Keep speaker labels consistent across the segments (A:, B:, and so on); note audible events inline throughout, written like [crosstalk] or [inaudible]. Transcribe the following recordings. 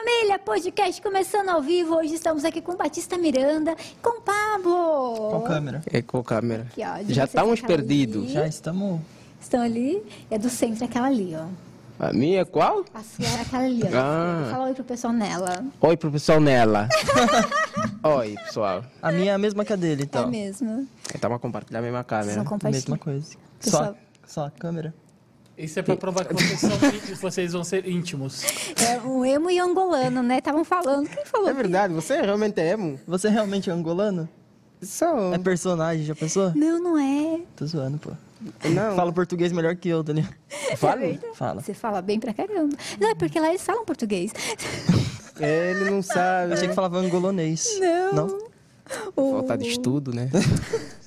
A: Família Podcast começando ao vivo. Hoje estamos aqui com Batista Miranda, com Pablo.
B: Qual câmera?
C: É com a câmera.
A: Aqui, ó, de
C: Já
A: vocês
C: estamos
A: ficar ali.
C: perdidos.
B: Já estamos.
A: Estão ali? É do centro aquela ali, ó.
C: A minha é qual?
A: A sua era aquela ali, ó.
C: Ah.
A: Fala oi pro pessoal nela.
C: Oi, professor Nela. [laughs] Oi, pessoal.
B: A minha é a mesma que a dele,
A: É
B: então.
A: mesmo.
C: Estamos compartilhando a Tá.
A: Vocês
C: é mesma câmera.
A: não compartilham.
B: mesma coisa.
A: Pessoal-
B: Só, só a câmera.
D: Isso é pra provar que vocês,
B: [laughs]
D: são íntimos, vocês vão ser íntimos.
A: É um emo e angolano, né? Estavam falando. Quem falou?
C: É verdade, você realmente é emo?
B: Você realmente é angolano?
C: Sou.
B: É personagem, já pensou?
A: Não, não é.
B: Tô zoando, pô.
C: Não.
B: Fala português melhor que eu, Daniel.
C: Fala.
B: Fala.
A: É Você fala bem pra caramba. Não, é porque lá eles falam
C: [laughs]
A: português.
C: Ele não
B: Eu
C: sabe.
B: achei que falava angolonês.
A: Não.
B: Não?
A: O-
C: Falta de estudo, [laughs] né?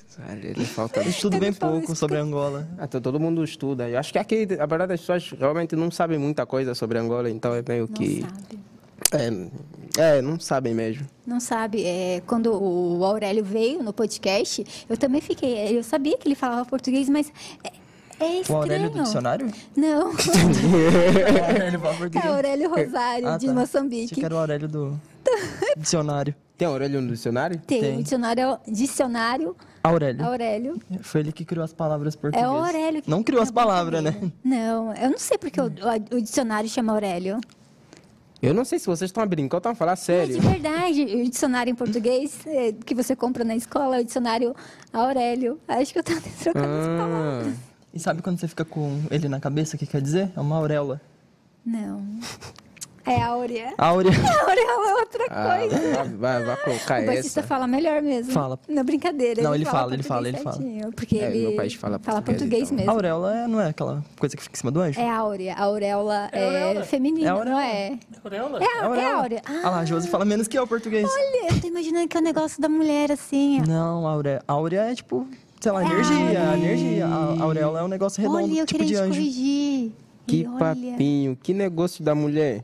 C: Sabe, Ele falta de estudo.
B: Estudo
A: Eu
B: bem
A: não falo
B: pouco
A: isso
B: sobre Angola.
C: Até Ah, então todo mundo estuda. Eu acho que aqui, a verdade, as pessoas realmente não sabem muita coisa sobre Angola, então é meio
A: Não
C: que.
A: sabe.
C: É, é, não sabem mesmo.
A: Não sabe, é, quando o Aurélio veio no podcast, eu também fiquei. Eu sabia que ele falava português, mas é, é
B: O
A: estranho.
B: Aurélio
A: [laughs]
B: do dicionário?
A: Não,
B: [laughs] O Aurélio fala
A: é
B: português.
A: [laughs] Aurélio Rosário,
B: Ah,
A: de
B: tá. Achei
A: Moçambique.
B: que era o
A: [laughs]
B: Aurélio do dicionário.
C: Tem orelha no dicionário?
A: Tem,
B: Tem. Hum.
A: o dicionário, dicionário
B: Aurélio.
A: Aurélio.
B: Foi ele que criou as palavras
A: É
B: portuguesas.
A: o Aurélio que
B: Não criou as palavras, né?
A: Não, eu não sei porque
B: Hum.
A: o, o- o dicionário chama Aurélio.
C: Eu não sei se vocês estão a brincar ou estão a falar
A: É de
C: sério.
A: verdade, o dicionário em português é, que você compra na escola é o dicionário Aurélio. Acho é que tá eu tava [laughs] trocando as palavras.
C: Ah.
B: E sabe quando você fica com ele na cabeça, o que quer dizer? É uma auréola.
A: Não. É
B: [laughs]
A: Áurea.
B: Áurea.
A: Aurélio é tá outra
C: Ah,
A: coisa.
C: vai, vai- vai colocar
A: O Batista
C: essa.
A: fala melhor mesmo.
B: Fala.
A: Não, brincadeira.
B: Não, ele fala, ele fala,
A: português
B: ele fala.
A: certinho, Porque
C: É,
A: ele
C: meu país fala
A: português,
C: português, então.
A: mesmo.
B: Auréola é- não é aquela coisa que fica em cima do anjo?
A: É áurea. A auréola
D: É
A: é,
D: auréola.
A: feminina,
B: É
A: não
B: auréola.
A: é?
D: Auréola?
A: É, a- é áurea. Ah,
B: Ah, lá, a Josi fala menos que eu português.
A: Olha, eu tô imaginando que é o negócio da mulher, assim. ó.
B: Não, áurea. Áurea é tipo, sei lá, energia, energia. A auréola é um negócio redondo,
A: olha, eu
B: tipo
A: queria
B: de
A: te
B: anjo.
A: corrigir.
C: Que
A: E olha.
C: papinho, que negócio da mulher.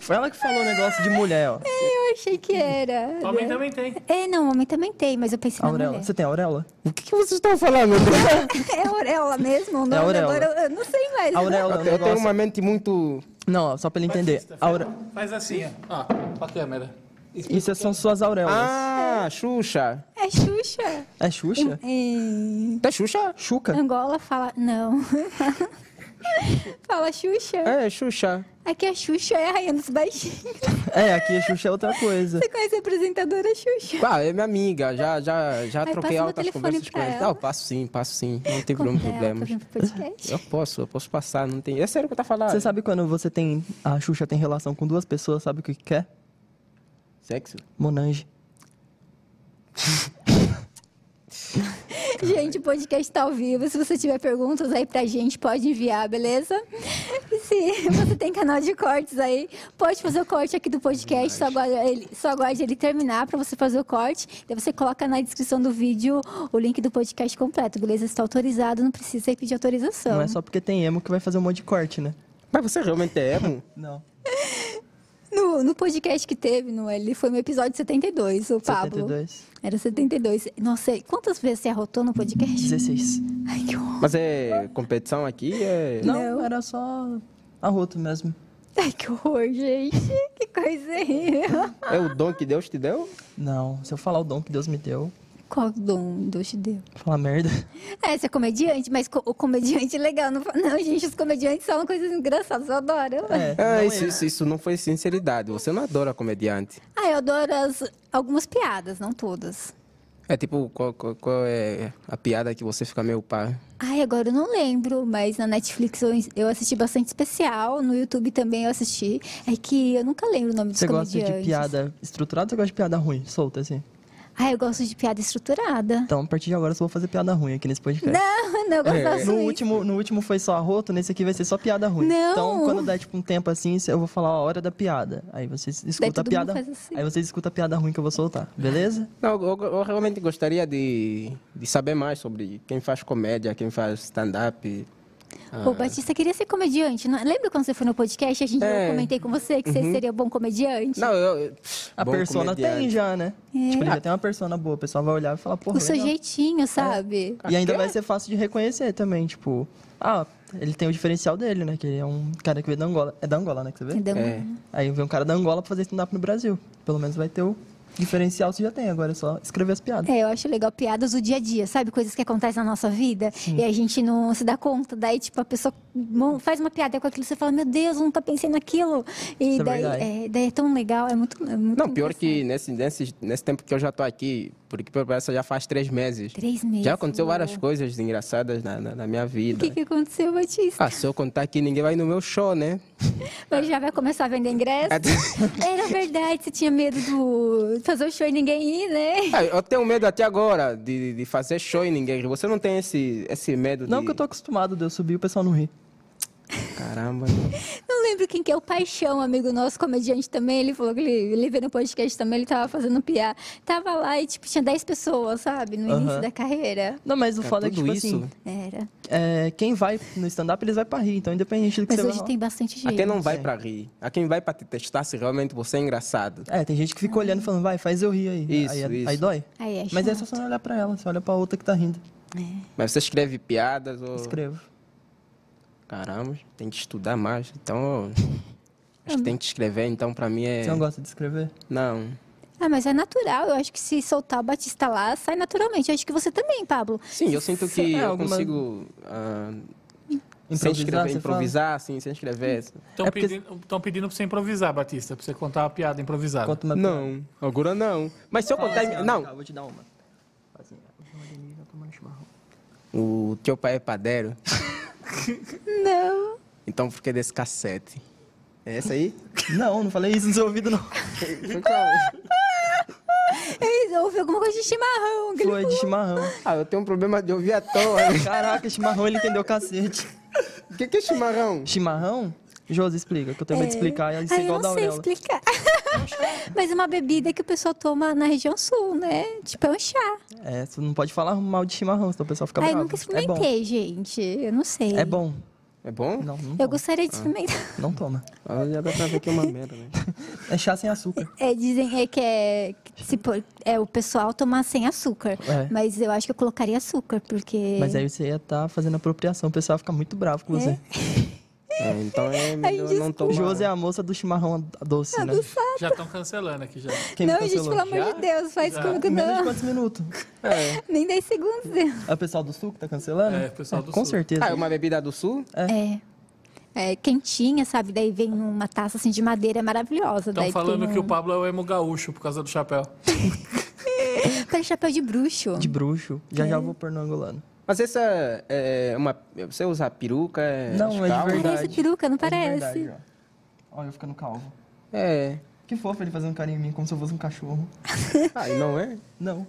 B: Foi ela que falou o negócio de mulher, ó.
A: É, Eu achei que era.
D: Homem
A: né?
D: também tem.
A: É, não, homem também tem, mas eu pensei na
B: Auréola.
A: mulher. [laughs]
B: Você tem auréola?
C: O que, que vocês estão falando?
A: É auréola mesmo? o nome?
B: É auréola.
A: Agora eu- eu não sei mais.
B: Auréola é um
C: Eu tenho
B: negócio...
C: uma mente muito.
B: Não, ó, só pra ele entender.
D: Batista,
B: Aure...
D: Faz assim, ó. Ó, pra câmera.
B: Isso é, são suas auréolas.
C: Ah, Xuxa.
A: É Xuxa.
B: É Xuxa?
A: Em
C: É Xuxa?
B: Xuca?
A: Angola fala... Não. [laughs] fala Xuxa.
C: É, Xuxa.
A: Aqui a Xuxa é a rainha dos baixinhos.
B: É, aqui a Xuxa é outra coisa.
A: Você conhece a apresentadora Xuxa?
C: Ah, é minha amiga, já, já, já
A: Aí
C: troquei
A: passa meu
C: altas
A: telefone
C: conversas com
A: pra
C: ela.
A: ela.
C: Não, passo sim, passo sim. Não É tem
A: Conta ela
C: problema.
A: pra vir pro podcast.
C: Eu posso, eu posso passar, não tem. É sério o que eu tô falando.
B: Você sabe quando você tem... A Xuxa tem relação com duas pessoas, sabe o que que é?
C: Sexo?
B: Monange.
A: Gente, o podcast tá ao vivo. Se você tiver perguntas aí pra gente, pode enviar, beleza? E se você tem canal de cortes aí, pode fazer o corte aqui do podcast. Só aguarde, ele, só aguarde ele terminar pra você fazer o corte. Daí você coloca na descrição do vídeo o link do podcast completo, beleza? Está autorizado, não precisa ir pedir autorização.
B: Não é só porque tem emo que vai fazer um monte de corte, né?
C: Mas você realmente é emo?
B: Não.
A: no, no podcast que teve, no, ele foi no episódio 72, o Pablo.
B: 72.
A: Era 72. Não sei, quantas vezes você arrotou no podcast?
B: 16.
A: Ai, que horror.
C: Mas é competição aqui? É.
B: Não,
A: Não.
B: era só arroto mesmo.
A: Ai, que horror, gente. [laughs] Que coisa
B: [laughs]
A: horrível.
C: É o dom que Deus te deu?
B: Não, se eu falar o dom que Deus me deu,
A: Qual dom Deus te deu? [laughs]
B: falar merda.
A: É, você é comediante, mas co- o comediante é legal. Não, fa- não, gente, os comediantes são coisas engraçadas. Eu adoro.
B: É,
C: Ah,
B: não
C: isso, isso, isso não foi sinceridade. Você não adora comediante.
A: Ah, eu adoro as, algumas piadas, não todas.
C: É tipo, qual, qual- qual é a piada que você fica meio pá?
A: Ai, agora eu não lembro, mas na Netflix eu, eu assisti bastante especial. No YouTube também eu assisti. É que eu nunca lembro o nome dos
B: Você gosta
A: comediantes.
B: de piada estruturada ou você gosta de piada ruim? Solta assim.
A: Ah, eu gosto de piada estruturada.
B: Então, a partir de agora eu só vou fazer piada ruim aqui nesse podcast.
A: Não, não, eu gosto
C: É,
A: das
B: No
A: ruins.
B: último, no último foi só arroto, nesse aqui vai ser só piada ruim.
A: Não.
B: Então, quando der tipo um tempo assim, eu vou falar a hora da piada. Aí vocês escutam a
A: todo mundo
B: piada.
A: faz assim.
B: Aí vocês escutam a piada ruim que eu vou soltar, beleza?
C: Não, eu, eu- eu realmente gostaria de, de saber mais sobre quem faz comédia, quem faz stand-up. Ah.
A: O Batista queria ser comediante. não- é? Lembra quando você foi no podcast? A gente
C: É. Uhum.
A: eu comentei com você que você seria bom comediante.
C: Não, eu. eu- pff,
B: A
C: bom
B: persona tem
C: comediante.
B: já, né?
A: É.
B: Tipo, ele já tem uma persona boa, o pessoal vai olhar e falar, porra, é
A: o seu
C: É.
B: legal.
A: jeitinho, sabe?
B: E ainda
C: Quê?
B: vai ser fácil de reconhecer também, tipo, ah, ele tem o diferencial dele, né? Que ele é um cara que veio da Angola. É da Angola, né? Que você vê?
A: Entendeu?
C: É.
B: Aí vem um cara da Angola pra fazer stand-up no Brasil. Pelo menos vai ter o diferencial, você já tem. Agora é só escrever as piadas.
A: É, eu acho legal piadas do dia a dia, sabe? Coisas que acontecem na nossa vida e a gente não se dá conta. Daí, tipo, a pessoa mon- faz uma piada com aquilo você fala, meu Deus, eu nunca pensei naquilo. E
B: Isso é
A: daí,
B: verdade.
A: é, daí é tão legal, é muito. é muito
C: Não, pior
A: engraçado.
C: que nesse, nesse, nesse tempo que eu já tô aqui, porque por essa já faz três meses.
A: Três meses.
C: Já aconteceu várias
A: uau.
C: coisas engraçadas na, na, na minha
A: O
C: vida.
A: que, que aconteceu, Batista?
C: Ah, se eu contar aqui, ninguém vai no meu show, né?
A: Mas já vai começar a
C: é
A: vender ingresso? Era verdade, você tinha medo do... de fazer o show e ninguém ir, né?
C: Ah, [laughs] eu tenho medo até agora de, de fazer show e ninguém. Você não tem esse, esse medo de.
B: Não que eu tô acostumado de eu subir e o pessoal não ri.
C: Caramba. né?
A: Não lembro quem que é o Paixão, amigo nosso, comediante também. Ele falou que ele, ele veio no podcast também, ele tava fazendo piada. Tava lá e, tipo, tinha 10 pessoas, sabe? No início
B: Aham.
A: da carreira.
B: Não, mas o
C: É
B: foda é que,
C: tudo
B: tipo
C: isso.
B: assim,
A: Era.
B: é, quem vai no stand-up, eles vai pra rir. Então, independente do que
A: Mas
B: você
A: hoje
B: vai
A: tem bastante
C: A
A: gente.
C: quem não vai
B: Sim.
C: pra rir, a quem vai pra te testar se realmente você é engraçado.
B: É, tem gente que fica olhando e falando, vai, faz eu rir aí.
C: Isso,
B: aí,
C: isso.
B: aí dói.
A: Aí é
B: Mas é
A: chato.
B: só você não olhar pra ela, você olha pra outra que tá rindo.
C: Mas você escreve piadas ou.
B: Escrevo.
C: Caramba, tem que estudar mais.
B: [laughs]
C: Então. eu- Acho que tem que escrever, então pra mim é.
B: Você não gosta de escrever?
C: Não.
A: Ah, mas é natural. Eu acho que se soltar o Batista lá, sai naturalmente. Eu acho que você também, Pablo.
C: Sim, eu sinto que
B: É,
C: eu
B: alguma-
C: consigo. ah, sem
B: Improvisar,
C: escrever,
B: você fala?
C: improvisar, assim, sem escrever.
D: Estão
B: É porque-
D: pedindo, tão pedindo pra você improvisar, Batista, pra você contar uma piada improvisada.
B: Conta uma
C: Não, agora não. Mas se eu
B: Fala
C: contar.
B: assim, ó,
C: não,
B: tá, vou te dar uma. Fala assim, ó, vou ali, vou tomar um chimarrão.
C: O teu pai é padeiro,
A: Não.
C: então por que desse cacete? É
B: [laughs]
C: essa aí?
B: Não, não falei isso no seu ouvido, não.
C: Foi qual?
A: Eu ouvi alguma coisa de chimarrão. que ele
B: [laughs] Foi de chimarrão.
C: ah, eu tenho um problema de ouvir à toa. né?
B: Caraca, chimarrão, ele entendeu o cacete.
C: O que, que é chimarrão?
B: Chimarrão? Josi, explica, que eu tenho medo de explicar. Isso
A: Ah,
B: é
A: eu
B: igual da
A: não sei
B: Aurela.
A: explicar. [laughs] Mas é uma bebida que o pessoal toma na região sul, né? Tipo, é um chá.
B: É, você não pode falar mal de chimarrão, senão o pessoal fica
A: Ai,
B: bravo.
A: nunca
B: é bom.
A: experimentei, gente. Eu não sei.
B: É bom. Ah.
C: É bom?
B: Não, não,
A: Eu
B: toma.
A: gostaria de experimentar. [laughs]
B: não toma.
C: Ah, já dá pra ver que é uma
B: [laughs]
C: merda, né?
B: É chá sem açúcar.
A: É, dizem é que é, que se pôr- é o pessoal tomar sem açúcar.
B: É.
A: Mas eu acho que eu colocaria açúcar, porque.
B: Mas aí você ia estar fazendo apropriação, o pessoal fica muito bravo com você.
C: É, então é melhor não tomar.
B: Josi é a moça do chimarrão doce, né?
D: Já estão cancelando aqui já.
B: Quem tá me
A: não, gente,
B: cancelou?
A: pelo amor
D: Já?
A: de Deus, faz
D: Já.
A: comigo
B: Menos de
A: não.
B: quantos minutos?
A: Nem 10 segundos.
B: É o pessoal do sul que tá cancelando?
D: É, o pessoal do
B: Com
D: sul.
B: certeza.
C: Ah, é uma bebida do sul?
A: É. É quentinha, sabe? Daí vem uma taça assim de madeira é maravilhosa.
D: Estão
A: Daí
D: falando
A: tem
D: que
A: um...
D: o Pablo é o emo gaúcho por causa do chapéu.
A: Parece um chapéu de bruxo.
B: De bruxo. Já
A: É.
B: já vou pôr no angolano.
C: Mas essa é uma. Você usa peruca? É
B: Não, é de
C: escala?
B: verdade.
A: Parece peruca, não
B: É de
A: parece?
B: verdade, ó. Ó, eu ficando calvo.
C: É.
B: Que fofo ele fazendo carinho em mim, como se eu fosse um cachorro.
C: Ah, e não é?
B: Não.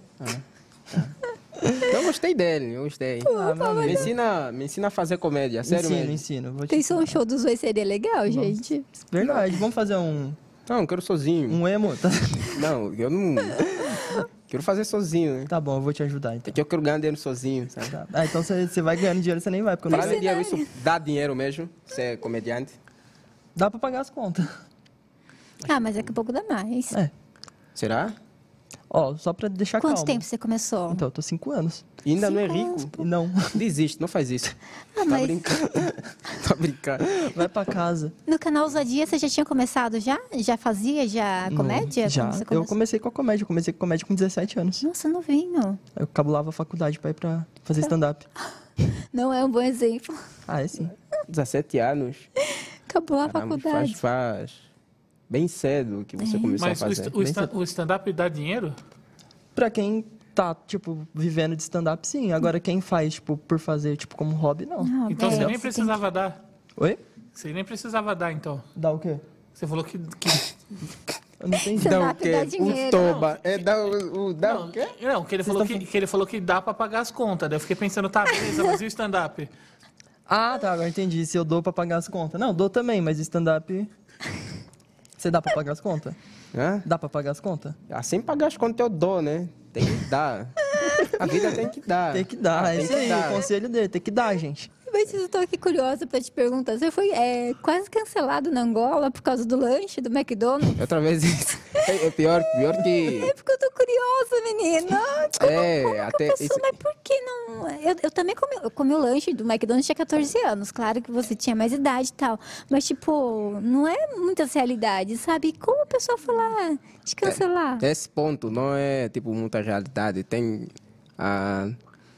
C: Eu gostei dele, eu gostei.
B: Ah, meu
C: Me
B: amigo.
C: ensina, me ensina a fazer comédia, sério
B: ensino,
C: mesmo.
B: ensino. Vou te...
A: Pensou um show dos dois seria legal, gente?
B: Verdade, vamos fazer um,
C: Não, eu quero sozinho.
B: um emo? Tá...
C: Não,
B: [laughs]
C: eu não. quero fazer sozinho, né?
B: tá bom, eu vou te ajudar então.
C: É que eu quero ganhar dinheiro sozinho, sabe?
B: Tá. Ah, então você você vai ganhando dinheiro, você nem vai, porque eu não
C: Falar
B: sei.
C: em dinheiro, isso dá dinheiro mesmo? Ser comediante?
B: Dá pra pagar as contas.
A: Ah, mas daqui a pouco dá mais.
B: É.
C: Será?
B: Ó, só pra deixar
A: Quanto
B: calmo.
A: tempo você começou?
B: Então, eu tô cinco anos.
C: E ainda não é
A: Cinco
C: rico?
B: E não,
C: Desiste, não faz isso.
A: Ah,
C: Tá
A: mas [laughs]
C: brincando. tá brincando.
B: vai pra casa.
A: no canal Ousadia você já tinha começado já? Já fazia já [laughs] comédia?
B: Já.
A: Quando você
B: Eu
A: começou?
B: comecei com a comédia. Eu comecei com comédia com 17 anos.
A: Nossa, novinho.
B: Eu cabulava a faculdade pra ir pra
A: Tá.
B: fazer stand-up.
A: Não é um bom exemplo.
B: Ah, é sim.
C: 17 anos.
A: Acabou a
C: Caramba,
A: faculdade. É.
C: faz, faz. Bem cedo que você
B: é
C: começou
D: Mas
C: a
D: o,
C: fazer.
D: sta- o
C: Bem
D: sta-
C: cedo.
D: o stand-up dá dinheiro?
B: Pra quem tá, tipo, vivendo de stand-up, sim. Agora, quem faz, tipo, por fazer, tipo, como hobby, não.
A: Ah,
D: Então
A: é,
D: você nem
A: tem-
D: precisava dar.
B: Oi?
D: Você nem precisava dar, então.
B: Dá o quê?
D: Você falou que. que-
B: Eu não entendi.
A: Você-
C: Dá
A: Stand-up
C: o quê?
A: dá dinheiro.
C: O toba. É, dá o, o- dá
D: não,
C: o quê?
D: não, que ele, falou que, que ele falou que dá pra pagar as contas. Daí eu fiquei pensando, tá, beleza, mas e o stand-up?
B: Ah, tá, agora entendi. Se eu dou pra pagar as contas. Não, dou também, mas
A: [laughs]
B: o stand-up. Você dá pra pagar as contas?
C: Hã?
B: Dá pra pagar as contas?
C: Ah, sem pagar as contas eu dou, né?
A: [laughs]
C: Tem que dar. A vida tem que dar.
B: Tem que dar,
C: Ah,
B: é
C: tem
B: isso
C: que
B: aí,
C: dar.
B: o conselho dele, tem que dar, gente.
A: Mas eu tô aqui curiosa pra te perguntar. Você foi é, quase cancelado na Angola por causa do lanche do McDonald's?
C: Outra vez isso. É, é pior, pior que.
A: [laughs] É porque eu tô curiosa, menina. Como,
C: É,
A: como que a
C: até
A: pessoa...
C: isso-
A: Mas por que não... Eu, eu também comi, eu comi o lanche do McDonald's tinha 14 anos. Claro que você tinha mais idade e tal. Mas, tipo, não é muitas realidades, sabe? Como a pessoa foi lá te cancelar?
C: Nesse ponto, não é tipo muita realidade. Tem. ah,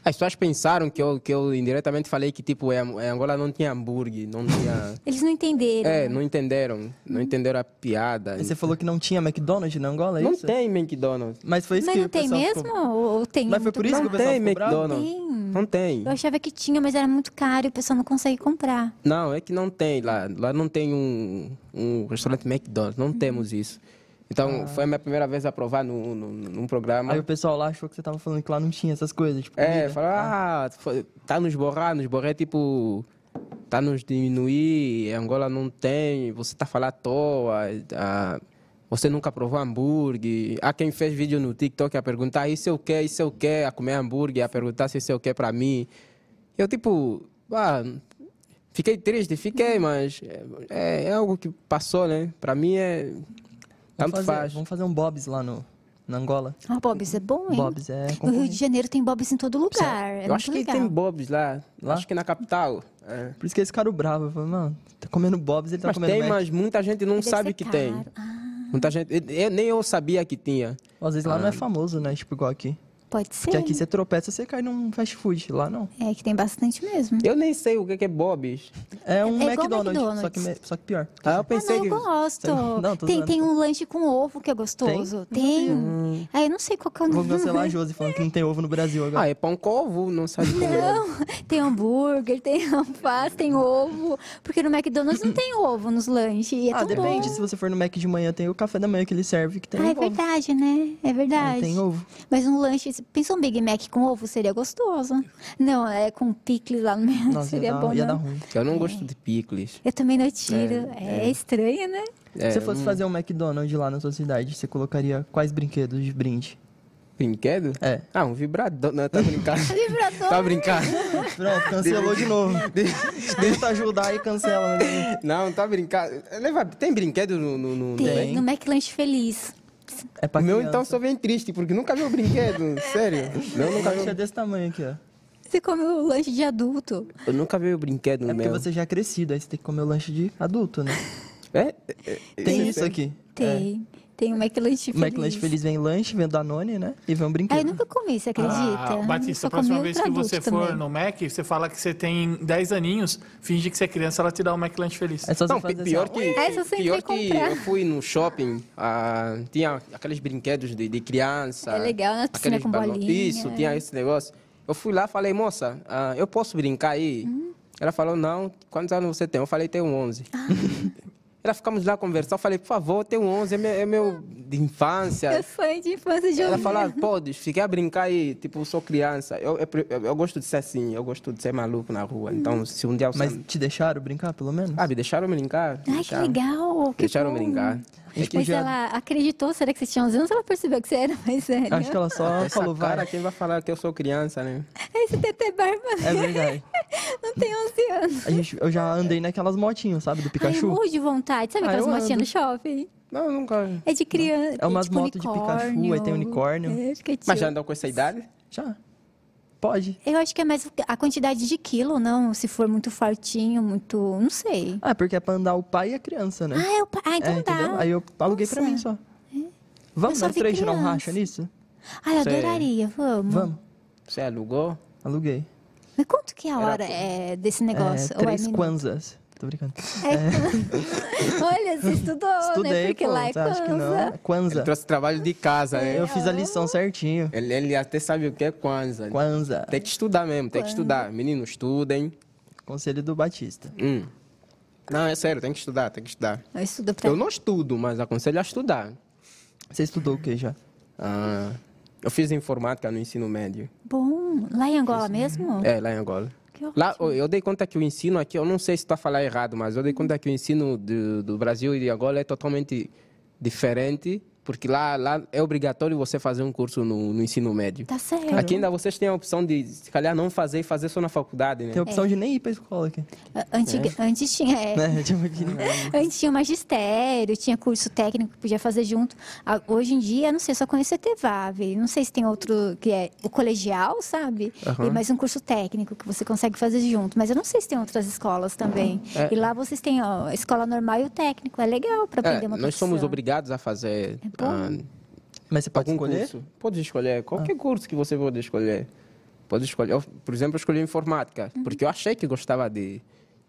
C: as pessoas pensaram que eu, que eu indiretamente falei que tipo, é, é, Angola não tinha hambúrguer, não tinha.
A: Eles não entenderam.
C: É, não entenderam. Não entenderam a piada.
B: Aí Você falou que não tinha McDonald's na Angola, é
C: Não
B: isso?
C: tem McDonald's.
B: Mas foi isso
A: mas
B: que
A: não
B: o
A: tem
B: pessoal
A: mesmo?
B: ficou-
A: Ou, ou tem
B: Mas foi
A: muito
B: por isso que o
C: Não
B: pessoal
C: tem
B: ficou bravo?
C: McDonald's.
A: Tem.
C: Não tem.
A: Eu achava que tinha, mas era muito caro e o pessoal não consegue comprar.
C: Não, é que não tem lá. Lá não tem um, um restaurante McDonald's. Não temos isso. Então, foi a minha primeira vez a provar num, num, num programa.
B: Ah. Aí o pessoal lá achou que você tava falando que lá não tinha essas coisas, tipo
C: É,
B: comida.
C: falaram, ah, foi- tá nos borrar, nos borrar é tipo, tá nos diminuir, Angola não tem, você tá falando à toa, ah, você nunca provou hambúrguer. Há quem fez vídeo no TikTok a perguntar isso é o que, isso é o que, a comer hambúrguer, a perguntar se isso é o que pra mim. Eu tipo, ah, fiquei triste, fiquei, mas é, é algo que passou, né? Pra mim é, tanto
B: vamos fazer,
C: faz.
B: Vamos fazer um Bob's lá no, na Angola.
A: Ah, Bob's é bom, hein?
B: Bob's é
A: No Rio
B: concorrente.
A: de Janeiro tem Bob's em todo lugar. É
C: Eu acho
A: muito
C: que
A: legal.
C: tem bobs lá,
B: Lá?
C: acho que na capital. É.
B: Por isso que esse cara o bravo, eu falei, mano, tá comendo Bob's, ele tá
C: Mas
B: comendo
C: tem,
B: Mac.
C: mas muita gente não
A: Deve
C: sabe
A: ser
C: que
A: caro.
C: tem.
A: Ah,
C: Muita gente, eu- eu- nem eu sabia que tinha.
B: Às vezes lá não é famoso, né? Tipo, igual aqui.
A: pode ser.
B: Porque aqui você tropeça, você cai num fast food. Lá não.
A: É que tem bastante mesmo.
C: Eu nem sei o que que é Bob's.
B: É um
A: É igual
B: McDonald's,
A: McDonald's.
B: Só, que, me- só que pior.
C: Ah, eu
A: Ah,
C: pensei
A: não, eu
C: que.
A: gosto.
B: Não, tô
A: tem,
B: zoando,
A: tem um lanche com ovo que é gostoso. Tem. Ah, eu não sei qual que é o
B: Vou
A: nome.
B: cancelar a Josi falando que não tem ovo no Brasil agora.
C: Ah, é pão com ovo, não sabe como é.
A: Não, tem hambúrguer, tem alface, tem ovo. Porque no McDonald's não tem ovo nos lanches. E é
B: ah,
A: tão bom.
B: depende. Se você for no Mac de manhã, tem o café da manhã que ele serve que tem
A: Ah, é
B: ovo.
A: verdade, né? É
B: Ah,
A: verdade. [laughs]
B: Tem ovo.
A: Mas um lanche, pensa um Big Mac com ovo, seria gostoso. Não, é com picles lá no meio,
B: Nossa,
A: seria
B: ia, dar, um-
A: bom, né?
B: ia
A: não.
B: dar ruim.
C: Eu não gosto de picles.
A: Eu também não tiro. É, estranho, né?
C: É,
B: Se você fosse fazer um McDonald's lá na sua cidade, você colocaria quais brinquedos de brinde?
C: um brinquedo?
B: É.
C: Ah, um vibrador. Não,
A: [laughs]
C: tá brincando.
A: Vibrador.
C: tá brincando.
B: Pronto, cancelou de novo. Tenta ajudar e cancela. né?
C: Não, tá brincando. Leva, tem brinquedo no. no, no-
A: Tem,
B: Tem.
A: no McLanche Feliz.
B: É pra
C: O meu então
B: criança.
C: só vem triste, porque nunca viu brinquedo.
A: [laughs]
C: Sério. Eu nunca
B: Acho que é
C: vi. um-
B: desse tamanho aqui, ó.
A: Você come o lanche de adulto.
C: Eu nunca vi o brinquedo
B: É
C: no
B: porque
C: meu.
B: você já é crescido, aí você tem que comer o lanche de adulto,
A: [laughs]
B: né?
C: É? É, é,
B: Tem isso aqui. É.
A: Tem. Tem o McLanche
B: O
A: Feliz.
B: Um McLanche Feliz vem lanche, vem Danone, né? E vem um
A: Ah, eu
B: brinquedo.
A: nunca comi, você acredita? né?
D: Ah, Batista,
A: Só
D: a próxima
A: comi
D: vez
A: outro
D: que você
A: adulto
D: for
A: também.
D: no Mac, você fala que você tem 10 aninhos, finge que você é criança, ela te dá um Mac Lunch feliz.
B: É só você
C: Não, pi-
B: fazer
C: pior
B: assim, ó.
C: que,
A: Essa eu sempre
C: pior
A: ia
C: que
A: comprar.
C: eu fui no shopping, ah, tinha aqueles brinquedos de, de criança.
A: É legal, né? Piscina com
C: balão-
A: bolinha.
C: Isso, tinha esse negócio. Eu fui lá falei, moça, ah, eu posso brincar aí?
A: Hum.
C: Ela falou, não, quantos anos você tem? Eu falei, tenho 11.
A: Ah.
C: [laughs] Ela ficamos lá conversando, eu falei, por favor, eu tenho 11, é meu, é meu de
A: Eu
C: infância.
A: fã de infância de
C: Ela
A: adulto.
B: ah,
C: falou, "Ah, pode, fiquei a brincar aí, tipo, eu sou criança. Eu, eu, pre- eu- eu gosto de ser assim, eu gosto de ser maluco na rua.
A: Hum.
C: Então, se um dia eu
B: Mas te deixaram brincar, pelo menos?
C: Ah, me deixaram brincar.
A: Ai, que
C: deixaram.
A: legal. Que
C: Deixaram
A: bom.
C: brincar.
B: gente
A: Mas
B: podia-
A: ela acreditou, será que você tinha 11 anos? Ela percebeu que você era mais velho.
B: Acho que ela só
C: Essa
B: falou,
C: cara,
B: vai.
C: quem vai falar que eu sou criança, né?
A: Aí você tem até barba,
B: É verdade.
A: [laughs] não tem 11 anos.
B: A gente, eu já andei naquelas motinhas, sabe? Do
A: Ai, eu
B: Pikachu.
A: morro de vontade. Sabe
B: Ah,
A: aquelas
B: eu
A: motinhas no shopping?
C: Não, nunca.
A: É de criança.
B: É umas
A: tipo
B: motos de Pikachu,
A: unicórnio.
B: aí tem unicórnio.
A: É, fica
C: Mas já
A: tio.
C: andou com essa idade?
B: Já. Pode.
A: Eu acho que é mais a quantidade de quilo, não. Se for muito fortinho, muito. Não sei.
B: Ah, porque é pra andar o pai e a criança, né?
A: Ah, eu... pa- ah então
B: é, entendeu?
A: dá. É.
B: Aí eu aluguei pra mim só. Vamos
A: Eu só
B: nós
A: vi
B: três tirar um
A: criança.
B: racha nisso?
A: Ah, eu
C: Você-
A: adoraria, vamos.
B: Vamos.
C: Você alugou?
B: Aluguei.
A: Mas quanto que é a
C: Era-
A: hora é, desse
B: É,
A: negócio? Ou é
B: três
A: minuto?
B: kwanzas. Tô brincando.
A: né, [laughs] Olha, você estudou, né?
B: Estudei,
A: Porque
B: pô.
A: lá é
B: você acha que não?
A: Kwanzaa.
B: É Kwanza.
C: Ele trouxe trabalho de casa, né?
B: Eu fiz a lição certinho.
C: Ele, ele até sabe o que é Kwanza.
B: Kwanza.
C: Tem que estudar mesmo, tem que estudar. Menino, estudem.
B: Conselho do Batista.
C: Hum. Não, é sério, tem que estudar, tem que estudar.
A: Eu estudo pra.
C: Eu não estudo, mas aconselho a estudar.
B: Você estudou o que já?
C: Ah, eu fiz informática no ensino médio.
A: Bom, lá em Angola mesmo?
C: É, lá em Angola.
A: Que horror.
C: Lá, eu eu dei conta que o ensino aqui, eu não sei se está falar errado, mas eu dei conta que o ensino do, do Brasil e de Angola é totalmente diferente Porque lá, lá é obrigatório você fazer um curso no, no ensino médio.
A: Tá certo.
C: Aqui ainda vocês têm a opção de, se calhar, não fazer e fazer só na faculdade, né?
B: Tem a opção de nem ir pra escola aqui.
A: Antiga- Antes tinha. é.
B: Né? [laughs] Tipo aqui.
A: Antes tinha o magistério, tinha curso técnico que podia fazer junto. Ah, Hoje em dia, não sei, só conheço a ETVAV. Não sei se tem outro que é o colegial, sabe?
C: Aham.
A: E mais um curso técnico que você consegue fazer junto. Mas eu não sei se tem outras escolas também.
C: É.
A: E lá vocês têm ó, a escola normal e o técnico. É legal para aprender
C: É,
A: uma
C: nós somos
A: profissão.
C: obrigados a fazer
A: É bom.
C: ah,
B: Mas você pode
C: algum
B: escolher?
C: curso. Pode escolher
A: Ah.
C: qualquer curso que você pode escolher. Pode escolher. Eu, por exemplo, eu escolhi informática,
A: Uhum.
C: porque eu achei que gostava de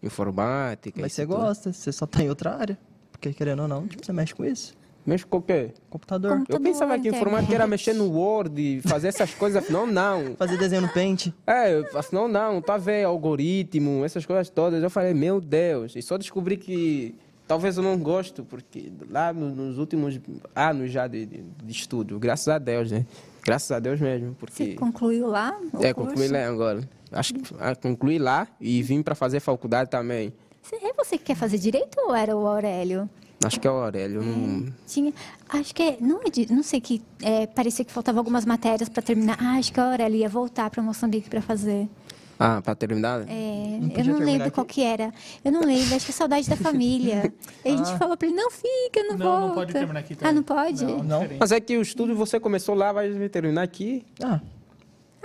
C: informática.
B: Mas
C: isso
B: você
C: tudo.
B: gosta, você só tá em outra área. Porque querendo ou não, tipo, você mexe com isso.
C: Mexe com o quê?
B: Computador.
A: Com-
C: Eu
A: Todo
C: pensava
A: mundo
C: que
A: tem.
C: informática era mexer no Word,
A: [laughs]
C: fazer essas coisas, afinal não.
B: Fazer desenho no Paint.
C: É, afinal não, tá vendo algoritmo, essas coisas todas. Eu falei, meu Deus, e só descobri que talvez eu não gosto, porque lá no- nos últimos anos já de, de, de estudo, graças a Deus, né? Graças a Deus mesmo,
A: Você
C: porque...
A: concluiu lá? O
C: É,
A: curso?
C: concluí lá agora. Acho que ah, concluí lá e vim para fazer faculdade também.
A: Você- É você que quer fazer direito ou era o Aurélio?
C: Acho que é o Aurélio. Não...
A: Tinha, acho que é- não, é de- não sei que é, parecia que faltava algumas matérias para terminar. Ah, acho que a Aurélia ia voltar para Moçambique para fazer.
C: Ah, para terminar?
A: É,
B: Não podia
A: eu não
B: terminar
A: lembro qual
B: aqui?
A: que era. Eu não lembro, acho que é saudade da
B: [laughs]
A: família. E a gente
B: Ah.
A: falou pra ele, não fica, não,
D: Não,
A: volta.
D: não pode terminar aqui
A: Ah,
D: também.
A: não pode?
D: Não,
B: Não?
D: diferente.
C: Mas é que o estudo você começou lá, vai terminar aqui.
B: Ah,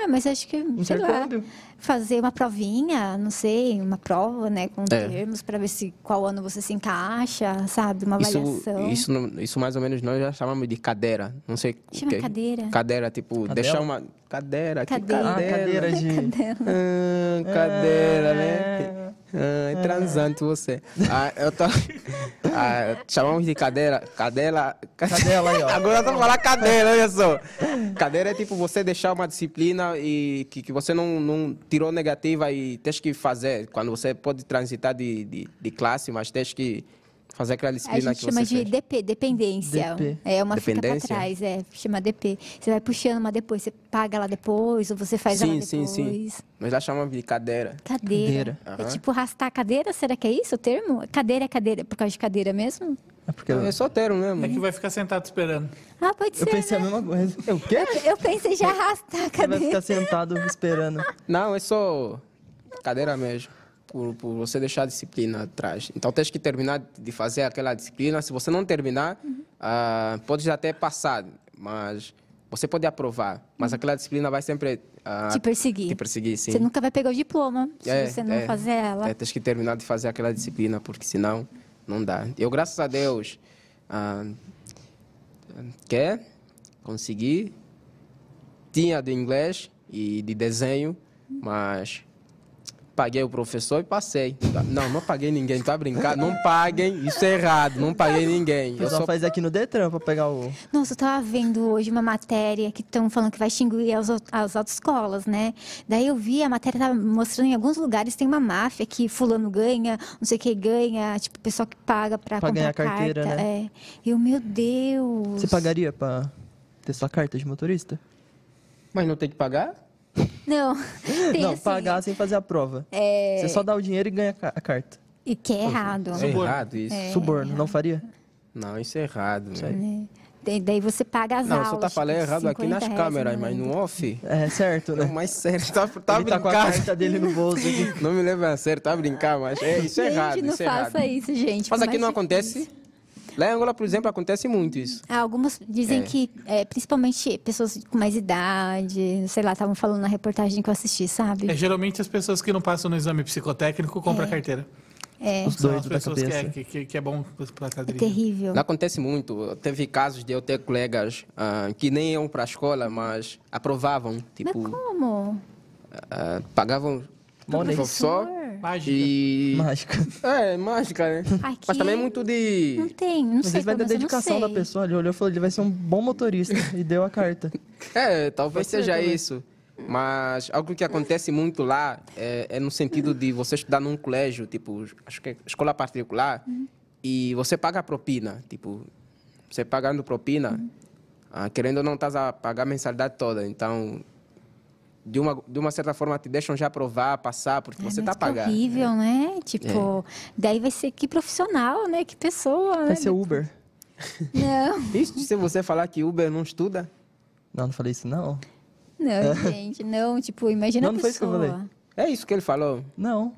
A: Ah, mas acho que, sei lá,
B: Um Intercâmbio.
A: fazer uma provinha, não sei, uma prova, né, com
C: É.
A: termos para ver se qual ano você se encaixa, sabe, uma
C: Isso,
A: avaliação.
C: isso, não- isso mais ou menos nós já chamamos de cadeira. Não sei o
A: Chama
C: quê.
A: cadeira?
C: Cadeira, tipo, deixar uma. Cadeira, que
A: Cadeira.
B: ah
C: cadeira.
A: [laughs]
B: cadeira de.
C: Ah, cadeira, né? Ah, é transante você. Ah, eu tô... [laughs] Ah, chamamos de cadeira. Cadela.
B: Cadela aí, ó.
C: [laughs] Agora eu tô falando cadeira, olha só. Cadeira é tipo você deixar uma disciplina e que, que você não, não tirou negativa e tem que fazer. Quando você pode transitar de, de, de classe, mas tem que fazer aquela
A: A
C: disciplina
A: gente
C: que
A: chama de
C: você fez.
A: DP, dependência.
B: DP.
A: É uma fica
C: Dependência?
A: pra trás, é, chama DP. Você vai puxando uma depois, você paga lá depois, ou você faz ela
C: Sim,
A: né, depois.
C: sim, sim. Nós já chamamos de cadeira.
A: Cadeira.
C: Cadeira.
A: É
C: Aham.
A: tipo arrastar a cadeira? Será que é isso o termo? Cadeira é cadeira, por causa de cadeira mesmo?
B: É porque eu,
C: É só ter mesmo.
D: É que vai ficar sentado esperando. É,
A: Ah, pode
B: eu
A: ser.
B: pensei a
A: né?
B: mesma coisa. Eu quê?
A: Eu pensei já arrastar a
B: Você vai ficar assim.
A: cadeira.
B: sentado esperando.
C: Não, é só cadeira mesmo. Por, por você deixar a disciplina atrás. Então, tens que terminar de fazer aquela disciplina. Se você não terminar, ah, podes até passar, mas você pode aprovar. Mas aquela disciplina vai sempre ah,
A: Uhum. Te perseguir.
C: Te perseguir, sim.
A: Você nunca vai pegar o diploma se
C: É,
A: você não
C: é.
A: fazer ela.
C: É, tens que terminar de fazer aquela disciplina, porque senão não dá. Eu, graças a Deus, ah, quer, consegui. Tinha de inglês e de desenho, mas paguei o professor e passei. Não, não paguei ninguém, tá brincando? Não paguem, isso é errado, não paguei ninguém.
B: O
C: Eu
B: pessoal
C: só
B: faz aqui no Detran pra pegar o.
A: Nossa, eu tava vendo hoje uma matéria que estão falando que vai extinguir as, au- as autoescolas, né? Daí eu vi, a matéria tava mostrando em alguns lugares tem uma máfia que fulano ganha, não sei quem ganha, tipo, pessoal que paga pra,
B: Pra
A: comprar
B: ganhar carteira,
A: carta.
B: né?
A: É. Eu, meu Deus.
B: Você pagaria pra ter sua carta de motorista?
C: Mas não tem que pagar?
A: Não, [laughs] tem
B: não,
A: assim,
B: pagar sem fazer a prova.
A: É,
B: Você só dá o dinheiro e ganha a ca- a carta.
A: e que é errado.
C: É errado isso.
B: Suborno, não faria?
C: Não, isso é errado. né?
A: né? Da- Daí você paga as
C: Não,
A: aulas.
C: só tá falando
A: tipo,
C: errado aqui
A: 50
C: nas
A: reais, né?
C: câmeras,
A: não
C: mas
A: lembro.
C: no off.
B: É certo,
C: Não,
B: né?
C: mas sério, tá, tá
B: Ele tá com a
C: brincando.
B: carta dele no bolso
A: [laughs]
B: aqui.
C: Não me leva a sério, tá a brincar, mas é, isso é
A: gente,
C: errado,
A: não
C: isso é
A: faça
C: errado.
A: isso, é gente. assim?
C: Mas
A: por
C: aqui
A: mais
C: não
A: que-
C: acontece. Lá em Angola, por exemplo, acontece muito isso.
A: Ah, algumas dizem
C: É.
A: que, é, principalmente pessoas com mais idade, sei lá, estavam falando na reportagem que eu assisti, sabe?
D: É, geralmente as pessoas que não passam no exame psicotécnico compram a carteira.
A: É,
B: Os
D: São
B: doidos
D: as
B: da
D: pessoas que é,
B: cabeça.
D: que, que, que é bom pra
A: é
D: cadeirinha.
A: terrível.
C: Lá acontece muito. Teve casos de eu ter colegas ah, que nem iam para a escola, mas aprovavam.
A: Mas
C: Tipo,
A: como?
C: ah, pagavam o
B: Money.
C: professor
D: Mágica.
C: e...
B: Mágica.
C: É, mágica, né?
A: Aqui-
C: Mas também muito
A: Não
C: de...
A: tem, não
B: Às
A: sei.
B: vezes vai
A: pelo menos
B: da
A: eu não
B: dedicação da
A: sei.
B: pessoa. Ele olhou e falou: ele vai ser um bom motorista. e deu a carta.
C: É, talvez
B: Pode ser
C: seja
B: também.
C: isso. Mas algo que acontece muito lá é, é no sentido de você estudar num colégio, tipo, acho que é escola particular, e você paga propina. Tipo, você pagando propina, ah, querendo ou não, estás a pagar a mensalidade toda. Então, de uma, de uma certa forma, te deixam já aprovar, passar, porque você
A: É, Mas
C: está
A: que
C: pagando. É.
A: horrível, né? Tipo, daí vai ser que profissional, né? Que pessoa, né?
B: Vai ser Uber.
A: Não,
C: Isso se você falar que Uber não estuda.
B: Não, não falei isso, não.
A: não, gente, não. Tipo, imagina
B: Não,
A: a
B: não foi isso que eu
A: pessoa.
B: falei.
C: É isso que ele falou.
B: Não.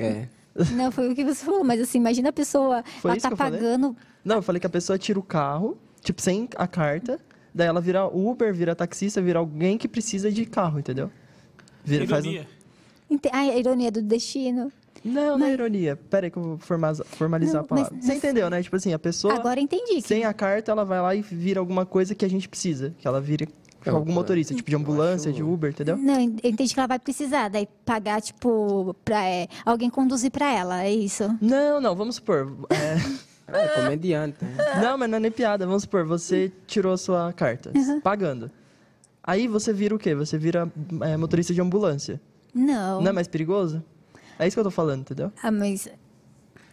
C: É.
A: Não, foi o que você falou, mas assim, imagina a pessoa,
B: Foi
A: ela
B: isso
A: tá
B: que eu falei?
A: pagando.
B: Não, eu falei que a pessoa tira o carro, tipo, sem a carta. Daí ela vira Uber, vira taxista, vira alguém que precisa de carro, entendeu? Vira, faz um-
D: Ironia.
A: Ente- Ah, a ironia do destino.
B: Não, não é ironia. Pera aí que eu vou formaza- formalizar
A: Não,
B: a palavra.
A: mas-
B: Você entendeu, né? Tipo assim, a pessoa,
A: Agora entendi. Que...
B: sem a carta, ela vai lá e vira alguma coisa que a gente precisa. Que ela vira
A: É
C: Eu-
A: um
B: algum motorista, tipo de ambulância, de Uber, entendeu?
A: Não, en- eu entendi que ela vai precisar, daí pagar, tipo, pra é, alguém conduzir pra ela, é isso.
B: Não, não, vamos supor.
A: [laughs]
B: é,
C: É comediante. né?
B: não, mas não é nem piada. Vamos supor, você tirou a sua carta,
A: Uhum.
B: pagando. Aí você vira o quê? Você vira é, motorista de ambulância.
A: Não.
B: Não é mais perigoso? É isso que eu tô falando, entendeu?
A: Ah, mas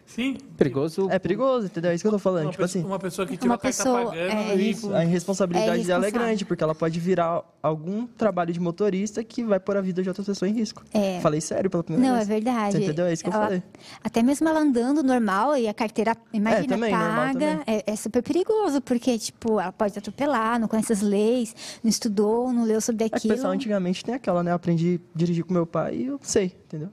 D: Sim.
C: Perigoso.
B: [laughs] É perigoso, entendeu? É isso que eu tô falando.
D: Uma,
B: tipo
D: pe-
B: assim,
D: uma pessoa que tirou a carta
A: pessoa,
D: pagando
A: é,
D: e
A: isso.
B: a irresponsabilidade
A: É
B: dela é
A: irresponsável.
B: grande, porque ela pode virar algum trabalho de motorista que vai pôr a vida de outra pessoa em risco.
A: É.
B: Falei sério pela primeira
A: Não, é
B: vez.
A: verdade.
B: Você entendeu? É isso que eu
A: Ela-
B: falei.
A: Até mesmo ela andando normal e a carteira, imagina,
B: também, normal
A: paga. É, é super perigoso, porque, tipo, ela pode atropelar, não conhece as leis, não estudou, não leu sobre
B: É que o
A: aquilo.
B: pessoal antigamente tem aquela, né? Eu aprendi a dirigir com meu pai e eu sei, entendeu?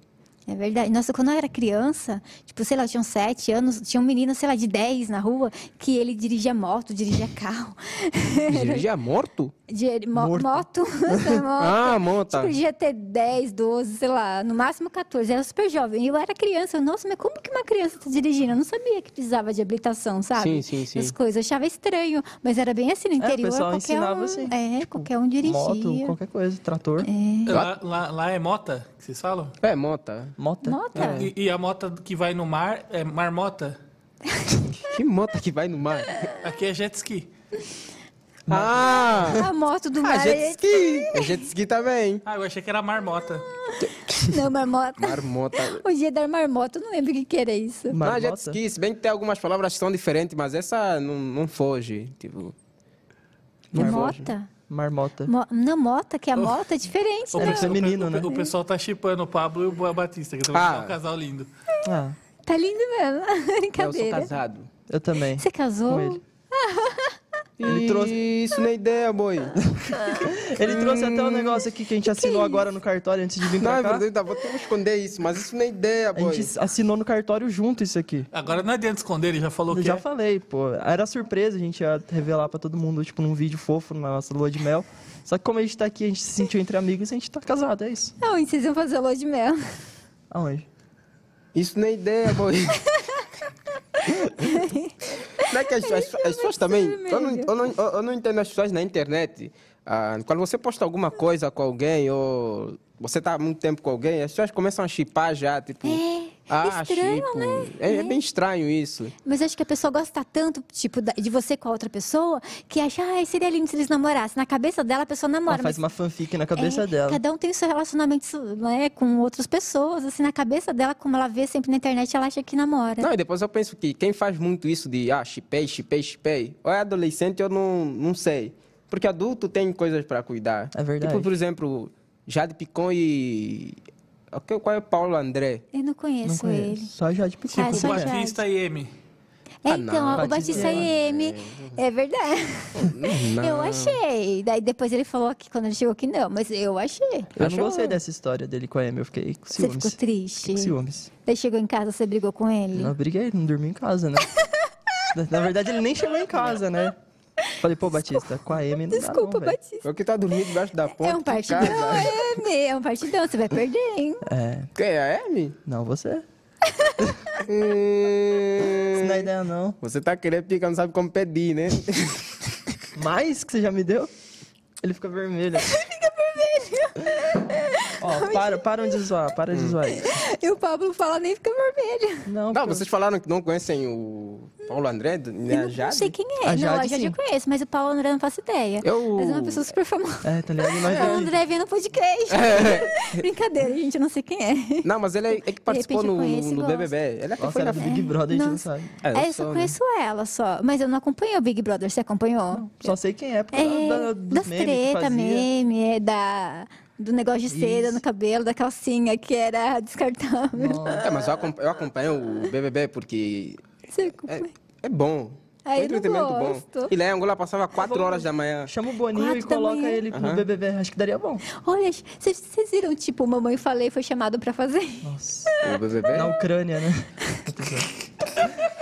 A: É verdade. Nossa, quando eu era criança, tipo, sei lá, eu tinha uns sete anos, tinha um menino, sei lá, de 10 na rua, que ele dirigia moto, dirigia carro. [laughs]
C: Dirigia morto?
A: De, mo-
B: Morto. tá.
A: moto, [laughs] essa moto.
C: Ah, monta.
A: Tipo, devia ter 10, 12, sei lá, no máximo 14. Era super jovem. E eu era criança. Eu, Nossa, mas como que uma criança tá dirigindo? Eu não sabia que precisava de habilitação, sabe?
C: Sim, sim, sim.
A: As coisas. Eu achava estranho. Mas era bem assim, no
B: É, o
A: interior,
B: pessoal
A: qualquer
B: ensinava
A: um...
B: assim,
A: É,
B: tipo,
A: qualquer um dirigia.
B: Moto, qualquer coisa, trator,
D: lá, lá, lá é mota que vocês falam?
C: É, monta.
B: mota.
A: Nota.
B: É.
D: E, e a mota que vai no mar é marmota?
C: Que mota que vai no mar?
D: Aqui é jet ski.
C: Ah!
A: A moto do
C: A
A: mar... é
C: jet ski! A jet ski também.
D: Ah, eu achei que era marmota.
A: [laughs] Não, marmota.
C: Marmota.
A: O dia da marmota. Eu não lembro o que, que era isso.
C: Não, Ah, é jet
B: Marmota?
C: ski, se bem que tem algumas palavras que são diferentes, mas essa não, não foge. Tipo,
A: É
C: Marmota.
A: mota? [laughs]
B: Marmota.
A: Mo- Não, mota, que a mota é diferente,
B: Era
A: né?
D: pessoal-
B: feminino,
D: o,
B: né?
D: pe- o pessoal tá chipando o Pablo e o Boa Batista, que também
C: Ah.
D: é um casal lindo.
B: Ah,
A: Tá lindo mesmo. [laughs]
C: eu sou
A: Brincadeira.
C: casado.
B: eu também.
A: Você casou?
B: Com ele. Ele trouxe-
C: Isso não é
B: [laughs]
C: ideia, boy.
B: Ele trouxe até um negócio aqui que a gente assinou agora no cartório antes de vir
C: Não,
B: pra
C: é
B: cá.
C: verdade, vou ter que esconder isso, mas isso não é ideia,
B: A
C: boy.
B: gente assinou no cartório junto isso aqui.
D: Agora não adianta esconder, ele já falou
B: Eu
D: que
B: já
D: é.
B: falei, pô. Era surpresa, a gente ia revelar pra todo mundo, tipo, num vídeo fofo na nossa lua de mel. Só que como a gente tá aqui, a gente se sentiu entre amigos e a gente tá casado, é isso.
A: Aonde vocês iam fazer a lua de mel?
B: Aonde?
C: Isso não é
A: [laughs]
C: ideia, boy. Não é que as, as- as pessoas também. Eu não, eu, não, eu- eu não entendo as pessoas na internet. Ah, quando você posta alguma coisa com alguém, ou você tá há muito tempo com alguém, as pessoas começam a chipar já, tipo.
A: É,
B: Ah,
A: estranho,
C: chipo.
A: né?
C: É, é bem estranho isso.
A: Mas acho que a pessoa gosta tanto, tipo, da- de você com a outra pessoa, que acha, ai, seria lindo se eles namorassem. Na cabeça dela, a pessoa namora.
B: Ela faz
A: mas
B: uma fanfic na
A: é,
B: cabeça dela.
A: Cada um tem o seu relacionamento né, com outras pessoas. Assim, na cabeça dela, como ela vê sempre na internet, ela acha que namora.
C: Não, e depois eu penso que quem faz muito isso de ah, chipei, chipei, chipei, ou é adolescente, eu não, não sei. Porque adulto tem coisas para cuidar.
B: É verdade.
C: Tipo, por exemplo, Jade Picon e. o que- Qual é o Paulo André?
A: Eu não conheço,
B: Não conheço.
A: ele.
B: Só já de
A: Ah,
B: pequeno.
D: tipo O
A: só
B: né?
A: já.
D: Batista e M.
A: É, então,
C: Ah, não,
A: o Batista
B: Batista.
A: M. É verdade.
C: Não.
A: [laughs] Eu achei. Daí depois ele falou que quando ele chegou que não, mas eu achei.
B: Eu não gostei dessa história dele com a Amy, eu fiquei com
A: Você
B: ciúmes.
A: ficou triste.
B: Com ciúmes.
A: Daí chegou em casa, você brigou com ele.
B: Não, briguei, não dormi em casa,
A: [laughs]
B: né? Na- na verdade, ele nem chegou em casa, né? Falei, pô, Batista, com a Amy não
A: Desculpa,
B: dá não, velho.
A: Batista.
C: O que tá dormindo debaixo da ponte.
A: É um
C: de
A: partidão,
C: casa.
A: é, é um partidão, você vai perder, hein?
B: É,
C: Quem é a Amy?
B: não você. Isso
C: Hum,
B: não é ideia, não.
C: Você tá querendo pica, não sabe como
A: [laughs]
C: pedir, né?
B: Mais que você já me deu? Ele
A: [laughs]
B: fica vermelho. Ó, para, para de zoar, para de zoar isso.
A: [laughs] E o Pablo fala nem fica vermelho.
B: Não,
C: Não,
B: pô.
C: vocês falaram que não conhecem o Paulo André, né?
A: Eu
C: A
A: não, não
C: Jade?
A: sei quem é. não,
B: A Ah, Jade,
A: a Jade eu
B: sim.
A: conheço, mas o Paulo André eu não faço ideia.
C: Eu-
A: Mas é uma pessoa super famosa.
B: É, tá ligado? Nós
A: Paulo
B: aqui.
A: André vem no
B: [laughs]
A: podcast. Brincadeira, gente, eu não sei quem é.
C: Não, mas ele é, é que participou
A: repente eu
C: no,
A: conheço e
C: no
A: gosto.
C: BBB. Ele até
B: Nossa,
C: foi
B: era
C: na...
B: do Big Brother, a gente não
A: Nossa.
B: sabe.
C: É, eu
A: É, eu só
C: sou, né?
A: conheço ela só. Mas eu não acompanhei o Big Brother. Você acompanhou?
B: Só sei quem é, porque
A: É,
B: da, da, dos
A: das
B: memes que
A: treta,
B: fazia.
A: meme, é, da, do negócio de seda
B: Isso.
A: no cabelo, da calcinha que era descartável.
C: É, mas eu acompanho, eu acompanho o BBB porque
A: Você
C: é,
A: acompanha?
C: é bom.
A: Aí
C: muito
A: Ah, não
C: entretenimento
A: gosto.
C: bom. E lá em Angola passava 4 horas
A: [laughs]
C: da manhã.
B: Chama o Boninho
A: Quatro
B: e coloca
A: da manhã.
B: ele no
C: Aham.
B: BBB. Acho que daria bom.
A: Olha, vocês vocês viram, tipo, Mamãe Falei foi chamado pra fazer?
B: Nossa.
C: O BBB?
B: Na Ucrânia, né?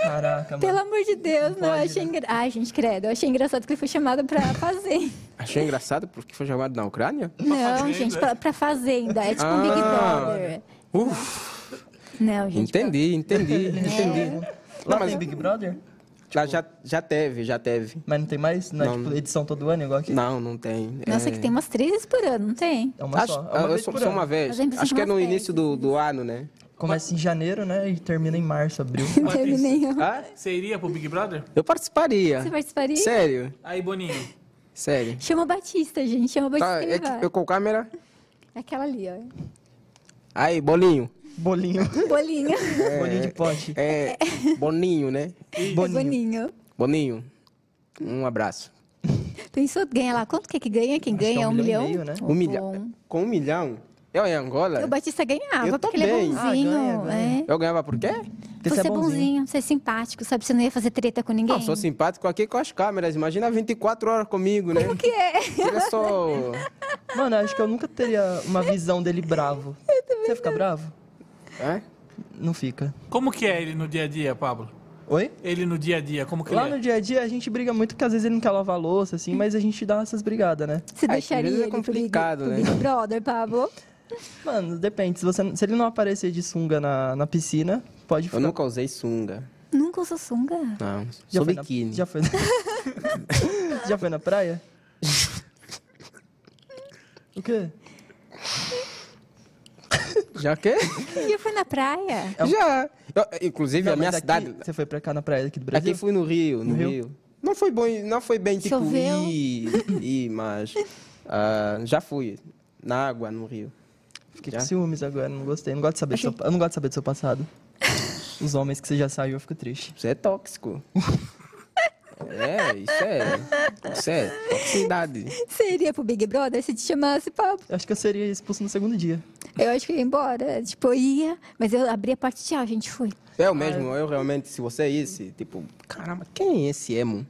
B: Caraca, mano.
A: Pelo amor de Deus, não,
B: pode,
A: eu achei
B: né?
A: engra... Ai, gente, credo, eu achei engraçado que ele foi chamado pra fazer.
C: Achei engraçado porque foi chamado na Ucrânia.
A: não,
D: fazenda.
A: gente, pra, pra fazenda. É tipo um Big
C: Ah.
A: Brother.
C: Uf,
A: Não, gente. pra-
C: entendi,
B: [laughs]
C: entendi, entendi.
B: Lá
C: Não, mas-
B: tem Big Brother?
C: Lá já, já teve, já teve.
B: Mas não tem mais? Não, é,
C: Não.
B: tipo, edição todo ano igual aqui?
C: Não, não tem.
A: Nossa,
C: é...
A: que tem umas três por ano, não tem?
B: É uma
C: Acho, ah,
B: só. É uma
C: eu
B: vez
C: só,
B: por
C: só
B: ano.
C: uma vez.
A: Mas é preciso
C: Acho que é
A: de
C: no
A: umas
C: início do, do ano, né?
B: Começa em janeiro, né? E termina em março, abril.
A: Não teve
D: Patrícia.
A: nenhum.
C: Ah,
D: Você iria pro Big Brother?
C: eu participaria.
A: Você participaria?
C: Sério,
D: Aí, Boninho.
C: sério.
A: Chama o Batista, gente. Chama o Batista
C: Tá,
A: que
C: é
A: ele
C: que
A: vai.
C: eu com câmera.
A: Aquela ali, ó. Um
C: Aí, [laughs] bolinho.
B: Bolinho.
A: Bolinho.
B: [laughs] Bolinho de pote.
A: [laughs]
C: É, boninho, né?
A: Boninho. Boninho.
C: Boninho, um abraço.
A: Pensou, ganha lá. Quanto que é que ganha? Quem
B: Acho que
A: ganha?
B: é um
A: um
B: milhão
A: milhão?
B: e meio, né?
C: Um milhão.
A: bom.
C: Com um milhão, eu em Angola,
A: O Batista ganhava,
C: Eu
A: porque ele é
C: também.
A: bonzinho.
B: Ah, ganha, ganha.
A: é.
C: eu ganhava por quê?
B: Porque
A: você é bonzinho. você é simpático, sabe? Você não ia fazer treta com ninguém.
C: Não, sou simpático aqui com as câmeras. Imagina 24 horas comigo, né?
A: Como que é?
C: Olha só.
B: Mano, eu acho que eu nunca teria uma visão dele
A: [laughs]
B: bravo. Você fica bravo?
C: Hã?
B: Não fica.
D: Como que é ele no dia a dia, Pablo?
B: Oi?
D: Ele no dia a dia, como que
B: Lá
D: ele é?
B: no dia a dia a gente briga muito, porque às vezes ele não quer lavar a louça, assim, mas a gente dá essas brigadas, né?
A: Você
C: Ai, às vezes é
A: deixaria ele pro Big,
C: complicado,
A: pro
C: né?
A: Big Brother, Pablo?
B: Mano, depende. Se, você, se ele não aparecer de sunga na, na piscina, pode
C: Eu
B: ficar.
C: nunca usei sunga.
A: Nunca usou sunga. [laughs]
C: Não,
B: Já
C: sou
B: foi na-
C: biquíni.
B: já foi.
C: [laughs]
B: na- já foi na praia? O quê?
C: Já quê?
A: E eu fui na praia.
C: Já. Eu- inclusive,
B: É um- Não,
C: a minha
B: mas aqui,
C: cidade...
B: Você foi pra cá na praia daqui do Brasil?
C: Aqui fui no Rio, no,
B: No Rio?
C: Rio. Não foi bom, não foi bem tipo
A: Choveu?
C: ir, ir,
A: [laughs]
C: mas ah, já fui na água no Rio.
B: Fiquei
C: Já?
B: com ciúmes agora, não gostei. Não gosto de saber do seu, eu não gosto de saber do seu passado. Os homens que você já saiu, eu fico triste.
C: Isso
B: [laughs]
C: é tóxico. é, isso é, isso é toxicidade.
A: Você iria pro Big Brother se te chamasse, Pablo?
B: Eu acho que eu seria expulso no segundo dia.
A: Eu acho que ia embora. Tipo, eu ia, mas eu abri a parte tchau, gente, fui.
C: Eu mesmo, eu realmente, se você é esse, tipo, caramba, quem é
A: [laughs]
C: esse emo?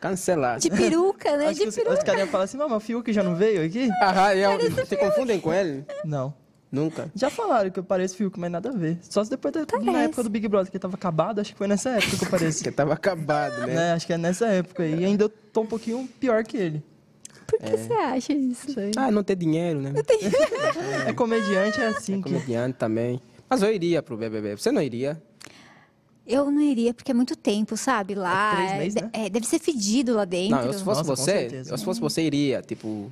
C: Cancelar.
A: De peruca, né?
B: acho que
A: De
B: os,
A: peruca.
B: os caras iam falar assim, mas o Fiuk já não veio aqui?
C: Ah, eu, te
A: um
C: confundem com ele?
B: Não.
C: Nunca.
B: Já falaram que eu pareço Fiuk, mas nada a ver. Só se depois da na
A: Parece.
B: época do Big Brother, que tava acabado, acho que foi nessa época que eu pareço.
C: Você tava acabado, né?
B: né? Acho que é nessa época aí. E ainda eu tô um pouquinho pior que ele.
A: Por
B: É.
A: que você acha isso?
B: Isso aí.
C: Ah, não ter dinheiro, né?
B: É comediante, é assim. que-
C: Comediante também. Mas eu iria pro BBB. Você não iria?
A: Eu não iria, porque é muito tempo, sabe? Lá.
B: É três
A: é-
B: meses, né?
A: é, deve ser fedido lá dentro.
C: Não, eu se fosse
B: Nossa, com
C: você,
B: certeza.
C: eu se fosse você iria, tipo,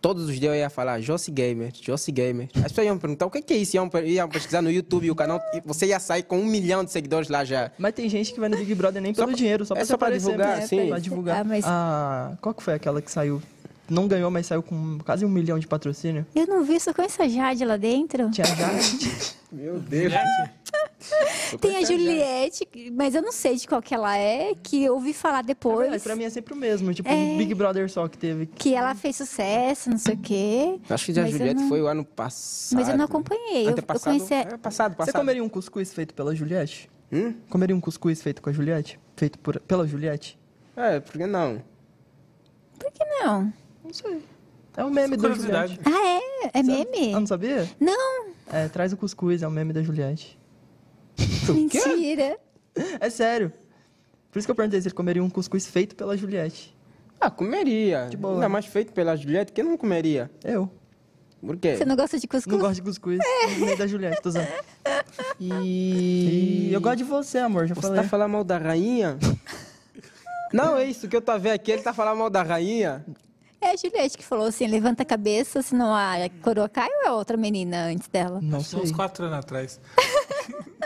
C: todos os dias eu ia falar Jossi Gamer, Jossi Gamer. As pessoas iam me perguntar o que que é isso, iam, pe- iam pesquisar no YouTube o canal, e você ia sair com um milhão de seguidores lá já.
B: Mas tem gente que vai no Big Brother nem pelo
C: pra-
B: dinheiro, só
C: é
B: pra,
C: só pra
B: aparecer
C: divulgar,
B: mesmo,
C: sim.
B: Pra divulgar.
A: Ah, mas-
B: Ah, qual que foi aquela que saiu? Não ganhou, mas saiu com quase um milhão de patrocínio.
A: Eu não vi, só conheço a Jade lá dentro.
B: Tinha
A: [laughs]
B: Jade.
C: Meu Deus.
D: é
A: Tem a Juliette, mas eu não sei de qual que ela é, que eu ouvi falar depois.
B: Mas pra mim é sempre o mesmo, tipo, um
A: É.
B: Big Brother só que teve.
A: Que ela fez sucesso, não sei o quê.
C: Acho que já a
A: Mas eu
C: Juliette
A: não-
C: foi o ano passado.
A: Mas eu não acompanhei. Eu, eu
C: Antepassado?
A: conheci.
C: É, passado,
B: Você
C: passado.
B: comeria um cuscuz feito pela Juliette?
C: Hum?
B: Comeria um cuscuz feito com a Juliette? Feito por- pela Juliette?
C: É, por que não?
A: Por que É, não?
B: É um meme da
D: Curiosidade.
B: Juliette.
A: Ah, é? É meme?
B: Ah, não sabia?
A: Não,
B: É, traz o cuscuz, é um meme da Juliette.
A: mentira.
B: É sério. Por isso que eu perguntei se ele comeria um cuscuz feito pela Juliette.
C: Ah, comeria.
B: De boa.
C: Ainda mais feito pela Juliette, quem não comeria?
B: Eu.
C: Por quê?
A: Você não gosta de
B: Não
A: cuscuz?
B: gosto de cuscuz. É. Meme da Juliette, tô usando. E... Eu gosto de você, amor, já
C: Você
B: falei.
C: tá falando mal da rainha?
A: [laughs]
C: não, é isso que eu tô vendo aqui, ele tá falando mal da rainha.
A: É a Juliette que falou assim: levanta a cabeça, senão a coroa cai ou é outra menina antes dela?
B: Não
D: Acho que
B: sei.
D: Uns quatro anos atrás.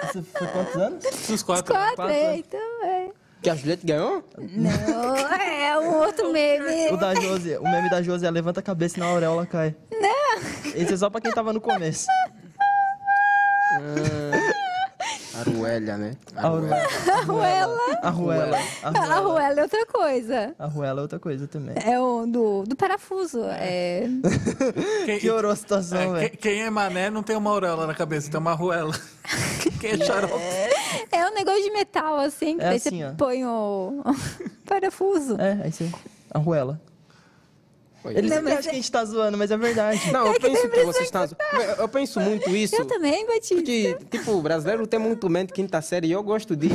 B: Você foi quantos anos?
D: Uns
A: Os
D: quatro.
A: quatro,
B: quatro.
A: é, então é.
C: Que a Juliette ganhou?
A: Não, é um outro
B: [laughs] O
A: meme.
B: da Josi, o meme da Josi é levanta a cabeça e na auréola cai. Não!
C: Né? [laughs]
B: Esse é só pra quem tava no começo.
C: Ah, Aruelha, né?
B: Arruela.
A: Arruela.
B: Arruela.
A: A
B: Arruela.
A: arruela é outra coisa.
B: Arruela é outra coisa também.
A: É o do, do parafuso. É.
D: Quem,
B: Piorou a situação,
D: é,
B: velho.
D: quem, quem é mané não tem uma auréola na cabeça, tem uma arruela. quem é xarope?
A: É um negócio de metal, assim, que
B: É
A: daí
B: assim,
A: você
B: ó.
A: põe o [laughs] parafuso.
B: É, é isso aí Arruela.
C: Oi.
B: Eles
A: Não,
B: sempre
A: mas
B: acham que a gente tá zoando, mas é verdade.
C: Não, eu penso que vocês estão. Eu penso muito isso.
A: Eu também, Batista.
C: Porque, tipo, o brasileiro tem muito mente quinta série e eu
A: [laughs]
C: gosto disso.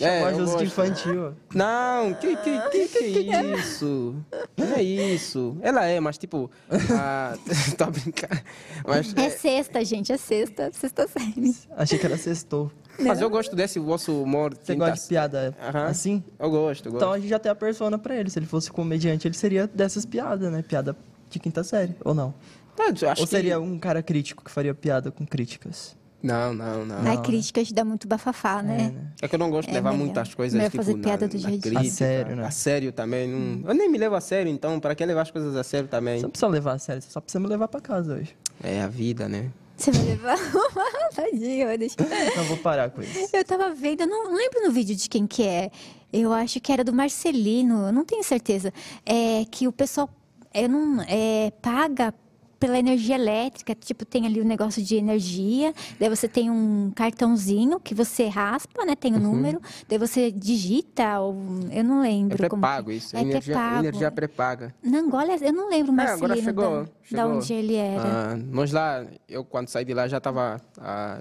C: é,
B: Chamar
C: eu
B: justo de
C: gosto.
B: infantil.
C: Não, que, que,
A: Ah.
C: que, que é isso? Não é isso. Ela é, mas tipo. Ah, tô a [laughs] brincar. Mas,
A: É sexta, gente, é sexta, sexta série.
B: Achei que era sextou.
C: mas eu gosto desse vosso humor.
B: Você
C: quinta
B: gosta de piada
C: Aham.
B: assim?
C: Eu gosto, eu gosto.
B: Então a gente já tem a persona pra ele. Se ele fosse comediante, ele seria dessas piadas, né? Piada de quinta série, ou não?
C: Tá, eu acho
B: ou seria
C: que...
B: um cara crítico que faria piada com críticas?
C: Não, não, não.
A: Ai, crítica te dá muito bafafá, né?
C: É que eu não gosto de
A: É
C: levar
A: melhor.
C: muitas coisas
A: Melhor
C: tipo,
A: fazer
C: na-
A: piada do
C: na
A: jeito.
C: crítica,
B: A sério, né?
C: A sério também. não- Eu nem me levo a sério, então, para que levar as coisas a sério também?
B: Você não precisa levar a sério, você só precisa me levar pra casa
C: [laughs]
B: hoje.
C: É a vida, né?
A: Você vai levar [laughs] uma tadinha, vai deixar.
B: Não vou parar com isso.
A: Eu tava vendo, eu não não lembro no vídeo de quem que é. Eu acho que era do Marcelino, eu não tenho certeza. É que o pessoal é, não, é, paga pela energia elétrica, tipo, tem ali o negócio de energia, daí você tem um cartãozinho que você raspa, né? Tem o número, daí você digita, ou, eu não
C: É
A: lembro como.
C: pré-pago
A: que-
C: isso.
A: É que é
C: energia,
A: pago.
C: energia pré-paga.
A: Na Angola, eu não lembro o
C: É,
A: Marcelino
C: agora chegou.
A: da,
C: chegou.
A: da onde ele era.
C: Ah, nós lá, eu quando saí de lá já estava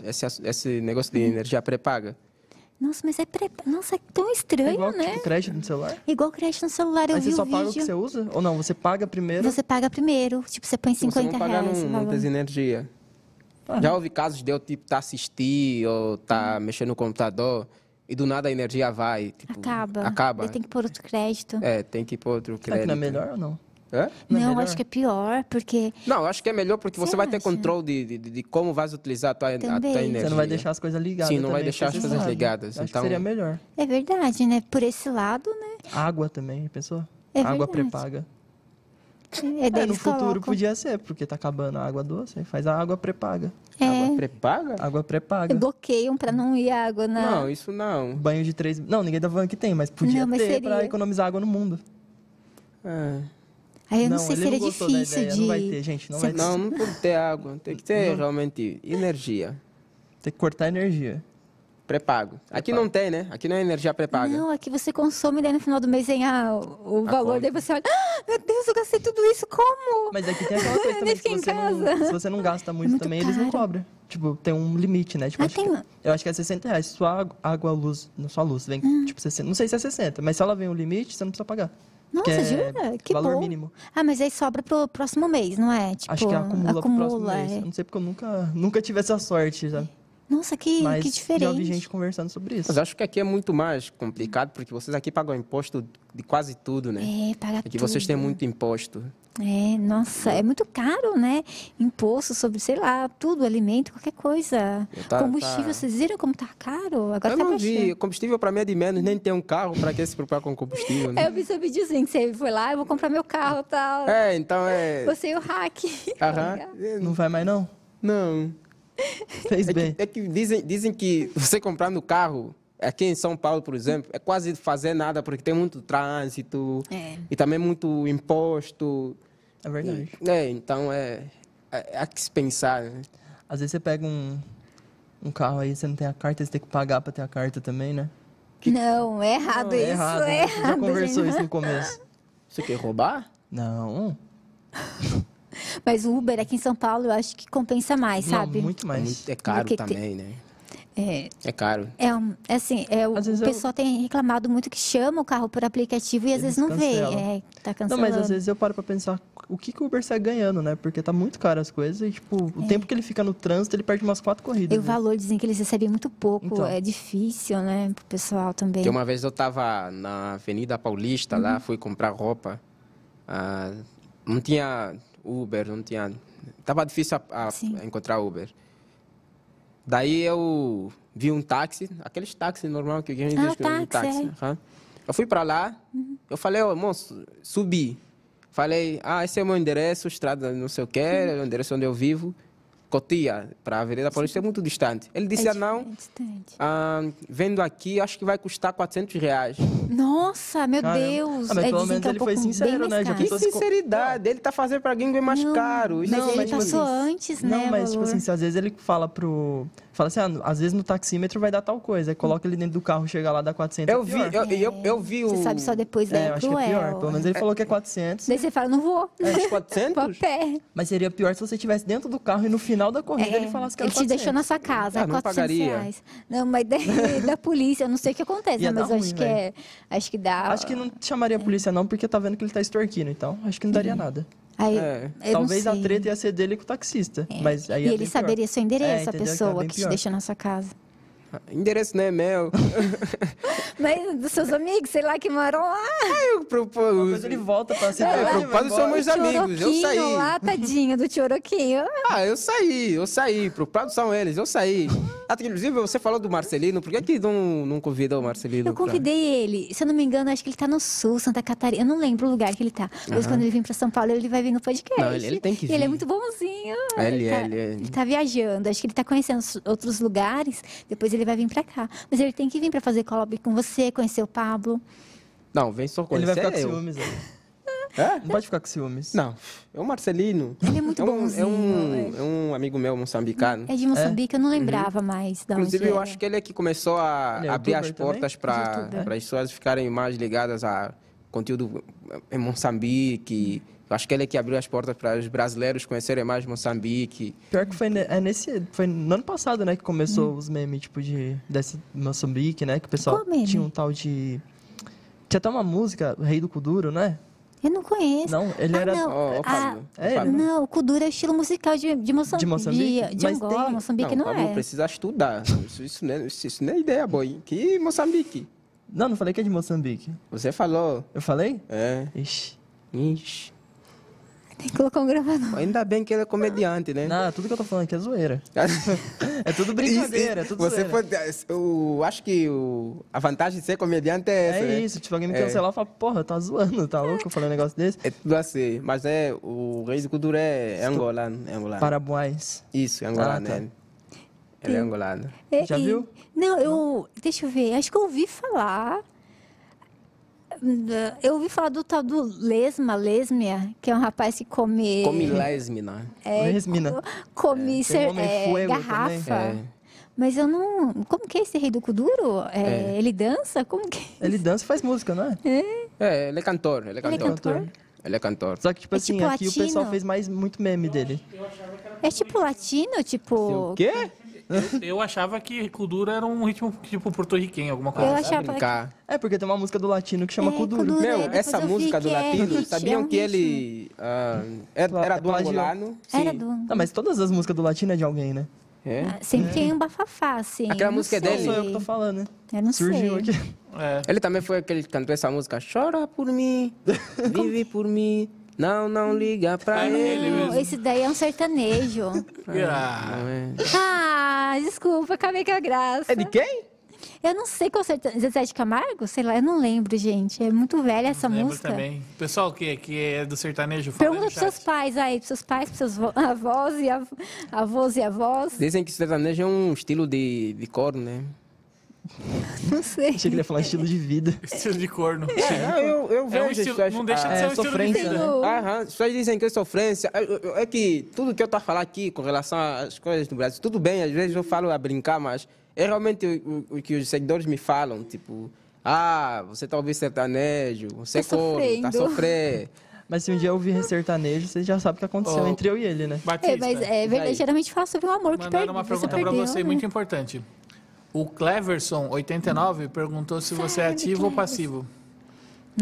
C: esse, ass- esse negócio
A: Uhum.
C: de energia pré-paga. Tipo,
A: Nossa, mas é pré... Nossa, é tão
B: É
A: estranho,
B: igual
A: né?
B: tipo, crédito no celular?
A: Igual crédito no celular, eu
B: Aí
A: vi
B: você
A: o
B: só
A: vídeo.
B: paga o que você usa? Ou não? Você paga primeiro?
A: Você paga primeiro, tipo, você um- põe 50
C: Você não pagar
A: reais.
C: num,
A: vai
C: não
A: lá.
C: tens energia. Já houve casos de eu, tipo, estar tá assistir ou estar
A: Uhum.
C: tá mexendo no computador e do nada a energia vai. Tipo,
A: acaba.
C: Acaba.
B: né?
A: Daí tem que pôr outro crédito.
C: É, tem que ir para outro
B: Será
C: crédito.
B: que não é melhor ou não?
C: Hã?
B: não é
A: Não,
B: melhor?
A: acho que é pior, porque.
C: Não, eu acho que é melhor porque você
A: Você
C: vai ter
A: acha?
C: controle de, de- de, de como vais utilizar a tua, a tua
A: Também. Você não
C: energia.
B: Você não vai deixar as coisas ligadas.
C: Sim, não vai
B: também,
C: deixar
B: porque
C: as
B: você
C: coisas
B: sabe.
C: ligadas,
B: Acho
C: então-
B: que seria melhor.
A: É verdade, né? Por esse lado, né?
B: Água também, já pensou?
A: É
B: água
A: verdade.
B: pré-paga.
A: É, daí
B: É, no
A: eles
B: futuro
A: colocam-
B: podia ser, porque tá acabando a água doce, aí faz a água pré-paga.
C: Água
A: É,
C: pré-paga?
B: Água
A: e
B: pré-paga.
A: bloqueiam pra não ir água na.
C: Não, isso não.
B: Banho de três. Não, ninguém da van que tem, mas podia
A: Não, mas
B: ter
A: seria.
B: pra economizar água no mundo.
C: É.
A: Aí eu não, sei
B: ele
A: se seria
B: gostou da
A: difícil
B: ideia,
A: de.
B: Não vai ter, gente. Não vai ter.
C: Não, não tem que ter água. Tem que ter realmente energia.
B: Tem que cortar energia.
C: Pré-pago. Aqui não tem, né? Aqui não é energia pré-paga.
A: Não, aqui você consome, daí no final do mês vem a, o
C: A
A: valor, daí
C: conta.
A: você olha, ah, meu Deus, eu gastei tudo isso, como?
B: Mas aqui tem aquela
A: [laughs]
B: coisa
A: Eu
B: também.
A: nem
B: Se
A: fiquei em
B: você,
A: casa. É
B: não, se você não gasta muito,
A: muito
B: também, eles não
A: caro.
B: cobram. Tipo, tem um limite, né? Tipo,
A: Ah,
B: acho que-
A: tem-
B: eu acho que é 60 reais. Sua água- água, luz, não, sua luz vem,
A: Ah.
B: tipo, 60. Não sei se é 60, mas se ela vem o limite, você não precisa pagar.
A: Nossa,
B: que é
A: jura? Que
B: valor
A: bom.
B: mínimo.
A: Ah, mas aí sobra pro próximo mês, não é? Tipo,
B: Acho que acumula, pro próximo
A: acumula,
B: mês.
A: é.
B: Eu não sei porque eu nunca, nunca tive essa sorte, sabe?
A: Nossa, que,
B: Mas
A: que diferente.
B: já vi gente conversando sobre isso.
C: Mas acho que aqui é muito mais complicado porque vocês aqui pagam imposto de quase tudo, né?
A: É, paga
C: Aqui vocês têm
A: tudo.
C: muito imposto.
A: É, nossa, é muito caro, né? Imposto sobre, sei lá, tudo, alimento, qualquer coisa.
C: É, tá-
A: Combustível,
C: tá.
A: vocês viram como tá caro? Agora
C: eu
A: tá
C: não vi.
A: baixando.
C: Combustível para mim é de menos. Nem tem um carro para que se preocupar com combustível, né?
A: É, Eu vi seu videozinho que você foi lá, eu vou comprar meu carro e tal.
C: É, então é...
A: Você tá e o hack.
C: Aham.
B: Não vai mais, não?
C: Não.
B: Fez
C: É
B: bem.
C: que, é que dizem, dizem que você comprar no carro, aqui em São Paulo, por exemplo, é quase fazer nada, porque tem muito trânsito
A: É.
C: e também muito imposto.
B: É verdade.
C: É, então é, é, é a que se pensar. né?
B: Às vezes você pega um, um carro aí, você não tem a carta, você tem que pagar pra ter a carta também, né?
A: Não, é errado
B: Não,
A: isso,
B: errado,
A: é
B: né? Você Já
A: errado,
B: conversou
A: gente.
B: isso no começo.
C: Você quer roubar?
B: Não,
A: Mas o Uber aqui em São Paulo, eu acho que compensa mais,
B: não,
A: sabe?
B: muito
C: É,
B: mais.
C: muito- é caro
A: Porque tem-
C: também, né?
A: É,
C: É caro.
A: É, um- é assim, é, o,
B: Às vezes
A: o
B: eu-
A: pessoal tem reclamado muito que chama o carro por aplicativo e às vezes
B: Eles
A: não vê.
B: cancelam.
A: É, tá
B: Não,
A: cancelando.
B: mas às vezes eu paro pra pensar o que, que o Uber sai ganhando, né? Porque tá muito caro as coisas e, tipo,
A: É.
B: o tempo que ele fica no trânsito, ele perde umas quatro corridas.
A: E o
B: né?
A: valor dizem que eles recebem muito pouco.
B: Então.
A: É difícil, né? Pro pessoal também. Uhum.
C: Porque uma vez eu estava na Avenida Paulista, lá fui comprar roupa. Ah, não tinha Uber, não tinha. Tava difícil a- a-
A: Sim.
C: encontrar Uber. Daí eu vi um táxi, aqueles táxis normal que a gente
A: Ah,
C: diz
A: o
C: que é um
A: táxi, Uhum.
C: táxi. aham. Eu fui para lá, eu falei, ô moço,
A: Uhum.
C: subi. Falei, ah, esse é o meu endereço, estrada não sei o que, é o endereço onde eu vivo. Cotia para a Avenida Paulista é muito distante. Ele disse,
A: É
C: ah, não,
A: distante.
C: ah, vendo aqui, acho que vai custar 400 reais.
A: Nossa, meu
B: Caramba.
A: Deus.
B: Ah, mas
A: é,
B: pelo
A: dizem
B: menos
A: que é um
B: ele
A: pouco-
B: foi
A: bem
B: sincero,
A: mais
B: né, já
A: caro.
B: que
C: Que
B: Pessoas com-
C: sinceridade, ele está fazendo para alguém é mais
A: Não,
C: caro. Isso
A: Mas
B: Não,
A: ele tá
B: mas, tipo
A: passou
B: assim,
A: antes,
B: Não,
A: né? o
B: mas, tipo
A: valor.
B: assim, se às vezes ele fala pro. Fala assim, ah, às vezes no taxímetro vai dar tal coisa. Aí coloca ele dentro do carro, chega lá, dá 400.
C: Eu
B: é
C: vi,
B: pior.
C: eu, eu, eu vi o...
A: Você sabe só depois, daí
B: É, eu
A: é
B: acho que é
A: cruel.
B: pior. Pelo menos ele falou que é 400.
A: Daí você fala, não
B: [laughs]
A: vou.
C: é, Os
A: [laughs] Vou a
C: 400?
A: pé.
B: Mas seria pior se você estivesse dentro do carro e no final da corrida ele falasse que
A: É,
B: era
A: ele te deixou
B: 400.
A: na sua casa,
C: Ah,
A: é
C: não
A: 400
C: pagaria.
A: reais. Não, mas
B: [laughs]
A: daí da polícia, eu não sei o que acontece,
B: Ia
A: né? Mas
B: dar
A: eu acho
B: ruim,
A: que é. Acho que dá.
B: Acho que não chamaria a polícia não, porque tá vendo que ele tá extorquindo, então acho que não daria nada.
A: Aí,
C: É.
A: Hum, eu não
B: Talvez a
A: sei.
B: treta ia ser dele com o taxista, mas aí
A: E
B: é
A: ele
B: bem pior.
A: saberia seu
B: É,
A: endereço, a
B: entendeu? Que é
A: pessoa
B: bem
A: que te
B: pior.
A: deixou na sua casa.
C: Endereço não é meu.
A: Mas dos seus amigos, sei lá, que moram lá.
C: Eu
B: Depois
C: propus...
B: ele volta pra
C: É,
B: cidade. vai
C: preocupados
B: embora.
C: são meus amigos, eu
A: Choroquinho
C: saí.
A: um lá, tadinho do Choroquinho.
C: Ah, eu saí, eu saí. Preocupados são eles, eu saí. Ah, Inclusive, você falou do Marcelino. Por que, que não, não convidou o Marcelino?
A: Eu convidei ele, se eu não me engano, acho que ele tá no sul, Santa Catarina. Eu não lembro o lugar que ele tá. Mas quando ele vir pra São Paulo, ele vai vir no podcast.
C: Não, ele- ele tem que
A: E ele é
C: vir.
A: muito bonzinho.
C: É, ele é,
A: tá,
C: ele é.
A: tá viajando, acho que ele tá conhecendo os- outros lugares. Depois ele vai vir pra cá. Mas ele tem que vir pra fazer collab com você, conhecer o Pablo.
C: Não, vem só
B: Ele vai
C: conhecer
B: ficar com
C: é eu.
B: ciúmes. aí.
C: Hã?
B: Não pode ficar com ciúmes.
C: Não, é o Marcelino.
A: Ele é muito
C: é um,
A: bonzinho,
C: É um,
A: ele.
C: é um amigo meu moçambicano.
A: É de Moçambique,
C: Uhum.
A: eu não lembrava mais. Da
C: Inclusive,
A: onde
C: eu
A: era.
C: acho que ele é que começou a
B: Ele é
C: abrir as
B: youtuber também?
C: portas
A: Ele é
C: para
A: youtuber.
C: para as pessoas ficarem mais ligadas a conteúdo em Moçambique. Eu acho que ele é que abriu as portas para os brasileiros conhecerem mais Moçambique.
B: Pior que foi, ne- é nesse, foi no ano passado, né, que começou os memes, tipo, de, desse Moçambique, né, que o pessoal
A: Hum. Qual meme?
B: tinha um tal de... Tinha até uma música, Rei do Kuduro, né?
A: Eu não conheço.
B: Não, ele
A: Ah,
B: era...
A: não.
C: Ó, ó,
A: Ah,
C: Pablo. ó,
B: é,
C: Pablo.
A: Não, o Kudura é o estilo musical de, de Moçambique.
B: De Moçambique?
A: De, de
B: Mas
A: Angola,
B: tem-
A: Moçambique não,
C: Pablo
A: é.
C: precisa estudar. Isso, isso, não é, isso, isso não é ideia, boy. Que Moçambique.
B: Não, não falei que é de Moçambique.
C: Você falou.
B: Eu falei?
C: É.
B: Ixi.
C: Ixi.
A: Tem que colocar um gravador.
C: Ainda bem que ele é comediante, né?
B: Não, tudo que eu tô falando aqui é zoeira.
C: [laughs]
B: É tudo brincadeira, é tudo
C: Você
B: zoeira.
C: pode, eu acho que o- a vantagem de ser comediante é essa. né?
B: É isso, tipo, alguém me
C: É.
B: cancelar e fala, porra, tá zoando, tá louco eu falei um negócio desse?
C: É tudo assim. Mas é, o rei de cultura é angolano. É angolano.
B: Parabuais.
C: Isso, é angolano.
B: Ah, tá.
C: é. Ele é angolano.
A: É,
B: Já
A: e-
B: viu?
A: Não, eu. Deixa eu ver. Acho que eu ouvi falar. hum, eh, Eu ouvi falar do tal do Lesma, Lesmia, que é um rapaz que come.
C: Come lesme, não
A: é,
B: Lesmina.
A: co- Come ser-
B: homem
A: é,
B: fuego
A: garrafa.
C: também. É.
A: Mas eu não. Como que é esse rei do Kuduro? É,
C: É.
A: Ele dança? Como que é?
B: Ele dança e faz música, não é?
C: É, ele é cantor. Ele é
A: Ele é
C: cantor.
A: cantor?
C: Ele é cantor.
B: Só que, tipo
A: É
B: assim,
A: tipo
B: aqui o pessoal
A: latino.
B: fez mais muito meme dele.
A: É tipo latino? Tipo.
C: O quê?
D: Eu achava que Kuduro era um ritmo tipo porto-riquenho, alguma
A: Eu
D: coisa. assim.
A: acho- Achava-
C: Brincar.
B: É, porque tem uma música do latino que chama
A: É,
B: Kuduro.
A: Kuduro.
C: Meu,
A: Depois
C: essa
A: eu vi
C: música do
A: que é
C: latino,
A: ritmo, é
C: sabiam
A: um
C: que ele ah, é-
B: Pla-
C: era
B: é
C: do
B: plagio.
C: angolano?
A: Era
C: Sim.
A: do.
B: Não, mas todas as músicas do latino é de alguém, né?
C: É.
A: Ah, Sempre tem um bafafá, assim.
C: Aquela
A: eu não
C: música é
A: sei.
C: dele?
B: Sou eu que tô falando, né?
A: Eu não
B: Surgiu
A: sei.
B: aqui.
A: [laughs]
D: É.
C: Ele também foi aquele que cantou essa música. Chora por
A: [laughs]
C: mim, vive por mim, não, não liga pra
D: É
C: ele.
D: ele mesmo.
A: Não, esse daí é um
D: [laughs]
A: sertanejo.
D: Ah,
C: Não é.
A: ah, desculpa, acabei com a graça.
C: É de quem?
A: Eu não sei qual sertanejo. Zezé de Camargo? Sei lá, eu não lembro, gente. É muito velha essa
D: lembro
A: música. Então
D: também. Pessoal que, que é do sertanejo, fala aí
A: Pergunta
D: no
A: pros seus
D: chat.
A: pais aí, pros seus pais, pros seus vo- [laughs] avós e av- avós e avós.
C: Dizem que sertanejo é um estilo de, de corno, né?
A: Não sei.
B: Achei que ele ia falar estilo de vida.
D: [laughs] Estilo de corno.
C: Ah, eu, eu
D: É um
C: vejo
D: estilo,
C: as pessoas-
D: não deixa de
C: ah,
D: ser um
B: é,
D: estilo de
B: sofrência,
D: vida.
B: né?
A: Eu-
C: Aham, as pessoas dizem que é sofrência. Eu- eu- É que tudo que eu estou a falar aqui com relação às coisas do Brasil, tudo bem, às vezes eu falo a brincar, mas é realmente o, o- o que os seguidores me falam, tipo, ah, você tá ouvindo sertanejo, você
A: Tá
C: corre, tá
A: sofrendo." [laughs]
C: sofrendo.
B: Mas se um dia eu ouvir sertanejo, vocês já sabem o que aconteceu
D: Ô.
B: entre eu e ele, né?
D: Batista.
A: É, mas é verdade,
C: Daí.
A: geralmente fala sobre o amor que
D: Mandaram
A: perdeu.
D: uma
A: você
D: pergunta para
A: perdeu. né?
D: você muito importante. O Cleverson89 perguntou se você é
A: Sabe,
D: ativo ou
A: Cleverson.
D: passivo.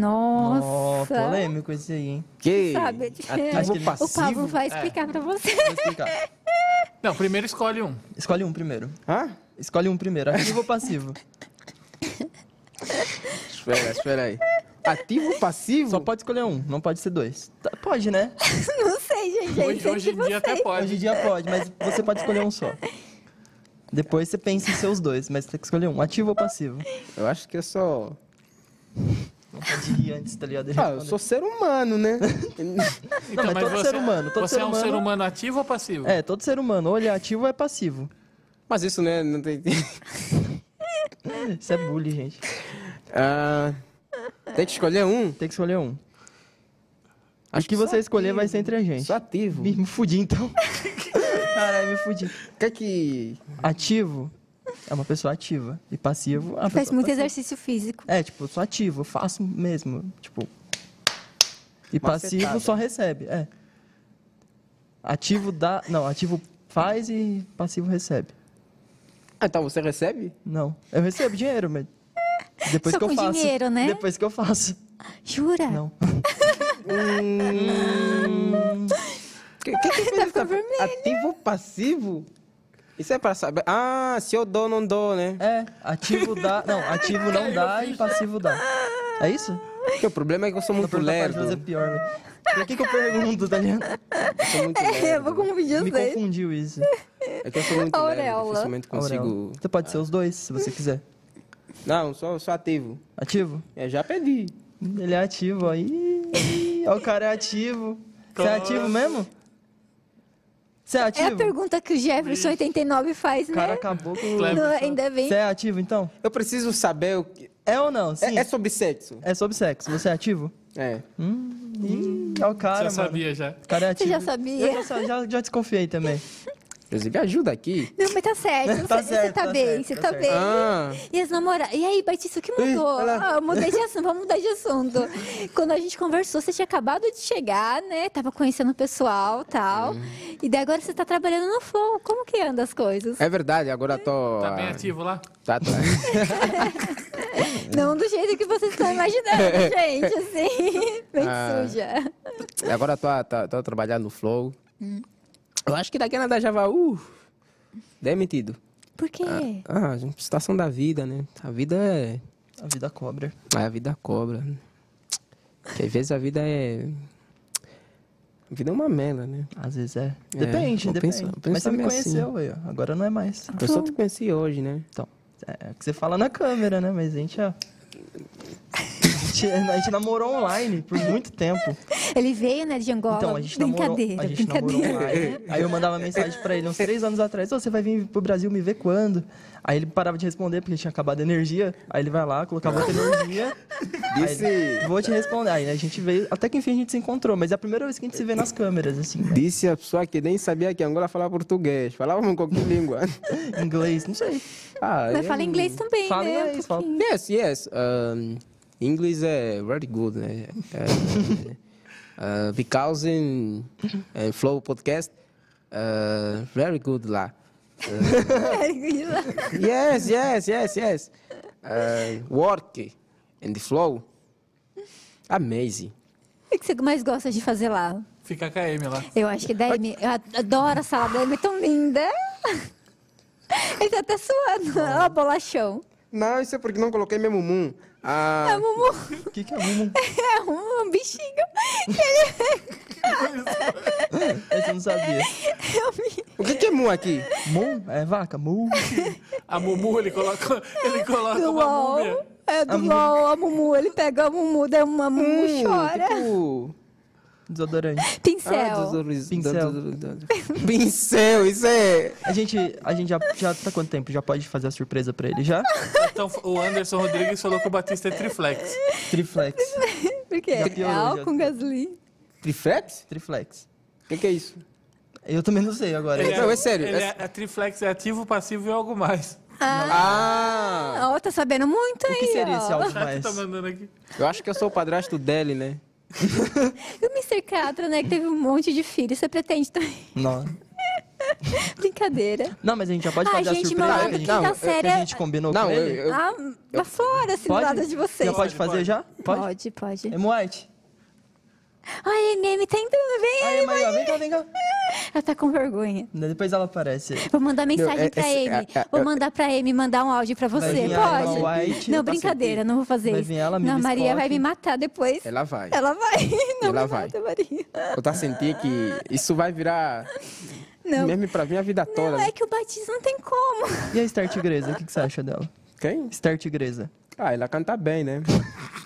B: Ó,
A: Nossa.
B: polêmico esse aí, hein?
C: Que
A: Sabe, tipo,
C: ativo
B: é.
A: o Pablo
C: passivo?
A: vai explicar pra você. [laughs]
B: Vou explicar.
D: Não, primeiro escolhe um.
B: Escolhe um primeiro.
C: Hã?
B: Escolhe um primeiro, ativo ou passivo?
C: Espera, espera aí. Ativo passivo?
B: Só pode escolher um, não pode ser dois. Tá, pode, né?
A: Não sei, gente. é
D: Hoje,
A: isso
D: hoje
A: que
D: em dia até
B: Hoje em
D: pode.
B: dia pode, mas você pode escolher um só. Depois você pensa em seus dois, mas você tem que escolher um, ativo ou passivo.
C: Eu acho que eu sou.
B: sentir antes, tá ligado? Ele
C: Ah, eu
B: respondeu.
C: sou ser humano,
D: [laughs]
C: né?
B: Não, mas todo ser humano, todo
D: Então, você
B: ser
D: é um
B: humano-
D: ser humano ativo ou passivo?
B: É, todo ser humano, ou ele é ativo ou é passivo.
C: Mas isso, né? Não tem...
B: Isso é bullying, gente.
C: Ah, tem que escolher um.
B: Tem que escolher um.
C: Acho
B: que
C: sou
B: você escolher vai ser entre a gente.
C: Sou ativo.
B: Me, me fudi, então. [laughs] Caralho, me fudi.
C: Quer que...
B: Ativo é uma pessoa ativa. E passivo é uma
A: Faz
B: pessoa
D: tá
A: muito
B: passiva.
A: exercício físico.
B: É, tipo, eu sou ativo, eu faço mesmo. Tipo. E passivo
C: Macetada.
B: só recebe. É. Ativo dá. Não, ativo faz e passivo recebe.
C: Ah, então você recebe?
B: Não. Eu recebo dinheiro, mas. Depois
A: Só
B: que eu
A: com
B: faço.
A: dinheiro, né? É.
B: Depois que eu faço.
A: Jura? [laughs]
B: Não.
C: Que, que, que
A: Tá ficando vermelho.
C: Ativo, passivo? Isso é pra saber. Ah, se eu dou, não dou, né?
B: É, ativo dá. Não, ativo não dá e passivo dá. É isso?
C: Porque o problema é que eu sou muito
B: Não pra
C: lerdo.
B: fazer pior, né? Por que, que eu pergunto, tá ligado?
C: Eu sou muito
A: É, Eu vou
C: lerdo.
A: confundir
B: Me
A: os dois.
B: confundiu isso.
C: É que eu sou muito lerdo.
A: Auréola.
C: Dificilmente consigo...
B: Aurel, Você pode ser os dois, se você quiser.
C: Não, sou, sou ativo.
B: Ativo?
C: Eu já pedi.
B: Ele é ativo, aí. Ó, o cara é ativo. Você é ativo mesmo? Você é
A: É a
B: ativo?
A: pergunta que o Jefferson 89 faz,
B: O
A: né?
B: cara acabou com.
A: Não, ainda bem.
B: Você é ativo, então?
C: Eu preciso saber o que...
B: É ou não? Sim.
C: É, é sobre sexo.
B: É sobre sexo. Você é ativo?
C: É.
B: Hum. Ih, ó, o cara.
D: já
B: mano.
D: sabia já. Tá
B: O cara é
A: Você
B: ativo.
A: já sabia?
B: Eu já, já, já desconfiei também.
C: Inclusive, ajuda aqui.
A: Não, mas tá
B: [laughs]
A: certo.
B: Tá
A: você, você
B: certo,
A: tá,
B: tá
A: bem,
B: certo,
A: você
B: tá
A: tá,
B: certo.
A: bem.
C: Ah,
A: E as namoradas. E aí, Batista, o que mudou?
C: Ih, olha lá.
A: Ah, eu mudei
B: [laughs]
A: de assunto, vamos mudar de assunto. Quando a gente conversou, você tinha acabado de chegar, né? Tava conhecendo o pessoal tal.
B: Hum.
A: E daí agora você tá trabalhando no Flow. Como que anda as coisas?
C: é verdade, agora eu tô...
D: Tá bem
C: ah,
D: ativo lá?
C: Tá, tá.
B: É.
A: Não do jeito que vocês estão
B: [laughs]
A: imaginando, gente. Assim, bem
C: Ah.
A: suja.
C: E agora tô, a- tô, tô trabalhando no Flow. Eu acho que daqui a nada já vai. Uh, demitido.
A: Por quê?
C: Ah, situação da vida, né? A vida é.
B: A vida cobra.
C: ah, A vida cobra. né? Que às vezes a vida é. A vida é uma mela, né?
B: Às vezes é.
C: É,
B: Depende,
C: eu
B: depende.
C: penso- eu
B: Mas você
C: penso
B: me
C: meio assim. Ah.
B: conheceu aí, ó. Agora não é mais.
C: Eu só te conheci hoje, né?
B: Então, é o que você fala na câmera, né? Mas a gente, ó. A gente, a gente namorou online por muito tempo.
A: Ele veio, né, de Angola.
B: Então, a gente namorou,
A: brincadeira,
B: a gente namorou
A: brincadeira.
B: online. Aí eu mandava mensagem pra ele uns três anos atrás: "Ô, você vai vir pro Brasil me ver quando? Aí ele parava de responder porque tinha acabado a energia. Aí ele vai lá, colocava outra energia. Aí ele,
C: Disse,
B: Vou te responder. Aí a gente veio, até que enfim a gente se encontrou, mas é a primeira vez que a gente se vê nas câmeras, assim. né?
C: disse a pessoa que nem sabia que Angola falava português. Falava em qualquer língua.
B: Inglês, não sei.
C: Ah,
A: Mas
C: eu-
A: fala inglês também,
B: Fala
A: né? [laughs]
B: inglês, fala.
C: Yes, yes. Um, English é very good, né? Uh, uh, because in, in Flow podcast, uh, very good lá.
A: é
C: Yes, yes, yes, yes. Uh, work in the Flow, amazing.
A: O que você mais gosta de fazer lá?
D: Fica com a Amy lá.
A: Eu acho que da Amy, eu ad- adoro a sala da Amy, é tão linda. Ele tá até suando. Ó, bolachão.
C: Não, isso é porque não coloquei meu mumum.
A: É
C: Ah,
A: um, mu- [laughs]
B: O que, que é Mumu?
A: é um, um bichinho. Ele
B: Esse eu não sabia.
A: eu vi.
C: o que que é mum aqui?
B: Mum? É vaca? Mu?
D: A Mumu, ele coloca, ele coloca
A: do
D: uma
A: LOL.
D: múmia.
A: É do LOL, a Mumu. Ele pega a Mumu, daí uma Mumu
C: Hum,
A: chora.
B: é?
C: Tipo...
B: Desodorante.
A: Pincel.
C: Ah, dos-
B: Pincel.
C: dos- Pincel, isso é...
B: A gente, a gente já, já tá quanto tempo? Já pode fazer a surpresa pra ele já?
D: Então, o Anderson Rodrigues falou que o Batista é triflex.
A: [laughs]
B: Triflex.
A: Por quê?
B: Já piorou,
A: É álcool
B: já.
A: com gasoline.
C: Triflex?
B: Triflex.
C: O que que é isso?
B: Eu também não sei agora.
D: Ele
C: Não, é sério,
D: Ele
C: é-
D: é, é triflex, é ativo, passivo e algo mais.
C: Ah,
A: Ó, tá sabendo muito aí,
B: O que seria esse
A: ó.
B: algo
D: O chat
B: mais?
D: tá mandando aqui.
C: eu acho que eu sou o padrasto dele, né?
A: E o Mr. Catra, né, que teve um monte de filho. Você pretende também?
B: Não.
A: Brincadeira.
B: não, mas a gente já pode
A: Ai,
B: fazer a
A: gente,
B: surpresa
A: malandro,
B: que a gente,
A: quinta
C: não, eu-
B: que
A: série
B: a
A: é-
B: gente combinou
C: Não,
B: com
C: eu,
B: ele.
C: eu-
A: Ah, lá fora, assim, do lado de vocês.
B: Já pode fazer
D: pode.
B: já? Pode?
A: Pode, pode.
B: É White.
A: Ai, a MM tá entrando, vem
B: Aí,
A: aí,
B: É, Maria, vem cá, vem cá.
A: Ela tá com vergonha.
B: Depois ela aparece.
A: Vou mandar mensagem
C: Não, é-
A: pra
C: esse-
A: Amy.
C: a- a-
A: Vou
C: eu-
A: mandar pra Amy mandar um áudio pra você.
B: vir a
A: Pode?
B: Emma White,
A: não,
B: eu passo
A: brincadeira, não vou fazer
B: Vai
A: isso.
B: vir ela,
A: não, a
B: Mimi
A: Maria
B: Scott.
A: vai me matar depois.
C: ela é, vai.
A: Ela vai. Não,
C: Ela
A: me
C: vai.
A: mata, Maria.
C: Eu tá sentindo que isso vai virar
A: Não.
C: meme pra mim a vida toda. né?
A: Não, é que o batismo não tem como.
B: E a Star Tigresa, o que, que você acha dela?
C: Quem?
B: Star Tigresa.
C: Ah, ela canta bem, né?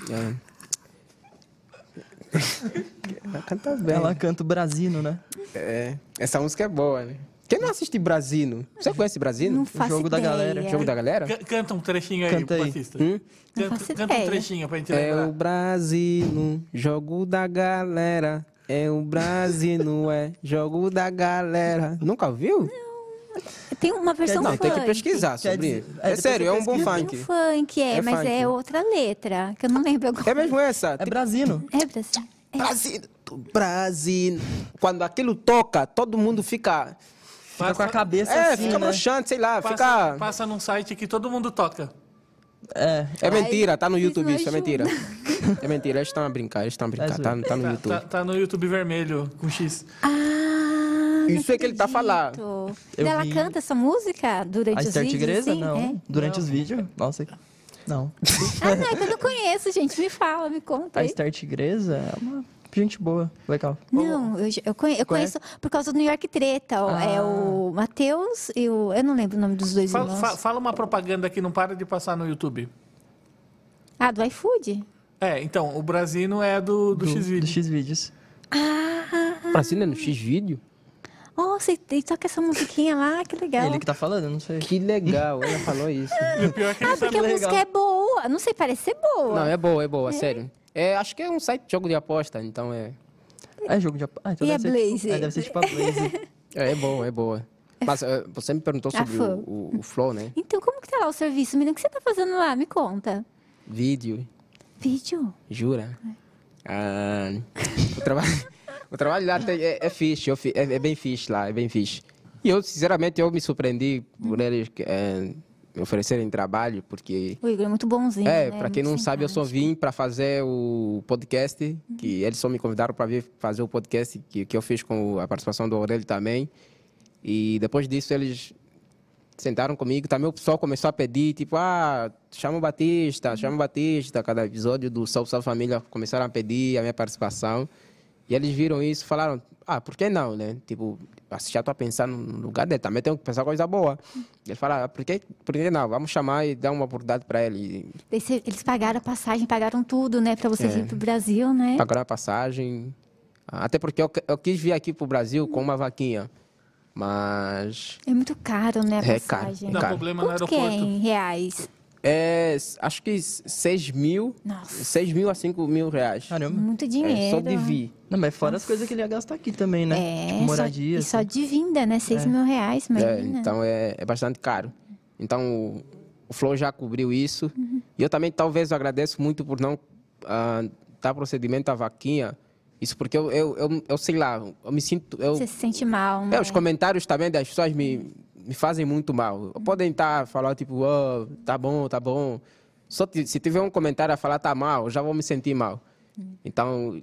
C: É. Ela canta bem.
B: Ela canta o brasino, né?
C: É, essa música é boa, né? Quem não assiste Brasino? Você conhece Brasino?
A: Não faço
B: jogo da
A: ideia.
B: galera,
C: Jogo da galera?
D: Ca- Canta um trechinho aí,
B: Canta aí.
D: Batista.
C: Tá. Hum?
A: Não
D: Canta,
A: faço
D: canta um
A: ideia.
D: trechinho pra gente
C: É o
D: lembrar.
C: Brasino, jogo da galera. É o Brasino, é jogo da galera. Nunca ouviu?
A: Tem uma versão
C: Não,
A: funk.
C: tem que pesquisar
B: Quer
C: sobre
B: dizer-
C: isso.
B: é,
C: É
B: depois
C: sério,
B: você
C: é um bom
B: pesquisa.
A: Não,
C: funk.
A: Tem um funk, é,
C: É
A: mas
C: funk.
A: é outra letra, que eu não lembro agora.
C: É mesmo essa?
B: É brasino.
A: É, Brasil. É.
C: Brasino, Brasino. Quando aquilo toca, todo mundo fica.
B: Fica com a cabeça
C: É,
B: assim,
C: fica
B: né?
C: broxante, sei lá,
D: Passa,
C: fica.
D: passa num site que todo mundo toca.
B: É.
C: É mentira, tá no
A: Ai,
C: YouTube isso, é
A: isso me
C: mentira. [laughs] É mentira, eles estão a brincar, eles estão a brincar, tá, tá no
D: Tá,
C: YouTube.
D: tá, tá no YouTube vermelho com X.
A: Ah,
C: Isso
A: não
C: é que ele tá
A: acredito.
C: falando.
B: Eu
A: Ela
B: vi.
A: canta essa música durante
B: A
A: os
B: Esther
A: vídeos?
B: Tigresa?
A: assim?
B: Não.
A: É.
B: Durante os vídeos? Nossa. Não.
A: Ah, não, é que eu não conheço, gente. Me fala, me conta.
B: A
A: aí.
B: Esther Tigresa é uma gente boa. Legal.
A: Não, eu, já- eu, conhe- eu
B: Conhece?
A: conheço por causa do New York Treta. ó. É
B: Ah.
A: o Matheus e o. Eu não lembro o nome dos dois
D: Fala,
A: irmãos.
D: fa- fala uma propaganda que não para de passar no YouTube.
A: Ah, do iFood?
D: É, então, o Brasino é do, do, X
B: Do
D: vídeo.
B: X-Vídeos.
C: Brasino é no X-Vídeo?
A: Nossa, e- e toca essa musiquinha lá, que legal.
B: Ele que tá falando, eu não sei.
C: Que legal, ela falou [laughs] isso.
D: Pior que ele
A: Ah, porque
D: sabe.
A: a
B: legal.
A: música é boa. Não sei, parece ser boa.
C: Não, é boa, é boa, sério. É, acho que é um site de jogo de aposta, então é.
B: É jogo de... Ah, então
A: E
B: deve
A: a
B: ser
A: Blaze?
B: Tipo... É, deve ser tipo
A: [laughs]
B: a Blaze.
C: É, é boa, é boa. Mas é, você me perguntou
A: Ah,
C: sobre
A: fã.
C: o, o, o Flow, né?
A: Então, como que tá lá o serviço, menino? O que você tá fazendo lá? Me conta.
C: Vídeo,
A: Vídeo?
C: jura? Ah, o, trabalho, [laughs] o trabalho lá tem- é, é fixe, eu fi- é, é bem fixe lá, é bem fixe. E eu, sinceramente, eu me surpreendi por eles é, me oferecerem trabalho, porque
A: O Igor é muito bonzinho.
C: É,
A: né?
C: pra quem
A: Muito
C: não sabe, eu só
A: simpático. Uhum.
C: vim pra fazer o podcast, que eles só me convidaram pra vir fazer o podcast que, que eu fiz com a participação do Aurélio também. E depois disso eles sentaram comigo, também o pessoal começou a pedir, tipo, ah, chama o
A: Uhum.
C: Batista, chama o Batista, cada episódio do Salve Salve Família começaram a pedir a minha participação. E eles viram isso, falaram, ah, por que não, né? Tipo, assim, já estou a pensar no lugar dele, também tenho que pensar coisa boa.
A: Uhum.
C: Eles falaram, ah, por que, por que não? Vamos chamar e dar uma oportunidade para ele.
A: Daí cê- Eles pagaram a passagem, pagaram tudo, né? Pra
C: É.
A: você vir pro Brasil, né?
C: pagaram a passagem. Ah, Até porque eu, que- eu quis vir aqui pro Brasil com uma vaquinha. Mas.
A: É muito caro, né? A
C: É caro,
A: passagem.
C: é
D: Dá
C: Cara,
D: problema no
A: Quanto que é
D: aeroporto.
A: em reais?
C: É, s- acho que 6 mil.
A: Nossa.
C: 6 mil a 5 mil reais.
B: Caramba.
A: Muito
C: É,
A: dinheiro. né?
C: só de vir.
B: Não, mas fora as coisas que ele ia gastar aqui também, né?
A: É,
B: tipo, moradia.
A: Só, e só de vinda, né? Seis mil reais,
C: assim. É,
A: imagina.
C: então é, é bastante caro. Então o, o Flow já cobriu isso.
A: Uhum.
C: E eu também talvez eu agradeço muito por não ah, dar procedimento à vaquinha. Isso porque eu, eu, eu, eu sei lá, eu me sinto. Eu,
A: Você se sente mal, né?
C: É, os comentários também das pessoas me, me fazem muito mal. Podem estar falando, tipo, "Ah, tá bom, tá bom. Só ti- se tiver um comentário a falar tá mal, eu já vou me sentir mal. Então,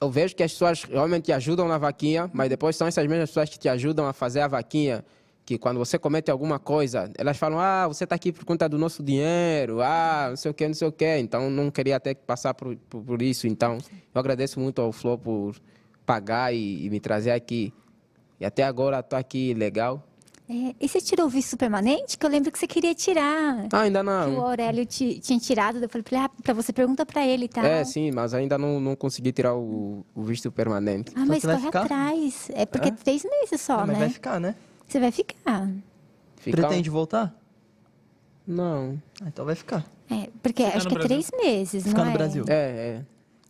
C: eu vejo que as pessoas realmente te ajudam na vaquinha, mas depois são essas mesmas pessoas que te ajudam a fazer a vaquinha. Que quando você comete alguma coisa, elas falam, ah, você está aqui por conta do nosso dinheiro, ah, não sei o quê, não sei o quê. Então, não queria ter que passar por, por, por isso. Então, eu agradeço muito ao Flo por pagar e, e me trazer aqui. E até agora estou aqui legal.
A: É, E você tirou o visto permanente? Que eu lembro que você queria tirar.
C: Ah, ainda
A: Que o
C: não.
A: Aurélio te- tinha tirado. daí Eu falei pra ele, ah, pra você, pergunta pra ele tá? Ah, e tal.
C: É, sim, mas ainda não, não consegui tirar o, o visto permanente.
A: Ah, mas
B: você vai
A: corre
B: ficar?
A: atrás. É porque é três meses só,
B: Não, mas
A: né?
B: vai ficar, né?
A: Você vai ficar.
C: Ficar-
B: Pretende voltar?
C: Não.
B: Ah, então vai ficar.
A: É, porque
D: Ficar
A: acho
D: tá no
A: que é três meses,
B: Ficar
A: não
B: no
A: é?
B: Brasil.
C: É, é.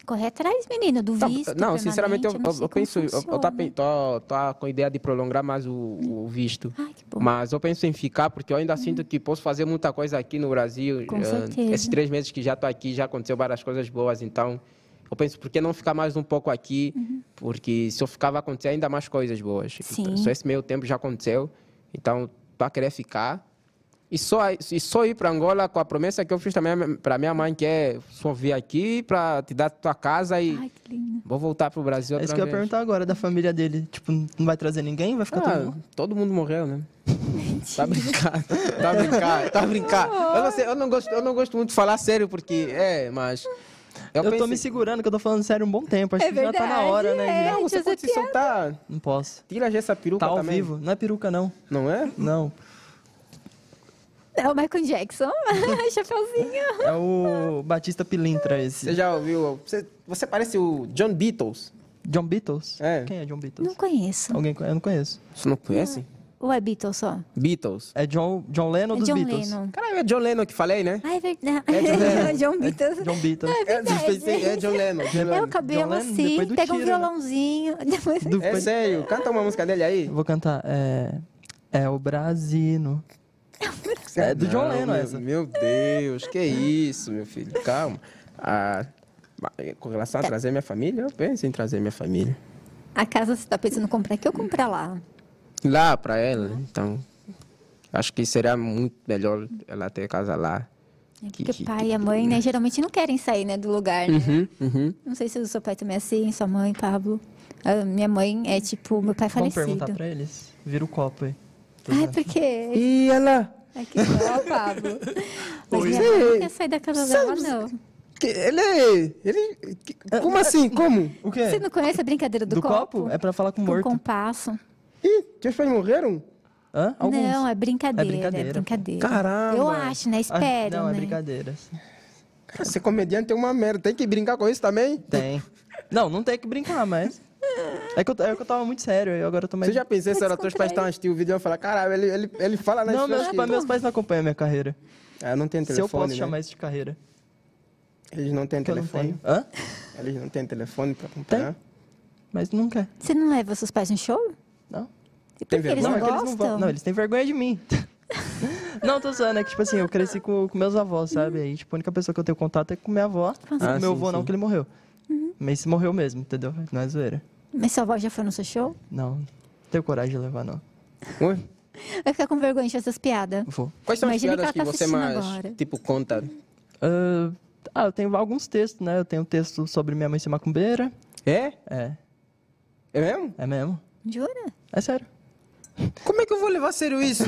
A: Corre atrás, menino, do
C: Tá,
A: visto
C: não, sinceramente, eu,
A: permanente, não
C: eu,
A: sei como
C: eu penso, eu, eu tá,
A: funciona.
C: pen- tô, tô com a ideia de prolongar mais o, o visto.
A: Ai, que bom. Uhum.
C: Mas eu penso em ficar, porque eu ainda sinto que posso fazer muita coisa aqui no Brasil.
A: Com
C: Ah,
A: certeza.
C: Esses três meses que já estou aqui, já aconteceu várias coisas boas, então eu penso, por que não ficar mais um pouco aqui? Porque se eu ficar, vai acontecer ainda mais coisas
A: Uhum.
C: boas. Então,
A: Sim.
C: só esse meio tempo já aconteceu, então estou a querer ficar. E só, e só ir para Angola com a promessa que eu fiz também para minha mãe, que é só vir aqui para te dar tua casa e
A: Ai, que lindo.
C: vou voltar pro Brasil
B: É isso
C: outra
B: que eu ia
C: vez.
B: perguntar agora da família dele. Tipo, não vai trazer ninguém? Vai ficar todo
C: Ah,
B: mundo?
C: todo mundo morreu, né? tá brincando, tá brincando, tá brincando. Eu não, sei, eu, não gosto, eu não gosto muito de falar sério, porque é, mas. assim,
B: Eu, tô
C: pensei-
B: me segurando, que eu tô falando sério um bom tempo. Acho
A: É
B: que já tá na hora,
A: verdade,
B: né?
A: é.
B: Não,
C: Não, você
A: Deixa eu
C: pode se soltar.
B: não posso.
C: Tira já tá, essa peruca é?
B: Tá ao
C: também.
B: vivo. Não é peruca, não.
C: Não é?
B: Não.
A: É o Michael Jackson, [laughs] Chapeuzinho.
B: É o Batista Pilintra esse.
C: Você já ouviu? Você, você parece o John Beatles.
B: John Beatles?
C: É.
B: Quem é John Beatles?
A: Não conheço.
B: Alguém conhece? Eu não conheço.
C: Você não conhece?
A: Ou é Beatles só?
C: Beatles.
B: É John, John Lennon
A: É
B: dos
A: John
B: Beatles.
A: Lennon.
C: Caralho, é John Lennon que falei, né?
A: Ah, é verdade. [laughs]
C: John Lennon.
A: É John Beatles.
B: John Beatles.
A: Não, [laughs] é
C: É,
A: verdade.
C: é John Lennon. John
A: É
C: Lennon.
A: o cabelo
B: Lennon,
A: assim,
B: depois do
A: pega um
B: tiro, né?
A: violãozinho. [laughs] Depois...
B: Do-
C: É sério, canta uma música dele aí.
B: Eu Vou cantar. É, é o Brasino. É do John
C: Não,
B: Lennon
C: meu,
B: essa.
C: Meu Deus, que isso, meu filho. Calma. Ah, ma- com relação
A: Tá.
C: a trazer minha família, eu penso em trazer minha família.
A: A casa você tá pensando em comprar aqui ou comprar lá?
C: Lá pra ela, então. Acho que seria muito melhor ela ter casa lá.
A: É
C: Que-
A: Porque
C: que-
A: pai e a mãe, né, geralmente não querem sair, né, do lugar,
B: Hum.
A: né?
C: Uhum, uhum.
A: Não sei se o seu pai também é assim, sua mãe, Pablo. A minha mãe é tipo, meu pai é
B: Vamos
A: falecido.
B: perguntar pra eles? Vira o copo aí.
A: Ai, porque.
C: E ela?
A: É que só, Pablo. Mas minha mãe
B: é.
A: não quer sair da casa dela, não.
C: que- ele é. Ele, que-
A: Ah,
C: como
A: [laughs]
C: assim? Como?
B: O quê?
A: Você não conhece a brincadeira do,
B: é. Do copo? É pra falar com o
A: Com
B: morto.
A: compasso.
C: Ih, teus pais morreram?
B: Hã? Alguns. Ah,
A: Não, é brincadeira. É brincadeira.
B: brincadeira, pô.
C: Caramba.
A: Eu acho, né?
B: Ah,
A: Espero,
B: não,
A: né?
B: é brincadeira.
C: Cara, Ser comediante é uma merda. Tem que brincar com isso também?
B: Tem. Não, não tem que brincar, mas. É que eu, é que eu tava muito sério, eu agora eu tô mais.
C: Você já pensou se era teus pais
A: descontrair.
C: estão assistindo o vídeo e falar, caralho, ele, ele, ele fala nas
B: Não,
C: suas
B: meus, pa- meus pais não acompanham a minha carreira.
C: Ah, não tem telefone,
B: Se eu posso
C: né?
B: chamar isso de carreira.
C: Eles não têm
B: Que eu não
C: telefone.
B: tenho. Hã?
C: Eles não têm telefone pra acompanhar.
B: Mas nunca.
A: Você não leva seus pais no show?
B: Não.
A: E por
C: Tem
A: que eles não
C: vergonha?
B: é que
A: gostam?
B: não vão. Não, eles têm vergonha de
A: [laughs]
B: mim. não, tô zoando, é que, tipo assim, eu cresci com, com meus avós, sabe? Aí, tipo, a única pessoa que eu tenho contato é com minha avó. e
C: Ah,
B: com meu
C: sim,
B: avô, não,
C: sim.
B: que ele morreu.
A: Uhum.
B: Mas se morreu mesmo, entendeu? Não é zoeira.
A: Mas sua avó já foi no seu show?
B: Não. não Tenho coragem de levar, não.
C: Ué?
A: Vai ficar com vergonha de fazer essas piadas.
B: Vou.
C: Quais são
A: Imagina
C: as piadas
A: que
C: que,
A: ela tá
C: você
A: assistindo
C: mais,
A: agora.
C: tipo, conta?
B: Ah, ah, eu tenho alguns textos, né? Eu tenho um texto sobre minha mãe ser macumbeira.
C: É?
B: É,
C: É mesmo?
B: é mesmo.
A: Jura?
B: É sério.
C: Como é que eu vou levar a sério isso?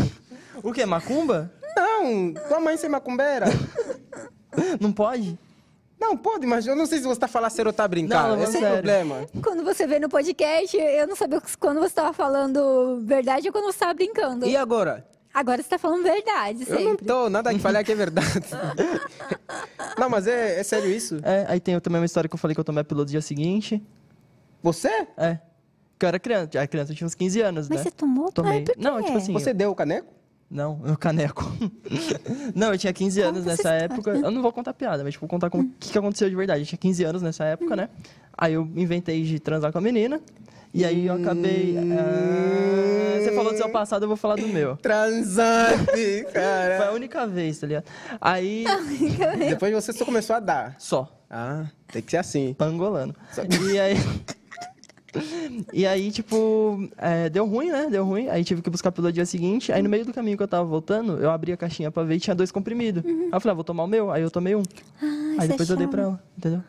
B: O quê? Macumba? [laughs]
C: não, tua mãe ser macumbeira.
B: Não pode?
C: Não, pode, mas eu não sei se você tá falando sério ou tá brincando.
B: Não,
C: Esse é o
B: sério.
C: problema.
A: Quando você vê no podcast, eu não sabia quando você tava falando verdade ou quando você tava brincando.
C: E agora?
A: Agora você tá falando verdade
C: Eu não
A: sempre.
C: tô, nada que falar que é verdade. não, mas é, é sério isso?
B: É, aí tem também uma história que eu falei que eu tomei a pílula do dia seguinte.
C: Você?
B: É. Que eu era criança. Ah, criança eu tinha uns 15 anos,
A: Mas
B: né?
A: você tomou?
B: Tomei.
A: Ai, por
B: Não,
A: quê?
B: tipo assim- Sim,
C: Você
B: eu-
C: deu o caneco?
B: Não, meu caneco. [laughs] não, eu tinha 15 anos
A: Conta essa
B: nessa época. Eu não vou contar piada, mas tipo, vou contar como- o que, que aconteceu de verdade. Eu tinha 15 anos nessa época, né? Aí eu inventei de transar com a menina. E aí eu acabei. Ah, você falou do seu passado, eu vou falar do meu.
C: Transante,
B: Foi a
C: cara.
B: única vez, tá ligado? Aí.
C: Depois você só começou a dar.
B: Só.
C: Ah, tem que ser assim.
B: pangolano. E aí. E aí, tipo, é, deu ruim, né? Deu ruim. Aí tive que buscar pelo dia seguinte. Aí no meio do caminho que eu tava voltando, eu abri a caixinha pra ver e tinha dois comprimidos. Aí eu falei, ah, vou tomar o meu. Aí eu tomei um.
A: Ai, você
B: aí
A: tá
B: depois eu dei
A: achava.
B: pra ela, entendeu?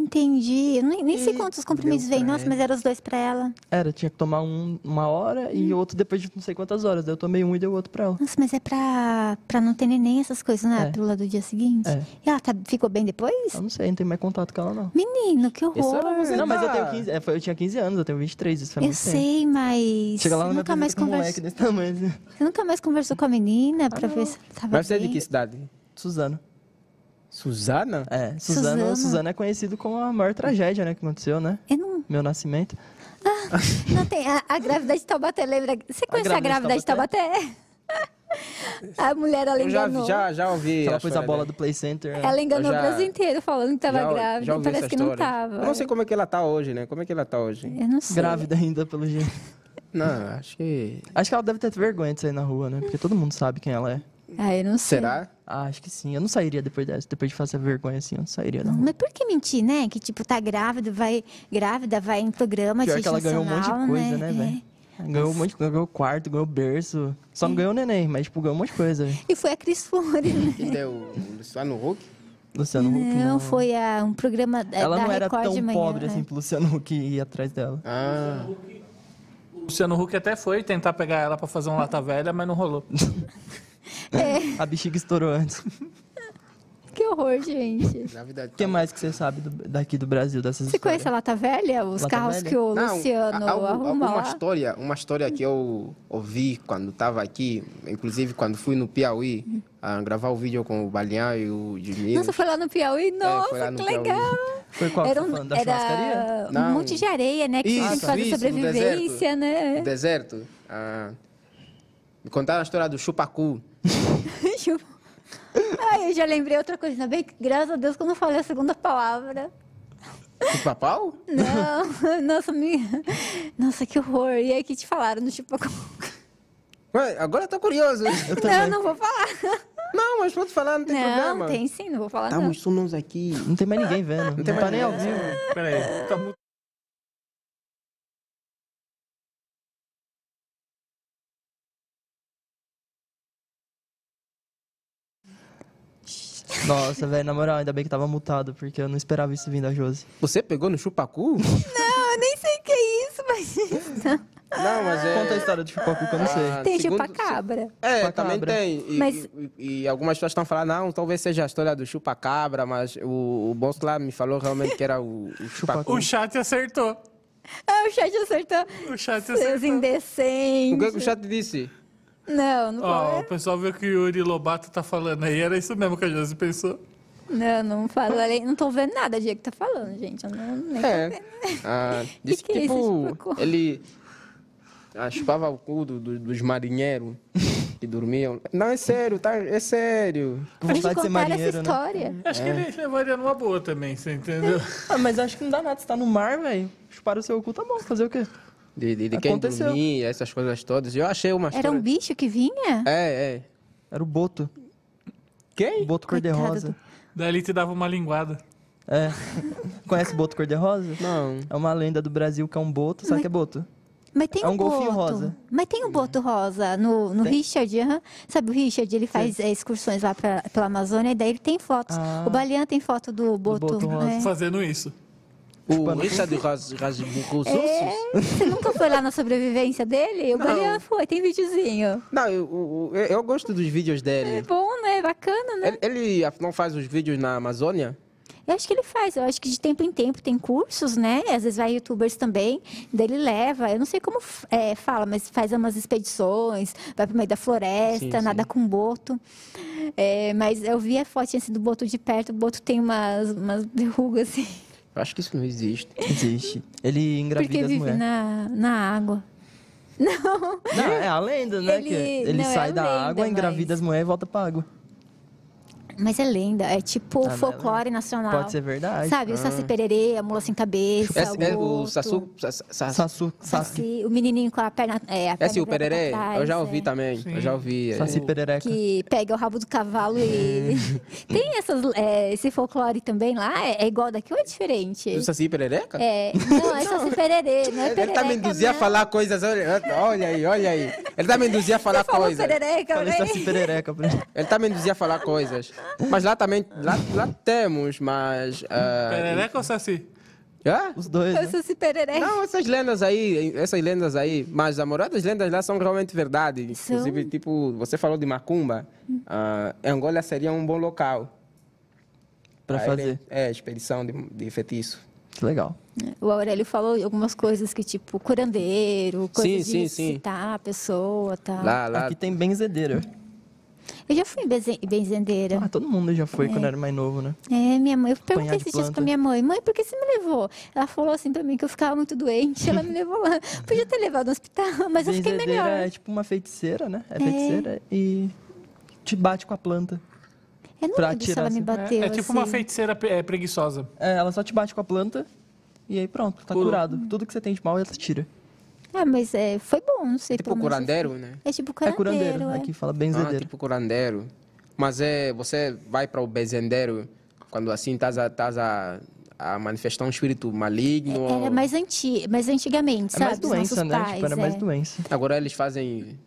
A: Entendi. Eu nem, nem sei quantos comprimidos
C: deu pra
A: vem. Nossa, mas eram os dois pra ela.
B: Era, tinha que tomar um uma hora e
A: Hum.
B: outro depois de não sei quantas horas. Daí eu tomei um e dei o outro pra ela.
A: Nossa, mas é pra, pra não ter neném essas coisas, né?
B: É.
A: A pílula do dia seguinte.
B: É.
A: E ela tá- ficou bem depois?
B: Eu não sei, não tenho mais contato com ela, não.
A: Menino, que horror.
C: Isso era você
B: Não, mas eu
C: tá-
B: tenho 15. é, foi- eu tinha 15 anos, eu tenho 23, isso foi
A: Eu
B: muito tempo.
A: sei, mas.
B: Chega lá
A: você
B: na minha
A: nunca mais
B: com um moleque
A: conversou.
B: desse tamanho, assim.
A: Você nunca mais conversou com a menina pra ver se tava
C: Ah, Mas você é de
A: bem?
C: que cidade?
B: Suzano.
C: Suzana?
B: É, Suzano,
A: Suzano.
B: Suzano é conhecido como a maior tragédia, né, que aconteceu, né?
A: Eu não,
B: Meu nascimento.
A: não tem. A, a grávida de Taubaté, lembra? Você conhece a grávida de Taubaté? a mulher, ela
C: Eu já,
A: enganou.
C: já, já ouvi.
B: Que
C: a
B: ela pôs a
C: história
B: bola
C: dela.
B: do Play Center. né?
A: Ela é enganou
C: já-
A: o Brasil inteiro falando que tava
C: Já-
A: grávida.
C: já ouvi
A: parece
C: essa
A: que não
C: história.
A: tava.
C: Eu não sei como é que ela tá hoje, né? Como é que ela tá hoje?
A: Eu não sei.
B: Grávida ainda, pelo jeito.
C: Não, acho que.
B: Acho que ela deve ter vergonha de sair na rua, né? Porque todo mundo sabe quem ela é.
A: Ah, eu não sei.
C: Será?
B: Ah, acho que sim. Eu não sairia depois dessa. Depois de fazer a vergonha assim, eu não sairia na rua.
A: Então, Mas por que mentir, né? Que tipo, tá grávida, vai grávida, vai em programa
B: Pior
A: de
B: que ela ganhou um monte de
A: nacional,
B: coisa, né,
A: É. É.
B: velho? Ganhou um monte de coisa, ganhou quarto, ganhou berço. Só não ganhou o neném, mas, tipo, ganhou um monte de coisa. velho.
A: E foi a Cris Flores,
B: [laughs]
A: né?
C: Que deu o Luciano Huck?
B: Luciano Huck. né?
A: Não, foi a, um programa da,
B: Ela
A: da
B: não era
A: Record
B: tão
A: de manhã.
B: pobre
A: é.
B: assim pro Luciano Huck ir atrás dela.
C: Ah,
D: O Luciano Huck até foi tentar pegar ela pra fazer um lata velha, mas não rolou.
B: A bexiga estourou antes.
A: né? É, [laughs] Que horror, gente.
C: Gravidade.
B: O que mais que você sabe do- daqui do Brasil, dessas
A: Você conhece a Lata Velha? Os
B: Lata
A: carros
B: Velha?
A: que o
C: Não,
A: Luciano
C: a- algo-
A: arruma
C: alguma
A: lá?
C: história, uma história que eu ouvi quando estava aqui, inclusive quando fui no Piauí a gravar o vídeo com o Balian e o
A: Hum.
C: Juninho.
A: Nossa, foi lá no
B: É,
A: Piauí? Nossa,
C: foi lá no
A: que
C: Piauí.
A: legal!
B: Foi qual?
A: Era
B: Foi
A: um,
B: falando da churrascaria?
A: era um
C: Não.
A: monte de areia, né? Que
C: Isso,
A: tinha que fazer
C: isso, no
A: sobrevivência,
C: deserto.
A: né?
C: Deserto. Ah, me contaram a história do Chupacu.
A: Chupa. Ai, eu já lembrei outra coisa. Ainda bem que, graças a Deus, que eu não falei a segunda palavra.
C: Chupapau?
A: Não, [laughs] nossa, me... nossa, que horror. E aí que te falaram no chupa
C: Ué, Agora eu
A: [laughs]
C: tô curioso.
A: Não, eu não vou falar.
C: Não, mas pode falar, não tem
A: não,
C: problema.
A: tem sim, não vou falar não.
C: Estamos somos aqui.
B: Não tem mais ninguém vendo. Não, tá
C: tem mais
B: nem ao vivo.
D: [laughs] Peraí, tá muito...
B: Nossa, velho, na moral, ainda bem que tava mutado, porque eu não esperava isso vindo da Josi.
C: Você pegou no Chupacu?
A: Não, eu nem sei o que é isso, mas... [laughs] não.
C: Não, mas é.
B: Conta a história do Chupacu que eu não sei.
C: Ah,
A: Tem
C: segundo-
A: chupacabra.
C: É,
B: Chupacabra.
C: também tem. E,
A: Mas-
C: e- e- e algumas pessoas estão falando, não, talvez seja a história do chupacabra, mas o, o Bolso lá me falou realmente que era o,
A: [laughs]
C: o chupacu.
D: O chat acertou.
A: Ah, o chat acertou.
D: O chat
A: Seus
D: acertou.
C: O que, é
A: indecentes.
C: que o chat disse?
A: Não, não
D: Ó,
A: vou.
D: o pessoal viu que o Yuri Lobato tá falando aí. Era isso mesmo que a Josi pensou.
A: Não, não falei. Não tô vendo nada do jeito que tá falando, gente. Eu não, nem
C: É.
A: [laughs]
C: Ah, disse
A: Que
C: que,
A: que é esse
C: tipo,
A: chupacu?
C: ele ah, chupava o cu do- do- dos
A: [laughs]
C: marinheiros que dormiam. Não, é sério, tá? É sério.
A: Tem que
B: Vontade de ser
A: contar essa
B: marinheiro, né?
A: história.
D: Acho que ele levaria numa boa também,
A: [laughs]
D: você entendeu?
B: Ah, mas acho que não dá nada. Você tá no mar, velho. Chupar o seu cu, tá bom. Fazer o quê?
C: De, de, de quem
B: Aconteceu.
C: dormia, essas coisas todas. Eu achei uma
A: Era
C: história.
A: um bicho que vinha?
C: É, é.
B: Era o Boto. O
C: Quem?
B: Boto
A: Coitado
B: Cor-de-Rosa.
D: Daí ele te dava uma linguada.
B: É. [laughs] Conhece o Boto Cor-de-Rosa?
C: Não.
B: É uma lenda do Brasil que é um boto. Sabe o que é boto?
A: Mas tem
B: É um
A: o
B: golfinho
A: boto.
B: rosa. Uhum.
A: Mas tem o boto rosa no, no Richard, aham. sabe o Richard? Ele faz eh, excursões lá pra, pela Amazônia e daí ele tem fotos.
B: Ah.
A: O Balian tem foto do boto.
B: boto rosa.
A: né?
D: Fazendo isso.
C: O Richard Rasburrosos?
A: É, você nunca foi lá na sobrevivência dele? O Balian foi, tem videozinho.
C: Não, eu, eu- eu- eu gosto dos vídeos
A: É
C: dele.
A: bom, né? Bacana, né?
C: Ele, ele, afinal, faz os vídeos na Amazônia?
A: Eu acho que ele faz, eu acho que de tempo em tempo tem cursos, né? Às vezes vai youtubers também, daí ele leva, eu não sei como f- é, fala, mas faz umas expedições, vai pro meio da floresta,
C: Sim,
A: nada
C: sim.
A: com boto. É, mas eu vi a fotinha assim, do boto de perto, o boto tem umas, umas verrugas assim,
C: Eu acho que isso não existe.
B: Existe. Ele
A: [laughs] porque né?
B: engravida as
A: vive
B: mulheres.
A: na, na água. [laughs] Não,
B: Não, é a lenda, né?
A: Ele-
B: que ele
A: não, é
B: sai
A: a
B: da
A: lenda,
B: água, engravida
A: mas-
B: as mulheres e volta pra água.
A: mas é lenda, é tipo
B: Ah, mas é
A: folclore nacional.
B: Pode ser verdade.
A: Sabe, o Saci Pererê, a mula sem cabeça,
C: Esse, é o
A: boto,
C: Sassu... Sa- Sa- Sa-
B: Sassu, Sassi,
A: Saci, o menininho com a perna. É, a perna
C: Esse, o
A: virada pra
C: Pereré, eu já
A: trás,
C: ouvi
A: é.
C: também. Eu já ouvi. é.
B: Saci Perereca.
A: que pega o rabo do cavalo e. [laughs] Tem essas, é, esse folclore também lá? É, é igual daqui ou é diferente?
C: O Saci Perereca?
A: É, não, é só se pererê, não é
C: Ele tá me
A: perereca,
C: induzindo a
A: não.
C: falar coisas. Olha, olha aí, olha aí. Ele tá me induzindo a falar
A: Você falou
C: coisas.
A: perereca,
B: Falei
C: é
A: né?
C: assim,
B: Saci Perereca pra ele.
C: Ele tá me induzindo a falar coisas. Mas lá também, lá, lá temos, mas... ah,
D: Perereca ou Saci?
C: hã?
B: Os
A: [laughs]
B: dois,
A: Eu
B: né?
A: sou se perereca.
C: Não, essas lendas aí, essas lendas aí, mas a maioria das lendas lá são realmente verdade.
A: São.
C: Inclusive, tipo, você falou de Macumba, ah, Angola seria um bom local.
B: Pra
C: Aí,
B: fazer.
C: É, expedição de, de feitiço.
B: Que legal.
A: O Aurélio falou algumas coisas que, tipo, curandeiro, coisas
C: Sim,
A: de
C: sim, sim.
A: citar a pessoa tal.
C: Lá, lá.
B: Aqui tem benzedeira.
A: Eu já fui em benze- benzendeira.
B: Ah, todo mundo já foi quando era mais novo, né?
A: É, minha mãe, eu
B: Apanhar
A: perguntei
B: de
A: esses dias pra
B: planta.
A: minha mãe, mãe, por que você me levou? Ela falou assim pra mim que eu ficava muito doente, ela me levou
C: [laughs]
A: lá. Podia ter levado no hospital, mas eu fiquei
B: Benzedeira
A: melhor.
B: é tipo uma feiticeira, né? É, feiticeira e te bate com a planta.
A: Eu não
B: pra
A: lembro se
B: tirar
A: ela me
B: assim.
A: bateu.
D: é, é tipo uma
A: assim.
D: feiticeira pre- é, preguiçosa.
B: É, ela só te bate com a planta e aí pronto, tá
D: Curou.
B: curado. Tudo que você tem de mal, ela te tira.
A: Ah, mas é, foi bom, não sei.
C: tipo
A: pelo menos
C: curandeiro,
A: eu-
C: né?
A: É tipo
B: é curandeiro.
A: curandeiro. é.
B: Aqui fala
C: Ah,
B: benzedeiro.
C: tipo curandeiro. Mas é, você vai para o bezendeiro quando assim estás a, tás a, a manifestar um espírito maligno.
A: É, Era mais, anti... mais antigamente,
B: É
A: sabe?
B: mais
A: Os
B: doença,
A: nossos
B: né?
A: pais,
B: tipo, era mais
A: é.
B: doença.
C: Agora eles fazem,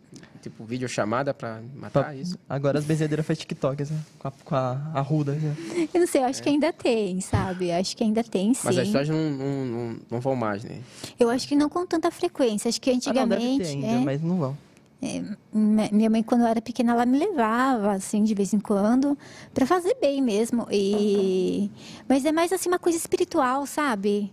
C: tipo, videochamada para matar
B: Pra-
C: isso.
B: Agora as benzedeiras faz TikTok, assim, com a, com a arruda. assim.
A: Eu não sei, eu acho que ainda tem, sabe? Eu Acho que ainda tem, sim.
C: Mas
B: é
C: as pessoas não, não, não, não vão mais, né?
A: Eu acho que não com tanta frequência. Acho que
B: Ah, não, deve
A: antigamente.
B: ter ainda,
A: é,
B: mas não vão.
A: É, mi- minha mãe, quando eu era pequena, ela me levava, assim, de vez em quando, para fazer bem mesmo. E... Mas é mais, assim, uma coisa espiritual, sabe?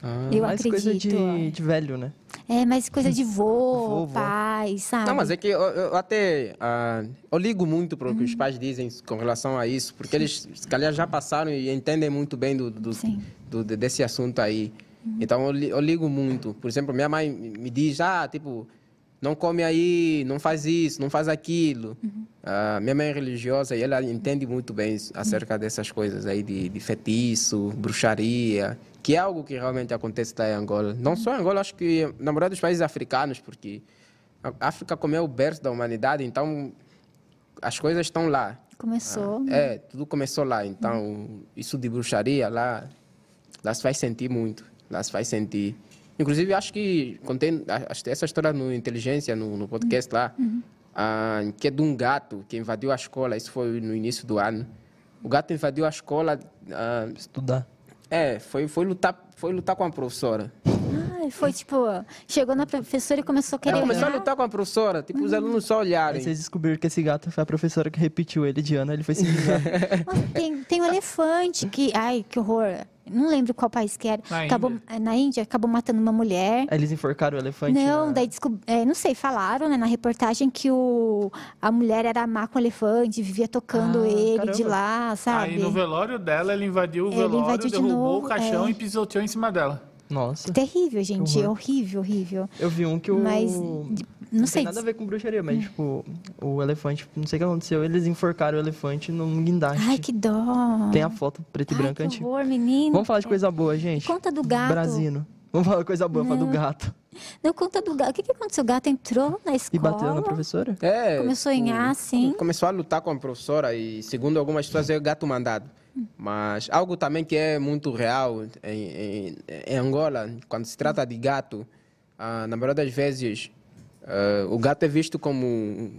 C: Ah.
A: Eu
B: mais coisa
A: acredito,
B: de,
A: é.
B: de velho, né?
A: É mais coisa
B: [laughs]
A: de vô,
B: Vô, vó.
A: pai, sabe?
C: Não, mas é que eu, eu até ah, eu ligo muito para o que os pais dizem com relação a isso, porque eles se calhar já passaram e entendem muito bem do, do-
A: Sim.
C: do- de- desse assunto aí. Então eu, li- eu ligo muito. Por exemplo, minha mãe me me diz, ah, tipo, não come aí, não faz isso, não faz aquilo. Ah, minha mãe é religiosa e ela entende muito bem isso- acerca dessas coisas aí de, de feitiço, bruxaria, que é algo que realmente acontece lá em Angola. Não só em Angola, acho que na maioria dos países africanos, porque a África, como é o berço da humanidade, então as coisas estão lá.
A: Começou.
C: É, tudo começou lá. Então, isso de bruxaria lá, lá se faz sentir muito. Lá se faz sentir. Inclusive, acho que contém a- acho que essa história no Inteligência, no, no podcast lá, ah, que é de um gato que invadiu a escola. Isso foi no início do ano. O gato invadiu a escola. ah,
B: Estudar.
C: é, foi, foi, lutar, foi lutar com a professora.
B: Ah.
A: Ai, foi tipo, chegou na professora e começou a querer.
C: Ela começou a
A: olhar.
C: lutar com a professora. Tipo, os alunos só olharam.
B: Aí vocês descobriram que esse gato foi a professora que repetiu ele de ano, aí ele foi se vingar.
A: [laughs] Nossa, tem, tem um elefante que. Ai, que horror. Não lembro qual país que era.
D: Na
A: acabou,
D: Índia.
A: é, na Índia, acabou matando uma mulher.
B: Aí eles enforcaram o elefante. né?
A: não,
B: na-
A: daí descob... é, não sei, falaram né, na reportagem que o... a mulher era má com o elefante, vivia tocando
B: Ah,
A: ele de
B: caramba.
A: lá, sabe?
D: Aí no velório dela, ele invadiu o
A: Tá Ele
D: velório,
A: invadiu de
D: derrubou
A: novo,
D: o caixão
A: é.
D: e pisoteou em cima dela.
B: Nossa.
A: Terrível, gente.
B: Que horror.
A: Horrível, horrível.
B: Eu vi um que o.
A: Mas, Não,
B: tem
A: sei. É.
B: nada a ver com bruxaria, mas tipo, o elefante, não sei o que aconteceu, eles enforcaram o elefante num guindaste.
A: Ai, que dó.
B: Tem a foto preto e
A: Ai,
B: branco
A: que
B: antiga.
A: horror, menino.
B: Vamos falar de coisa boa, gente.
A: Conta do gato.
B: Brasino. Vamos falar de coisa boa, falar do
A: Não.
B: gato.
A: Não, conta do gato. O que, que aconteceu? O gato entrou na escola.
B: E bateu na professora?
C: É,
A: Começou a assim.
C: tipo,
A: enhar, sim.
C: Começou a lutar com a professora e, segundo algumas pessoas, é gato mandado. Mas algo também que é muito real em, em- em Angola, quando se trata de gato, ah, na maioria das vezes, ah, o gato é visto como um-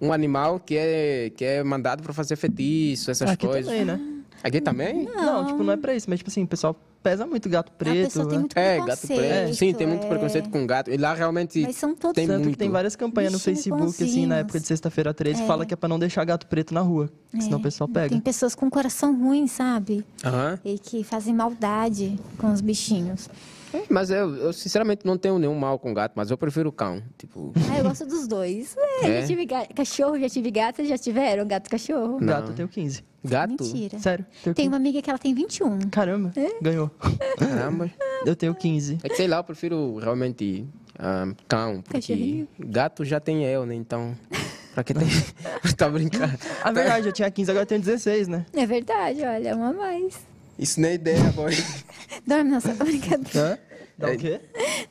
C: um animal que é, que é mandado para fazer feitiço,
A: Ah,
C: essas
B: Aqui
C: coisas.
B: também, né?
C: Aqui também?
B: Não. tipo, não é pra isso, mas tipo assim, o pessoal pesa muito gato
A: a
B: preto.
A: pessoa tem
B: né?
A: muito
C: É, gato
A: preconceito.
C: preto. Sim, tem muito
A: é.
C: preconceito com gato. E lá realmente
A: Mas são todos
C: tem
B: Tanto
C: muito.
B: que tem várias campanhas no
A: Bichinho
B: Facebook, assim, na
A: bonzinhos.
B: época de sexta-feira 13, fala que é pra não deixar gato preto na rua. que Senão o pessoal pega.
A: É, Tem pessoas com coração ruim, sabe?
C: Aham.
A: E que fazem maldade com os bichinhos.
C: Mas eu, eu, sinceramente não tenho nenhum mal com gato, mas eu prefiro cão. Tipo,
A: Ah, eu gosto dos dois.
C: É?
A: É, Já tive ga- cachorro, já tive gato. Vocês já tiveram gato e cachorro?
B: Gato,
C: Não.
B: eu tenho 15.
C: gato.
A: Mentira.
B: Sério, tenho 15.
A: É. Tem uma É? amiga que ela tem 21.
B: Caramba, ganhou.
C: Caramba.
B: Eu tenho 15.
C: É que sei lá, eu prefiro realmente ah, cão. Porque
A: Cachorrinho.
C: gato já tem eu, né? Então, pra que tem. [laughs] tá brincando.
B: A É verdade, eu tinha 15, agora eu tenho 16, né?
A: É verdade, olha, uma a mais.
C: Isso nem é ideia, boy.
A: Dorme na sua brincadeira.
B: Hã? Dá o quê?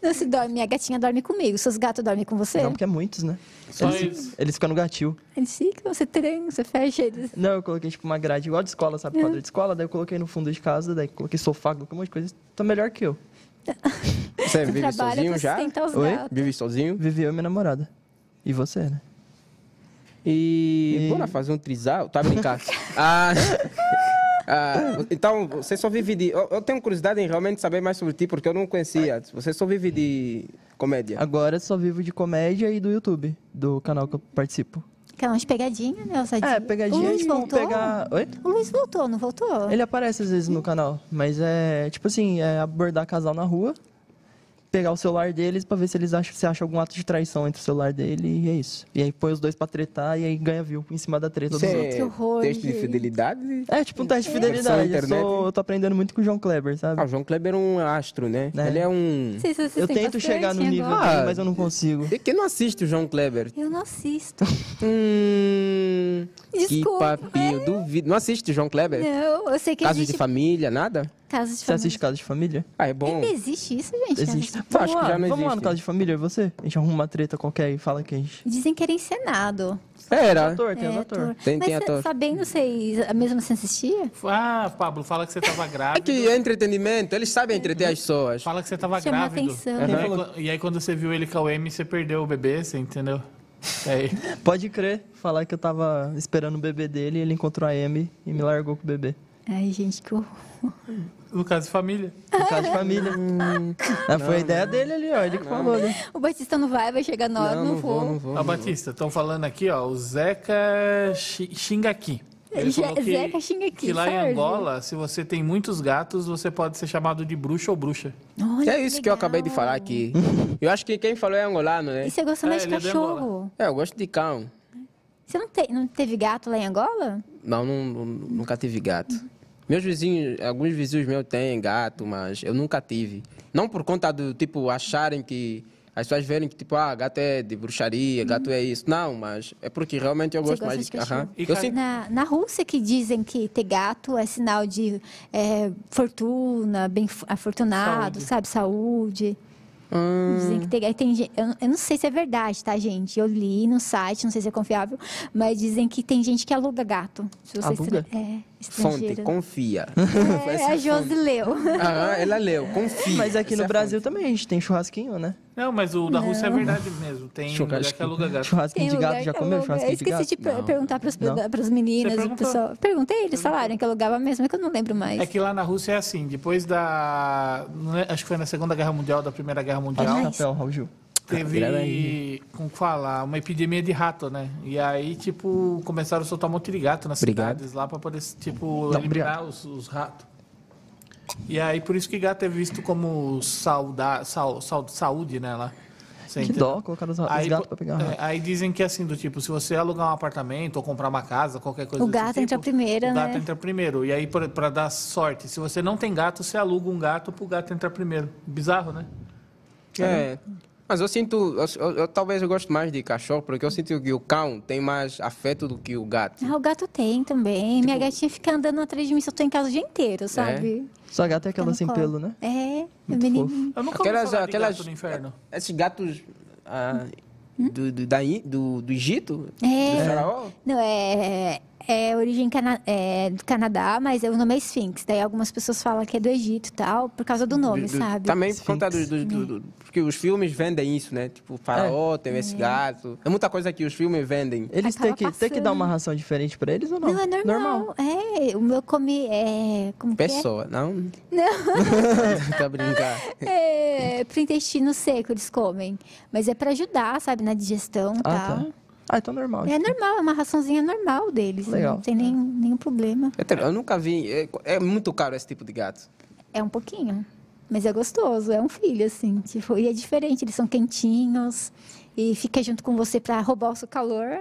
A: Não se dorme, minha gatinha dorme comigo. Seus gatos dormem com você?
B: Não, porque é muitos, né?
D: Só
B: eles,
D: isso.
B: eles ficam no gatil.
A: Eles ficam, você tranca, você fecha eles.
B: Não, eu coloquei tipo uma grade igual de escola, sabe? Quadro de escola, daí eu coloquei no fundo de casa, daí coloquei sofá, coloquei um monte de coisa. Tá melhor que eu.
C: Você
A: Você
C: vive
A: trabalha
C: sozinho
A: pra
C: já?
A: sustentar os
B: Oi?
A: gatos.
C: Vive sozinho?
B: Vivi eu e minha namorada. E você, né?
C: E.
B: E-
C: Bora fazer um trisal? Tá brincando. ah. [laughs] ah, então, você só vive de. Eu, eu tenho curiosidade em realmente saber mais sobre ti, porque eu não conhecia. Você só vive de comédia.
B: Agora eu só vivo de comédia e do YouTube, do canal que eu participo.
A: Aquela umas pegadinhas, né? ousadia.
B: É, pegadinha
A: O
B: é
A: Luiz
B: tipo
A: voltou?
B: pegar. Oi?
A: O Luiz voltou, não voltou?
B: Ele aparece às vezes no canal, mas é tipo assim, é abordar casal na rua, pegar o celular deles pra ver se eles acham, se acha algum ato de traição entre o celular dele e é isso. E aí põe os dois pra tretar e aí ganha view em cima da treta dos outros.
A: Que horror,
C: Teste de
A: gente.
C: fidelidade?
B: É tipo um teste de
C: Versão
B: fidelidade. Eu,
C: internet.
B: sou- eu tô aprendendo muito com o João Kleber, sabe?
C: Ah, o João Kleber é um astro, né?
B: É.
C: Ele é um.
A: Vocês assistem
B: eu tento
A: bastante
B: chegar no nível
A: agora?
B: dele, mas eu não consigo.
C: E Quem não assiste o João Kleber?
A: Eu não assisto.
C: Hum.
A: Desculpa.
C: Que papinho, duvido. Não assiste o João Kleber?
A: Não, eu sei que
C: Casos
A: existe
C: de família, nada?
A: casos de
B: Você assiste
A: família.
B: Casa de Família?
C: Ah, é bom.
A: Ainda existe isso, gente?
B: Existe.
C: Acho que
B: Vamos lá,
C: já não
B: vamos lá no
C: existe.
B: Casa de Família, você? A gente arruma uma treta qualquer e fala que a gente...
A: Dizem que era encenado.
C: Era.
B: Ator, tem um os
A: É,
B: ator.
C: Tem-
A: Mas
C: tem
A: cê-
C: ator.
A: sabendo, vocês mesmo se assistia?
D: Ah, Pablo, fala que você [laughs] tava
C: É
D: grávida.
C: que é entretenimento, eles sabem entreter as pessoas.
D: Fala que você tava
A: Chamou a
D: grávido.
A: atenção.
D: E, aí, quan- e aí, quando você viu ele com a UM, você perdeu o bebê, você entendeu? É, [laughs]
B: Pode crer, falar que eu tava esperando o bebê dele, ele encontrou a Amy e me largou com o bebê.
A: Ai, gente, que horror.
D: Lucas e família.
B: Por causa
A: [laughs]
B: de família. Ah, foi a ideia dele ali, ó.
A: Ah,
B: Ele que falou, né?
A: O Batista não vai, vai chegar na hora, não, vou.
C: não vou.
D: Ó, Batista, estão falando aqui, ó, o Zeca Xi- Xingaqui. Ele
A: Já-
D: falou que,
A: Zeca Xingaqui,
D: que lá em
A: Sérgio.
D: Angola, se você tem muitos gatos, você pode ser chamado de bruxa ou bruxa.
A: Olha,
C: É isso que eu acabei de
A: legal.
C: falar aqui. Eu acho que quem falou é angolano, né?
A: E você gosta mais
D: É,
A: de
D: ele é de Angola.
A: cachorro?
C: É, eu gosto de cão.
A: Você não, te- não teve gato lá em Angola?
C: Não, não- não- nunca tive gato. Meus vizinhos, alguns vizinhos meus têm gato, mas eu nunca tive. Não por conta do tipo acharem que as pessoas verem que tipo, ah, gato é de bruxaria, gato é isso. Não, mas é porque realmente eu
A: Você
C: gosto
A: gosta
C: mais
A: de cachorro?
C: Aham.
D: E
C: Eu
D: cara-
C: sinto-
A: Na, na Rússia que dizem que ter gato é sinal de é, fortuna, bem fu- afortunado,
D: Saúde.
A: sabe? Saúde.
C: Ah,
A: Dizem que ter gato. Tem, gen- eu, eu não sei se é verdade, tá, gente? Eu li no site, não sei se é confiável, mas dizem que tem gente que aluga gato. Se você é
B: Aluga?
A: estra- É,
C: Fonte,
A: estrangeira.
C: confia.
A: É, a Josi leu.
C: Aham, ela leu, confia.
B: Mas aqui
C: Essa é
B: no
C: a
B: Brasil também a gente tem churrasquinho, né?
D: Não, mas o da Rússia é verdade mesmo. Tem lugar que aluga gato.
B: Churrasquinho de
A: lugar
B: gato, já
A: que
B: comeu
A: aluga. Eu
B: churrasquinho de gato?
A: esqueci de, per-
C: Não.
A: perguntar para
B: Não.
A: as meninas,
D: Você
A: o
D: perguntou?
A: pessoal. Perguntei, eles falaram que alugava mesmo, é que eu não lembro mais.
D: É que lá na Rússia é assim, depois da. não é- Acho que foi na Segunda Guerra Mundial, da Primeira Guerra Mundial,
B: Faz o papel, Raul Gil.
C: Grava
D: teve. Como que fala? Uma epidemia de rato, né? E aí, tipo, começaram a soltar um monte de gato nas
C: Obrigado.
D: cidades lá pra poder, tipo,
B: Não,
D: eliminar os, os ratos. E aí, por isso que gato é visto como sauda, sau- sau- saúde, né? Lá. Você
B: Que
D: entendeu?
B: dó colocar os, os gatos
D: po-
B: pra pegar um
D: é,
B: rato.
D: aí dizem que assim, do tipo, se você alugar um apartamento ou comprar uma casa, qualquer coisa
A: O
D: desse
A: gato entra
D: tipo,
A: primeiro,
D: O gato
A: né?
D: entra primeiro. E aí, pra pra dar sorte, se você não tem gato, você aluga um gato pro gato entrar primeiro. Bizarro, né?
C: É. Mas eu sinto, eu- eu- eu- talvez eu goste mais de cachorro, porque eu sinto que o cão tem mais afeto do que o gato.
A: Ah, o gato tem também.
B: Tipo,
A: Minha gatinha fica andando atrás de mim se eu tô em casa o dia inteiro, sabe?
B: Sua gata é
A: Fica
B: aquela
A: Tá no
B: É? sem
A: colo.
B: pelo, né?
A: É,
B: Muito
A: menininho.
D: Eu nunca
C: Aquelas-
D: ouvi falar
C: aquelas-
D: de gato no inferno.
C: Esses gatos ah, do, do, da In- do, do Egito? Do
A: É.
C: faraó?
A: Não, é. É origem cana é, do Canadá, mas é o nome é Sphinx. Daí algumas pessoas falam que é do Egito e tal, por causa do nome,
C: Do- do-
B: tá
A: sabe?
C: Também por conta do, do- do- do- Porque os filmes vendem isso, né? Tipo, o faraó tem esse gato. É muita coisa que os filmes vendem.
B: Eles têm
A: Acaba
B: É que, têm que
A: Tá,
B: dar
A: passando.
B: uma ração diferente pra eles ou não?
A: Não, é normal. É, o meu come. É, como que é?
C: Pessoa, não? [laughs] Não. pra brincar.
A: É, pro intestino seco eles comem. Mas é pra ajudar, sabe, na digestão e
B: Ah,
A: tal.
B: tá. Ah, então é normal.
A: É normal, é uma raçãozinha normal deles. né?
B: Legal. É.
A: Não tem nem, nenhum problema.
C: Eu, também- eu nunca vi. É, é muito caro esse tipo de gato.
A: É um pouquinho. Mas é gostoso, é um filho, assim. Tipo, e é diferente, eles são quentinhos. E fica junto com você pra roubar o seu calor.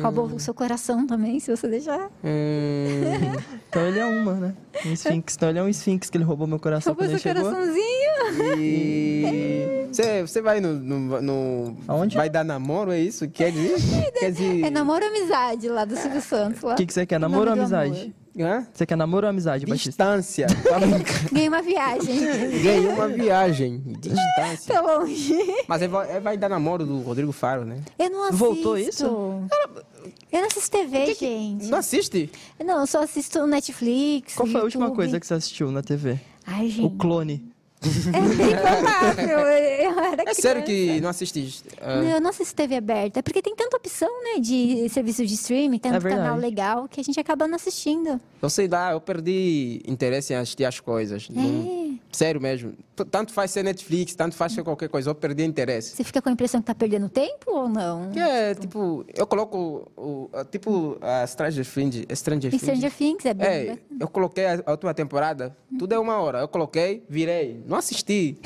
A: Rouba
B: Uhum.
A: o seu coração também, se você deixar.
C: Hum,
B: Então ele é uma, né? Um Sphinx. Então ele é um Sphinx que ele roubou meu coração
A: Rouba
B: quando
A: o
B: ele
A: seu
B: chegou.
A: coraçãozinho.
C: E você, você vai no, no, no-
B: Aonde?
C: Vai dar namoro, é isso? Quer dizer? Quer dizer...
A: É namoro ou amizade lá do Silvio Santos. lá.
B: O que, que você quer,
A: Nome
B: namoro ou
A: do
B: amizade?
A: amor.
C: Hã?
B: Você quer namoro ou amizade, Batista?
C: Distância. Pra [laughs] brincar.
A: Ganhei uma
B: [laughs]
A: viagem.
C: Ganhei uma viagem de distância.
A: Tô longe.
C: Mas é, vai- é vai dar namoro do Rodrigo Faro, né?
A: Eu não assisto.
B: Voltou isso?
A: Eu não assisto TV, gente.
C: Não assiste?
A: Não, eu só assisto Netflix.
B: Qual foi a última
A: YouTube.
B: coisa que você assistiu na TV?
A: Ai,
B: O
A: gente.
B: clone.
A: É
B: [laughs]
A: improvável. Eu era
C: É sério
A: criança.
C: que não assististe? Ah,
A: Não, eu não assisto TV aberta. É porque tem tanta opção, né, de serviço de streaming,
B: É
A: tanto
B: verdade.
A: canal legal, que a gente acaba não assistindo.
C: eu sei lá, eu perdi interesse em assistir as coisas. Não- sério mesmo. T- Tanto faz ser Netflix, tanto faz ser qualquer coisa, eu perdi interesse.
A: Você fica com a impressão que tá perdendo tempo ou não?
C: Que é, tipo, eu coloco o, o- tipo a Stranger Things, Stranger
A: Em Stranger
C: Things.
A: Things é bom.
C: É,
A: né?
C: eu coloquei a, a última temporada, tudo é uma hora. Eu coloquei, virei, não [laughs] assisti.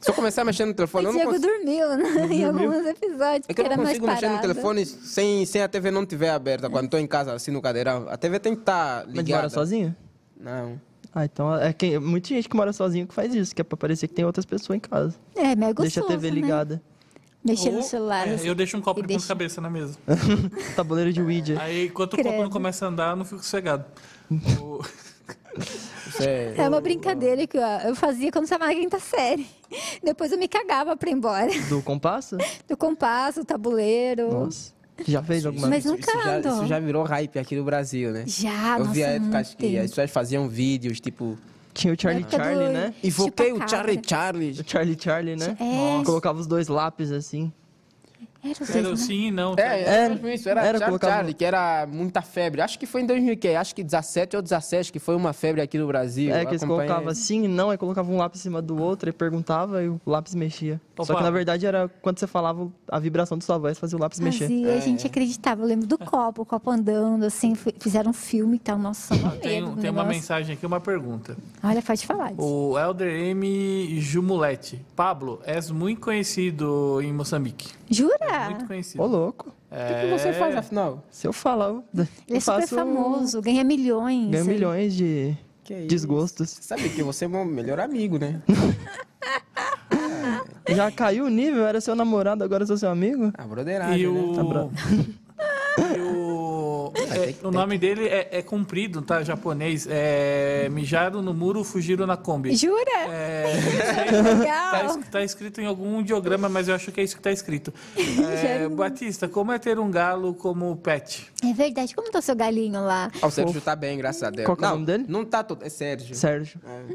C: Se eu começar a mexer no telefone,
A: O
C: eu não
A: Diego
C: consigo.
A: dormiu né, em alguns episódios,
C: É que
A: porque
C: eu
A: era
C: não
A: mais
C: consigo mexer no
A: parado.
C: telefone sem, sem a TV não estiver aberta. Quando estou em casa, assim, no cadeirão. A TV tem que estar
B: Mas
C: ligada.
B: mora sozinho?
C: Não.
B: Ah, então é quem, muita gente que mora sozinho que faz isso, que é pra parecer que tem outras pessoas em casa.
A: É, mas é
B: Deixa a
A: gostoso,
B: TV
A: né?
B: ligada.
A: [laughs] Mexer no
D: Ou-
A: celular.
D: é,
A: assim.
D: eu deixo um copo
A: E
D: de
A: deixa-
D: cabeça na mesa.
B: Tabuleiro de Ouija.
D: Aí, enquanto o copo não
A: Credo.
D: começa a andar, eu não fico sossegado.
A: [laughs]
D: O-
C: Isso é-
A: É uma brincadeira que ó, eu fazia quando estava na quinta série. [laughs] Depois eu me cagava pra ir embora. [laughs]
B: Do compasso?
A: Do compasso, do tabuleiro.
B: Nossa. Já fez alguma
A: Mas
B: vez?
A: nunca
C: isso, já,
A: ando.
C: isso já virou hype aqui no Brasil, né?
A: Já,
C: Eu
A: nossa,
C: vi a época
A: muito
C: que as
A: tempo.
C: pessoas faziam vídeos, tipo...
B: Tinha o Charlie
A: Na época
B: Charlie,
A: do-
B: né?
C: Invoquei
A: Chupa
C: o Charlie
A: cabra.
C: Charlie.
B: O Charlie Charlie, né?
A: É. Nossa.
B: Colocava os dois lápis assim.
A: Era os
D: Era o
A: dois, né?
D: sim e não.
C: É,
D: É.
C: era
B: É,
C: mesmo isso, era,
B: era,
C: Char
B: colocava-
C: Charlie, que era muita febre. Acho que foi em 2015, acho que 17 ou 17, que foi uma febre aqui no Brasil.
B: É, que eles
C: Acompanhei.
B: colocavam assim, não, aí colocavam um lápis em cima do outro, aí perguntava e o lápis mexia. Só
D: Opa.
B: que na verdade era quando você falava, a vibração de sua voz fazia o lápis mexer.
A: Fazia,
C: É,
A: a gente acreditava. Eu lembro do copo, o copo andando, assim, fi- fizeram um filme e tal. Nossa, só
D: Ah, Tem, um,
A: medo do
D: tem uma
A: um negócio.
D: mensagem aqui, uma pergunta.
A: Olha, pode falar. disso.
D: O Elder M. Jumulete. Pablo, és muito conhecido em Moçambique.
A: Jura?
D: é Muito conhecido.
B: Ô, louco.
C: O que, que você faz afinal?
B: Se eu falar, eu,
A: Ele é
B: eu
A: super
B: faço, um
A: famoso, ganha milhões.
B: ganho
A: Ele-
B: milhões de
C: Que isso?
B: desgostos.
C: Você sabe que você é meu melhor amigo, [laughs] né?
B: Já caiu o nível, era seu namorado, agora sou seu amigo?
C: A broderagem,
D: E
C: né?
D: o.
B: Tá bravo.
D: [laughs] e o.
C: tem que-
D: é, o nome dele é, é comprido, tá? Japonês. É. Mijaram no muro, fugiram na Kombi.
A: Jura?
D: É,
A: [laughs]
D: tá,
A: Legal.
D: es- tá escrito em algum diagrama, mas eu acho que é isso que tá escrito.
A: [laughs]
D: É, Batista, como é ter um galo como pet?
A: É verdade. Como tá o seu galinho lá?
C: Ah, o Sérgio tá bem, graças a Deus.
B: Qual que é o
C: Não,
B: nome dele?
C: Não tá... To... É Sérgio.
B: Sérgio.
C: É.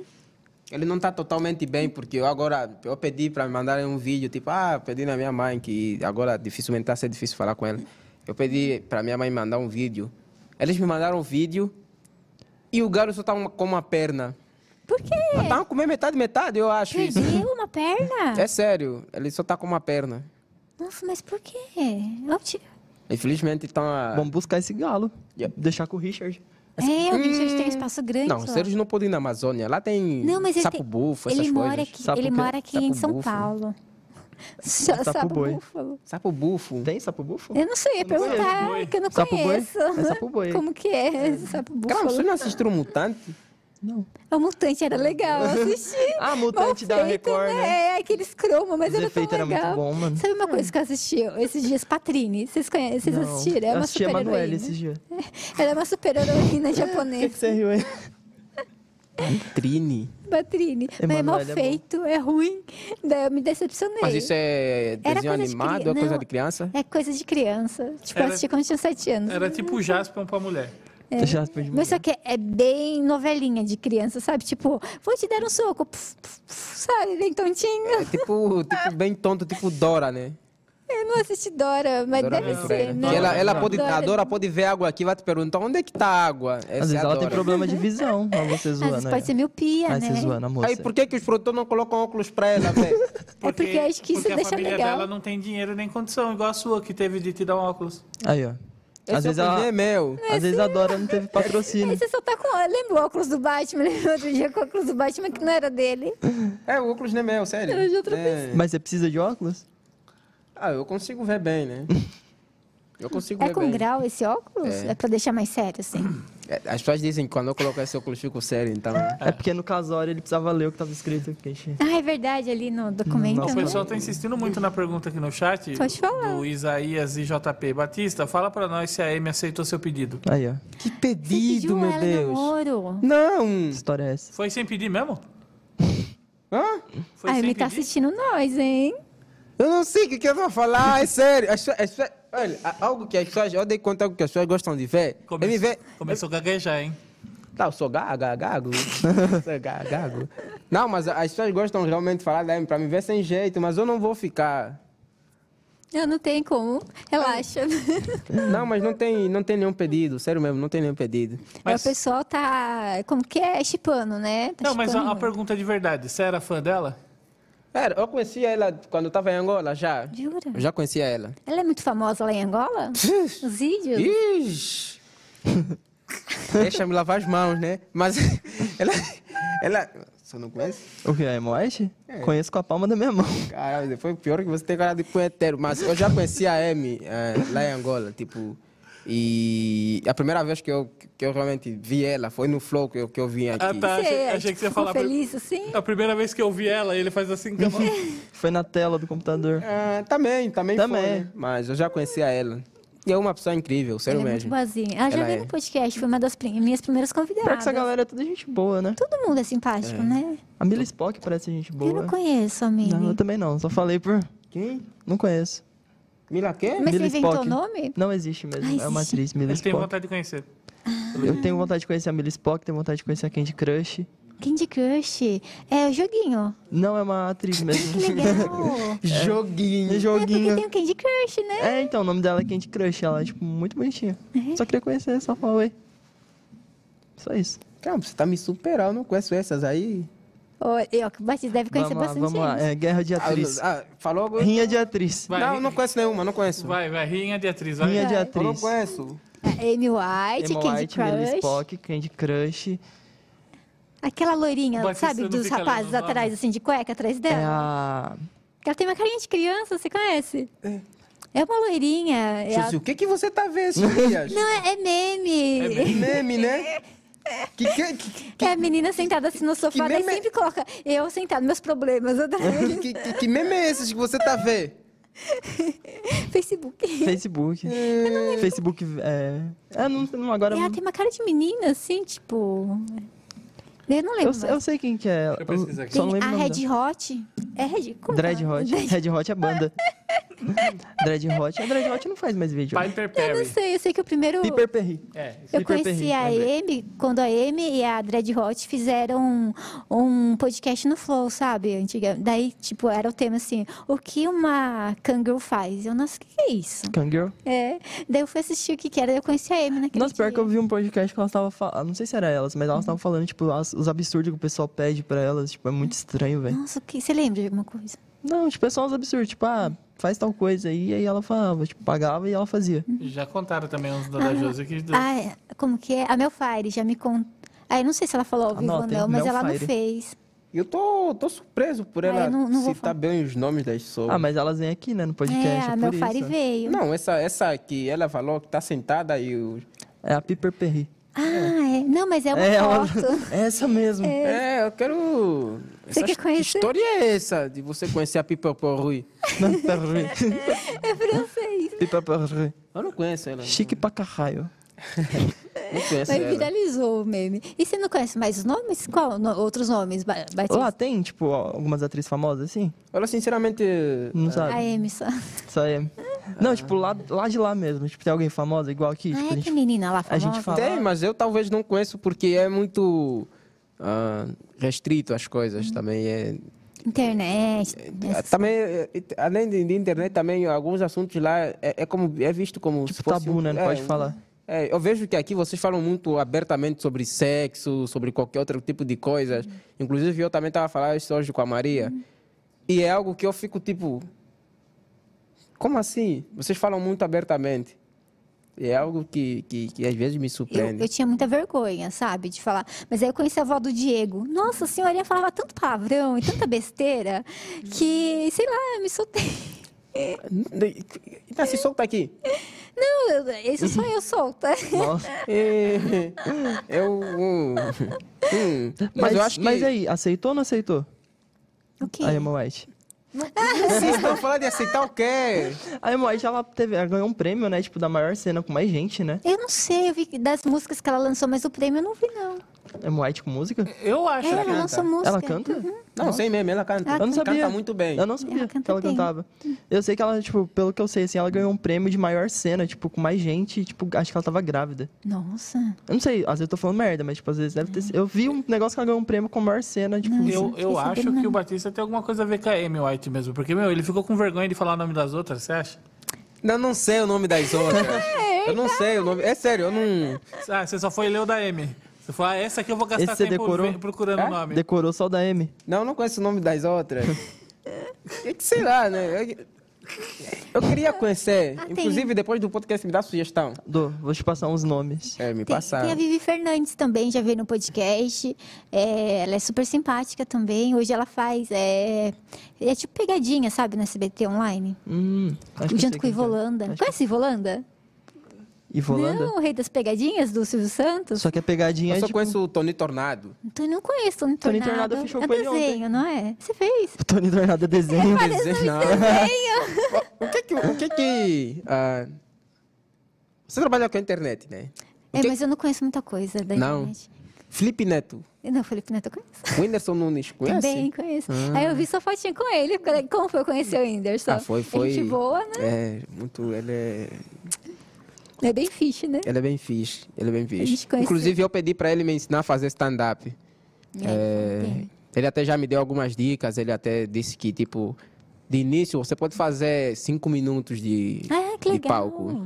C: Ele não tá totalmente bem, porque eu agora eu pedi para me mandarem um vídeo, tipo, ah, pedi na minha mãe, que agora dificilmente tá sendo difícil falar com ela. Eu pedi para minha mãe mandar um vídeo. Eles me mandaram um vídeo e o galo só tá uma- com uma perna.
A: Por quê?
C: Estavam comendo metade, metade, eu acho. isso.
A: Perdeu uma perna?
C: É sério, ele só tá com uma perna.
A: Nossa, mas por quê? Onde-
C: Infelizmente tá estão a.
B: Vamos buscar esse galo.
C: Yeah.
B: Deixar com o Richard.
D: Assim,
A: É, o Richard
D: hum.
A: tem um espaço grande.
C: não,
A: lá.
C: o Sérgio não pode ir na Amazônia. Lá tem
A: Não, mas ele
C: sapo
A: tem-
C: bufo, essas
A: ele mora
C: coisas.
A: aqui,
B: Sapo
A: ele
B: pe-
A: mora aqui em
C: sapo
A: São
C: búfalo.
A: Paulo. [laughs] Sa-
B: Sapo boi.
A: búfalo.
C: Sapo bufo.
B: Tem sapo bufo?
A: Eu não sei, ia
D: não sei,
A: perguntar,
D: boi.
A: que eu não
B: Sapo boi?
A: conheço.
B: É sapo boi.
A: [laughs] Como que é esse sapo
C: Cara, você
A: búfalo?
C: não assistiu o mutante?
B: Não.
A: O mutante era legal, eu assisti.
B: [laughs] Ah,
A: Mal
B: mutante da
A: feito,
B: Record, né?
A: É, aqueles cromos, mas
B: Os
A: era tão
B: efeitos eram muito
A: legal.
B: bom, mano.
A: Sabe uma coisa que eu assisti esses dias? Patrine. Vocês conhecem? Vocês
B: Não.
A: assistiram? É
B: eu
A: uma
B: assisti a
A: super
B: Manuela
A: heroína.
B: esses dias.
A: [laughs] Ela é uma super
B: [laughs]
A: heroína
B: Por que, que
A: japonesa.
B: você riu aí?
C: Trini.
A: Patrine. Mas é mal
B: Emanuele é bom.
A: feito, é ruim. Daí eu me decepcionei.
C: Mas isso é
A: Era
C: desenho
A: coisa de
C: animado,
A: cri-
C: é coisa
A: não.
C: de criança?
A: É coisa de criança. Tipo, eu
D: Era-
A: assisti quando eu tinha 7 anos.
D: Era tipo o Jaspion pra mulher.
A: É
B: Deixa aspas de
A: Mas
B: mulher.
A: só que é bem novelinha de criança, sabe? Tipo, vou te dar um soco. pf, pf, pf, sabe? Bem tontinho.
C: É tipo, tipo bem tonto, tipo Dora, né?
A: Eu não assisti Dora, mas
C: Dora
A: É, deve
C: Aventureira.
A: ser,
C: Que
A: né?
C: Ela, ela pode,
A: Dora.
C: a Dora pode ver água aqui, vai te perguntar onde é que tá a água. Essa
B: Às
C: é
B: vezes
C: a
B: ela tem
C: Dora.
B: problema de visão, mas você
A: Às vezes
B: zoando.
A: pode ser
B: aí,
A: miopia,
B: ó. Aí
A: né?
B: você zoando a moça.
C: Aí, por que, que os produtores não colocam óculos pra ela, velho?
B: [laughs]
A: É porque eu acho que isso
D: porque
A: deixa
D: a família
A: legal.
D: dela não tem dinheiro nem condição, igual a sua, que teve de te dar um óculos.
B: Aí, ó. Às
C: Esse
B: vezes,
C: óculos
B: ela,
C: é meu.
B: às vezes a Dora não teve
A: Aí
B: patrocínio.
A: você só tá com. Lembra o óculos do Batman? [laughs] Lembra outro dia com o óculos do Batman que não era dele?
C: É, o óculos não é meu, sério.
A: Era de outra
C: É.
B: Mas você precisa de óculos?
C: Ah, eu consigo ver bem, né? Eu consigo
A: É
C: ver
A: com
C: bem.
A: grau esse óculos? É, pra deixar mais sério, assim.
C: É, As pessoas dizem que quando eu coloco esse óculos fico sério, então...
B: É porque no casório ele precisava ler o que tava escrito. que tinha-
A: Ah, é verdade, ali no documento.
D: O
A: né?
D: pessoal tá insistindo muito na pergunta aqui no chat.
A: Pode falar.
D: Do Isaías e JP. Batista, fala pra nós se a Amy aceitou seu pedido.
B: Aí, ó.
C: Que
A: Você pediu
C: pedido, meu
A: ela
C: Deus.
A: namoro.
C: Não!
B: Que história é essa?
D: Foi sem pedir mesmo?
C: Hã?
D: Foi
A: a
D: sem
A: Amy tá
D: pedir?
A: assistindo nós, hein?
C: Eu não sei o que, que eu vou falar, é sério. As pessoas- as pessoas- olha, a- algo que as pessoas. Eu dei conta algo que as pessoas gostam de ver.
D: Come-
C: Ele vê.
D: Começou a gaguejar, hein?
C: Tá, eu sou gaga, gago. sou ga- gago. Não, mas a- as pessoas gostam realmente de falar da M pra me ver sem jeito, mas eu não vou ficar.
A: Eu não tem como.
B: [laughs]
A: Relaxa.
C: Não, mas não tem, não tem nenhum pedido, sério mesmo, não tem nenhum pedido.
D: Mas-
A: O pessoal tá. Como que é? Chipando, né? Tá
D: Não, mas
A: chipando
D: a, a
A: muito.
D: pergunta é de verdade, você era fã dela?
C: Era, eu conhecia ela quando eu tava em Angola já.
A: Jura?
C: Eu já conhecia ela.
A: Ela é muito famosa lá em
D: [laughs]
A: Angola? Os vídeos?
C: Ixi! [laughs] Deixa-me lavar as mãos, né? Mas [laughs] ela. Ela. Você não conhece?
B: O que? A Emote?
A: É.
B: Conheço com a palma da minha mão. [laughs]
C: Caralho, foi pior que você ter cara de punheteiro. Mas eu já conheci a Amy eh, lá em Angola, tipo... E a primeira vez que eu, que eu realmente vi ela foi no Flow que eu, que eu vim aqui.
D: Ah, tá.
A: Você
D: Achei- achei que você ia
A: ficou
D: falar Tá. pra-
A: é, tipo, feliz assim?
D: É A primeira vez que eu vi ela, ele faz assim com a
A: [laughs]
D: mão.
B: Foi na tela do computador.
A: É.
C: Ah, também, também,
B: Também.
C: foi. né? Mas eu já conhecia ela. E é uma pessoa incrível, sério
A: Ela é muito
C: mesmo.
A: boazinha. Ela, já
C: Ela
A: veio
C: é.
A: no podcast, foi uma das prim- minhas primeiras
B: Pior
A: convidadas.
B: que essa galera é toda gente boa, né?
A: Todo mundo é simpático, né?
B: A Mila Spock parece gente boa.
A: Eu não conheço a Mimi.
B: Não, eu também não. Só falei por...
C: Quem?
B: Não conheço.
C: Mila quem?
A: Mas você
B: Mila
A: inventou o
B: Spock.
A: nome?
B: Não existe
A: Ah,
B: mesmo. É uma
A: existe.
B: atriz, Mila
D: Ele tem
B: Spock.
D: vontade de conhecer.
B: Eu tenho vontade de conhecer a Mila Spock, tenho vontade de conhecer a Candy Crush.
A: Candy Crush. É joguinho.
B: Não, é uma atriz
A: [laughs]
B: mesmo. [laughs]
A: Que legal.
C: Joguinho.
A: É porque
B: Joguinho.
A: tem o Candy Crush, né?
B: É, então, o nome dela é Candy Crush. Ela é, tipo, muito bonitinha.
A: É?
B: Só queria conhecer, só falar oi. Só isso.
C: Calma, você tá me superando, eu não conheço essas aí.
A: Ô, Eu, o Batista deve conhecer
B: vamos lá,
A: bastante
B: vamos lá.
A: eles.
B: É, guerra de atriz.
C: Ah, ah, falou agora.
B: Rinha de atriz.
D: Tá Vai,
C: Não,
D: ri-
C: não conheço nenhuma, não conheço.
D: Vai, vai, rinha de atriz. Vai.
B: Rinha de
A: É.
C: Eu não
B: atriz.
C: conheço.
A: Amy White,
B: Emma
A: Candy
B: é. White, Meryl
A: Crush.
B: Spock, Candy Crush.
A: Aquela loirinha,
D: O Batista
A: sabe,
D: não
A: dos
D: fica
A: rapazes
D: lendo o
A: atrás,
D: nome.
A: assim, de cueca atrás
B: É
A: dela.
B: a...
A: Ela tem uma carinha de criança, você conhece? É uma loirinha. é a-
C: Jesus, o que que você tá vendo esses
A: [laughs]
C: dias?
A: Não, é, é meme. É,
C: Meme, né? Que, que, que,
A: a menina sentada assim no sofá, daí
C: meme é-
A: sempre coloca eu sentada, meus problemas, atrás.
C: que- que- que meme é esses que você tá
B: É.
C: vendo?
A: [laughs] Facebook.
B: Facebook. Facebook, é... É, não, não, agora...
A: Ela tem uma cara de menina, assim, tipo... Eu não lembro
B: Eu, sei- eu
A: mais.
B: sei quem que é ela.
D: Eu preciso aqui.
B: Só não
A: Tem
B: lembro o
A: a
B: nome dela.
A: Red Hot. É Red... Como que
B: Dread
A: ela- [laughs]
B: Hot. Red Hot é a banda. Dread Hot. A Dread Hot não faz mais vídeo. né?
D: Piper
A: Eu não
D: Perry.
A: sei, eu sei que o primeiro...
B: Piper Perry.
D: É,
A: Eu
B: Piper
A: conheci
B: Perry,
A: a
B: lembrei.
A: Amy quando a Amy e a Dread Hot fizeram um, um podcast no Flow, sabe? Antiga. Daí, tipo, era o tema assim: o que uma kangaroo faz? Eu, nossa, o que, que é isso?
B: Kangaroo.
A: É. Daí eu fui assistir o que, que era, daí eu conheci a Amy naquele
B: Nossa, pior que
A: dia.
B: eu vi um podcast que elas estavam falando. Não sei se era elas, mas elas estavam falando, tipo, as- os absurdos que o pessoal pede pra elas. Tipo, é muito estranho, velho.
A: Nossa, o que... você lembra de alguma coisa?
B: Não, tipo, é só uns absurdos. Tipo, ah, faz tal coisa aí. Aí ela falava, tipo, pagava e ela fazia.
D: Já contaram também uns da, da Josi aqui. Do...
A: Ah, é. como que é? A Melfire já me contou. Ah, eu não sei se ela falou ao vivo ou
B: Anotem,
A: não, mas ela não
B: Melfire.
A: fez.
C: Eu tô, tô surpreso por
A: Ah,
C: ela
A: eu não- não vou
C: citar bem os nomes das pessoas.
B: Ah, mas elas vêm aqui, né, no podcast.
A: é,
B: É,
A: a
B: por
A: Melfire
B: isso.
A: veio.
C: Não, essa, essa que ela falou que tá sentada e o...
B: É a Piper Perry.
A: Ah, é. Não, mas é uma
B: ela-
A: foto.
B: [laughs] é essa mesmo. [laughs]
C: É, eu quero...
A: Você
C: Essa
A: quer
C: his-
A: conhecer?
C: história é essa de você conhecer a Piper Rui?
B: Perry. [laughs]
A: É francês.
B: Piper Perry.
C: Eu não conheço ela.
B: Chique pra caralho.
C: Não
B: É
C: conheço
A: Mas
C: ela.
A: viralizou o meme. E você não conhece mais os nomes? Qual? no- outros nomes, Ba- Batista?
B: Lá tem, tipo, ó, algumas atrizes famosas, assim?
C: Olha, sinceramente... É.
B: Não
A: a
B: sabe?
A: Emerson.
B: Só é. Não, tipo, lá, lá de lá mesmo. Tipo, tem alguém famosa igual aqui? tipo,
A: Ah,
B: a
A: é que
B: gente-
A: menina lá
B: a gente
A: famosa.
B: fala-
C: Tem, mas eu talvez não conheço porque é muito ah, restrito as coisas também. É,
A: Internet. né? essas-
C: também é, é, além de, de internet, também alguns assuntos lá é, é como, é visto como
B: Tipo,
C: se fosse
B: tabu,
C: um-
B: né? Não
C: é,
B: pode
C: um-
B: falar.
C: é, eu vejo que aqui vocês falam muito abertamente sobre sexo, sobre qualquer outro tipo de coisas.
B: Uhum.
C: Inclusive, eu também estava falando isso hoje com a Maria. E é algo que eu fico tipo. Como assim? Vocês falam muito abertamente. É algo que, que, que às vezes me
A: Eu,
C: surpreende.
A: eu tinha muita vergonha, sabe, de falar. Mas aí eu conheci a avó do Diego. Nossa, a senhorinha falava tanto palavrão e tanta besteira que, sei lá, eu me soltei. [laughs]
C: Tá, se
B: [laughs]
C: solta aqui. [laughs]
A: Não, eu- isso sou eu solta. [laughs]
B: Nossa.
C: É, eu. hum, hum. Mas,
B: Mas,
C: eu acho que.
B: mas é aí, aceitou ou não aceitou
A: O quê?
B: a Emma White?
C: Vocês estão falando de aceitar o quê?
B: A Emma White, ela, teve, ela ganhou um prêmio, né? Tipo, da maior cena com mais gente, né?
A: Eu não sei, eu vi que- das músicas que ela lançou, mas o prêmio eu não vi, não.
B: Emma White com música?
D: Eu acho
A: É, ela Ah,
D: que...
A: lançou
C: canta?
A: música. uhum.
B: Ela canta?
C: Não, sei mesmo, ela canta.
A: Ela
B: Eu não sabia.
C: Canta muito bem.
B: Eu não sabia
A: Ela
B: que
A: canta
B: ela
A: bem.
B: cantava. Eu sei que ela, tipo, pelo que eu sei, assim, ela ganhou um prêmio de maior cena, tipo, com mais gente. Tipo, acho que ela tava grávida.
A: Nossa.
B: Eu não sei, às vezes eu tô falando merda, mas, tipo, às vezes deve ter... sido- Eu vi um negócio que ela ganhou um prêmio com a maior cena, tipo...
D: Eu, eu
A: Isso é
D: acho
A: bem-
D: que o Batista tem alguma coisa a ver com a Amy White mesmo. Porque, meu, ele ficou com vergonha de falar o nome das outras, você acha?
C: Eu não sei o nome
A: [laughs]
C: das outras. Eu não sei o nome. É sério, eu não.
D: Ah, você só foi ler o da Amy. Você falou, ah, essa aqui eu vou gastar
B: Esse você
D: tempo
B: decorou?
D: ve- procurando o nome.
B: Decorou só da M.
C: Não, eu não conheço o nome das
A: [laughs]
C: outras. É que sei lá, né? Eu, eu queria conhecer.
A: Ah, tem.
C: Inclusive, depois do podcast, me dá sugestão.
B: Dô, vou te passar uns nomes.
C: É, me
A: Tem,
C: passar.
A: tem a Vivi Fernandes também, já veio no podcast. É, ela é super simpática também. Hoje ela faz. É, é tipo pegadinha, sabe, na SBT online.
B: Hum, acho que eu sei
A: junto com
B: quem que é.
A: Ivolanda.
B: Acho que-
A: Conhece Ivolanda?
B: Ivolanda?
A: Não, o rei das pegadinhas do Silvio Santos?
B: Só que a pegadinha
C: Eu
B: é
C: só
B: tipo...
C: conheço o Tony Tornado.
A: Então, eu não conheço, Tony
B: Tony
A: Tornado.
B: Tornado fechou
A: é
B: com ele ontem.
A: desenho, não é? Você fez?
B: [laughs] Tony Tornado é desenho.
C: Desenho,
A: um
C: não. [laughs] o que que... O que que ah, você trabalha com a internet, né? O
A: É,
C: que-
A: mas eu não conheço muita coisa da
C: Não.
A: internet.
C: Felipe Neto.
A: Não, Felipe Neto, eu conheço.
C: O Whindersson Nunes, conhece?
A: Também conheço.
B: Ah.
A: Aí eu vi sua fotinha com ele. porque- Como foi conhecer o Whindersson?
C: Ah, foi, foi.
A: Gente boa, né?
C: É, muito. Ele é,
A: É bem fixe, né?
C: ele é bem fixe. Ele é bem
A: gente
C: fixe.
A: conhece-
C: Inclusive, eu pedi pra ele me ensinar a fazer stand-up.
A: E aí,
C: É,
A: tem.
C: ele até já me deu algumas dicas, ele até disse que, tipo, de início você pode fazer cinco minutos de,
A: Ah, que
C: de
A: legal.
C: palco.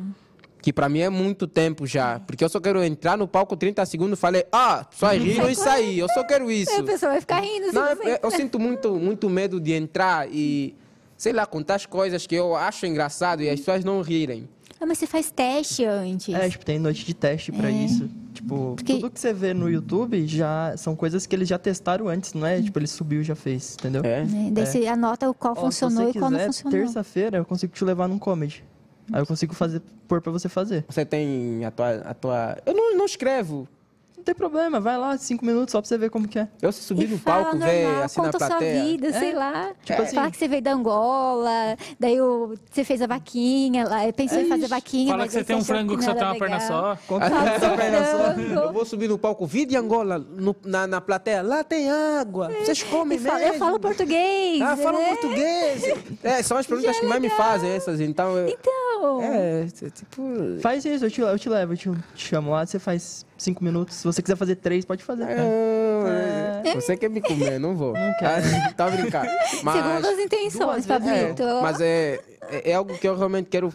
C: Que pra mim é muito tempo já. Porque eu só quero entrar no palco 30 segundos e falei, ah, só riram e
A: é."
C: sair. Eu só quero
A: Aí
C: isso.
A: a pessoa vai ficar rindo. assim,
C: Não, é-
A: assim.
C: é- eu sinto muito, muito medo de entrar e, sei lá, contar as coisas que eu acho engraçado e as pessoas não rirem.
A: Ah, mas você faz teste antes.
B: É, tipo, tem noite de teste pra isso. Tipo,
A: É. Porque-
B: tudo que você vê no YouTube já são coisas que eles já testaram antes, não é? Tipo, ele subiu e já fez, entendeu?
C: É.
A: né? Daí você anota o qual
B: Ó, se
A: funcionou
B: você
A: e qual não
B: quiser,
A: funcionou.
B: Terça-feira eu consigo te levar num comedy. Aí eu consigo fazer, pôr pra você fazer.
C: Você tem a tua. A tua... Eu não, não escrevo.
B: Não tem problema, vai lá, cinco minutos, só pra você ver como que é.
C: Eu se subir
A: E
C: no
A: fala
C: palco,
A: normal,
C: ver assim na
A: conta sua
C: plateia. [laughs] É.
A: vida, sei lá.
B: tipo assim.
A: Fala que você veio da Angola, daí o- você fez a vaquinha lá, é, pensou
C: É
A: em fazer vaquinha.
E: Fala
A: mas
E: que você
A: aí
E: tem um
A: achou
E: frango que
A: não
E: só tem
A: era
E: uma perna
A: legal.
E: só.
B: Conta
A: Fala
B: essa
A: que
B: perna
A: você
B: só.
A: é
C: Eu
A: frango.
C: vou subir no palco, vi de Angola, no- na, na plateia, lá tem água, vocês comem
A: É, E
C: É mesmo.
A: fala- Eu falo português.
C: Ah, falam
A: né?
C: português. É, são as perguntas que mais me fazem essas, então... Eu,
A: Então,
C: é, t- tipo...
B: Faz isso, eu te, eu te levo, eu te, te chamo lá, você faz cinco minutos. Se você quiser fazer três, pode
A: É.
B: fazer. né? cara.
C: é, Você quer me comer, não vou. Não quero. [laughs] Tá brincando.
A: segundo as
C: Mas,
A: intenções,
C: é,
A: Pablito.
C: mas é, é, é algo que eu realmente quero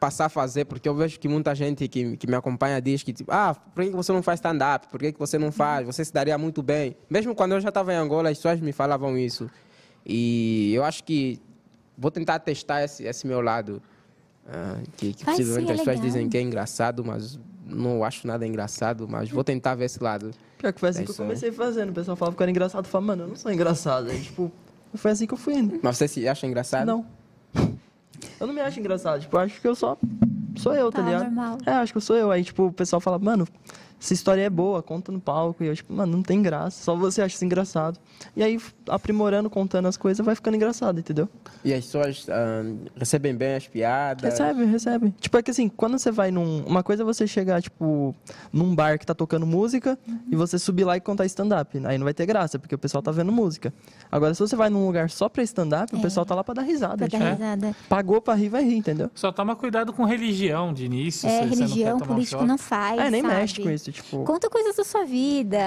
C: passar a fazer, porque eu vejo que muita gente que, que me acompanha diz que, tipo, ah, por que que você não faz stand-up? Por que que você não faz? Você se daria muito bem. Mesmo quando eu já estava em Angola, as pessoas me falavam isso. E eu acho que vou tentar testar esse, esse meu lado. ah, que que
A: Vai sim,
C: possivelmente
A: é
C: as pessoas
A: legal.
C: dizem que é engraçado, mas não acho nada engraçado, mas vou tentar ver esse lado.
B: Pior que foi assim
C: É
B: que eu
C: isso aí.
B: comecei fazendo. O pessoal falava que eu era engraçado. Eu falava, mano, eu não sou engraçado. Aí, tipo, foi assim que eu fui indo.
C: Mas você se acha engraçado?
B: Não. Eu não me acho engraçado. Tipo, eu acho que eu só. Sou eu, tá,
A: Tá,
B: ligado?
A: normal.
B: É, acho que eu sou eu. Aí, tipo, o pessoal fala, mano, essa história é boa, conta no palco. E eu, tipo, mano, não tem graça. Só você acha isso engraçado. E aí, aprimorando, contando as coisas, vai ficando engraçado, entendeu?
C: E as pessoas ah, recebem bem as piadas?
B: É. Recebe, recebe. Tipo, é que assim, quando você vai num. Uma coisa é você chegar, tipo, num bar que tá tocando música e você subir lá e contar stand-up. Aí não vai ter graça, porque o pessoal tá vendo música. Agora, se você vai num lugar só pra stand-up, o pessoal tá lá pra dar risada.
A: pra
B: tipo,
A: dar
E: É?
A: risada.
B: Pagou pra rir, vai rir, entendeu?
E: Só toma cuidado com religião de início.
A: É,
E: se você
A: religião,
E: não quer tomar um
A: político
E: choque.
A: não faz.
B: é, nem
A: sabe?
B: mexe com isso, tipo.
A: Conta coisas da sua vida,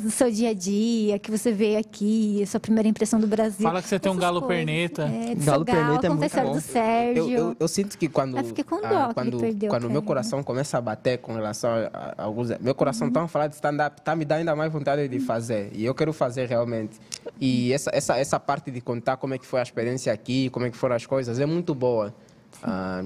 A: do seu dia a dia, que você veio aqui, sua primeira impressão do Brasil.
E: Fala que você tem um
A: Essas
E: galo
A: coisas.
E: perneta.
A: É, do seu galo,
B: Galo perneta
A: conta
B: é
A: a
B: muito
A: história
B: bom.
A: do Sérgio.
C: Eu, eu, eu sinto que quando.
A: Eu fiquei com dó que ele
C: quando
A: perdeu,
C: quando meu
A: cara.
C: coração começa a bater com relação a, a alguns. Meu
A: Uhum.
C: coração tão falar de stand-up, tá me dando ainda mais vontade de fazer. E eu quero fazer realmente. E essa, essa, essa parte de contar como é que foi a experiência aqui, como é que foram as coisas, é muito boa. Ah,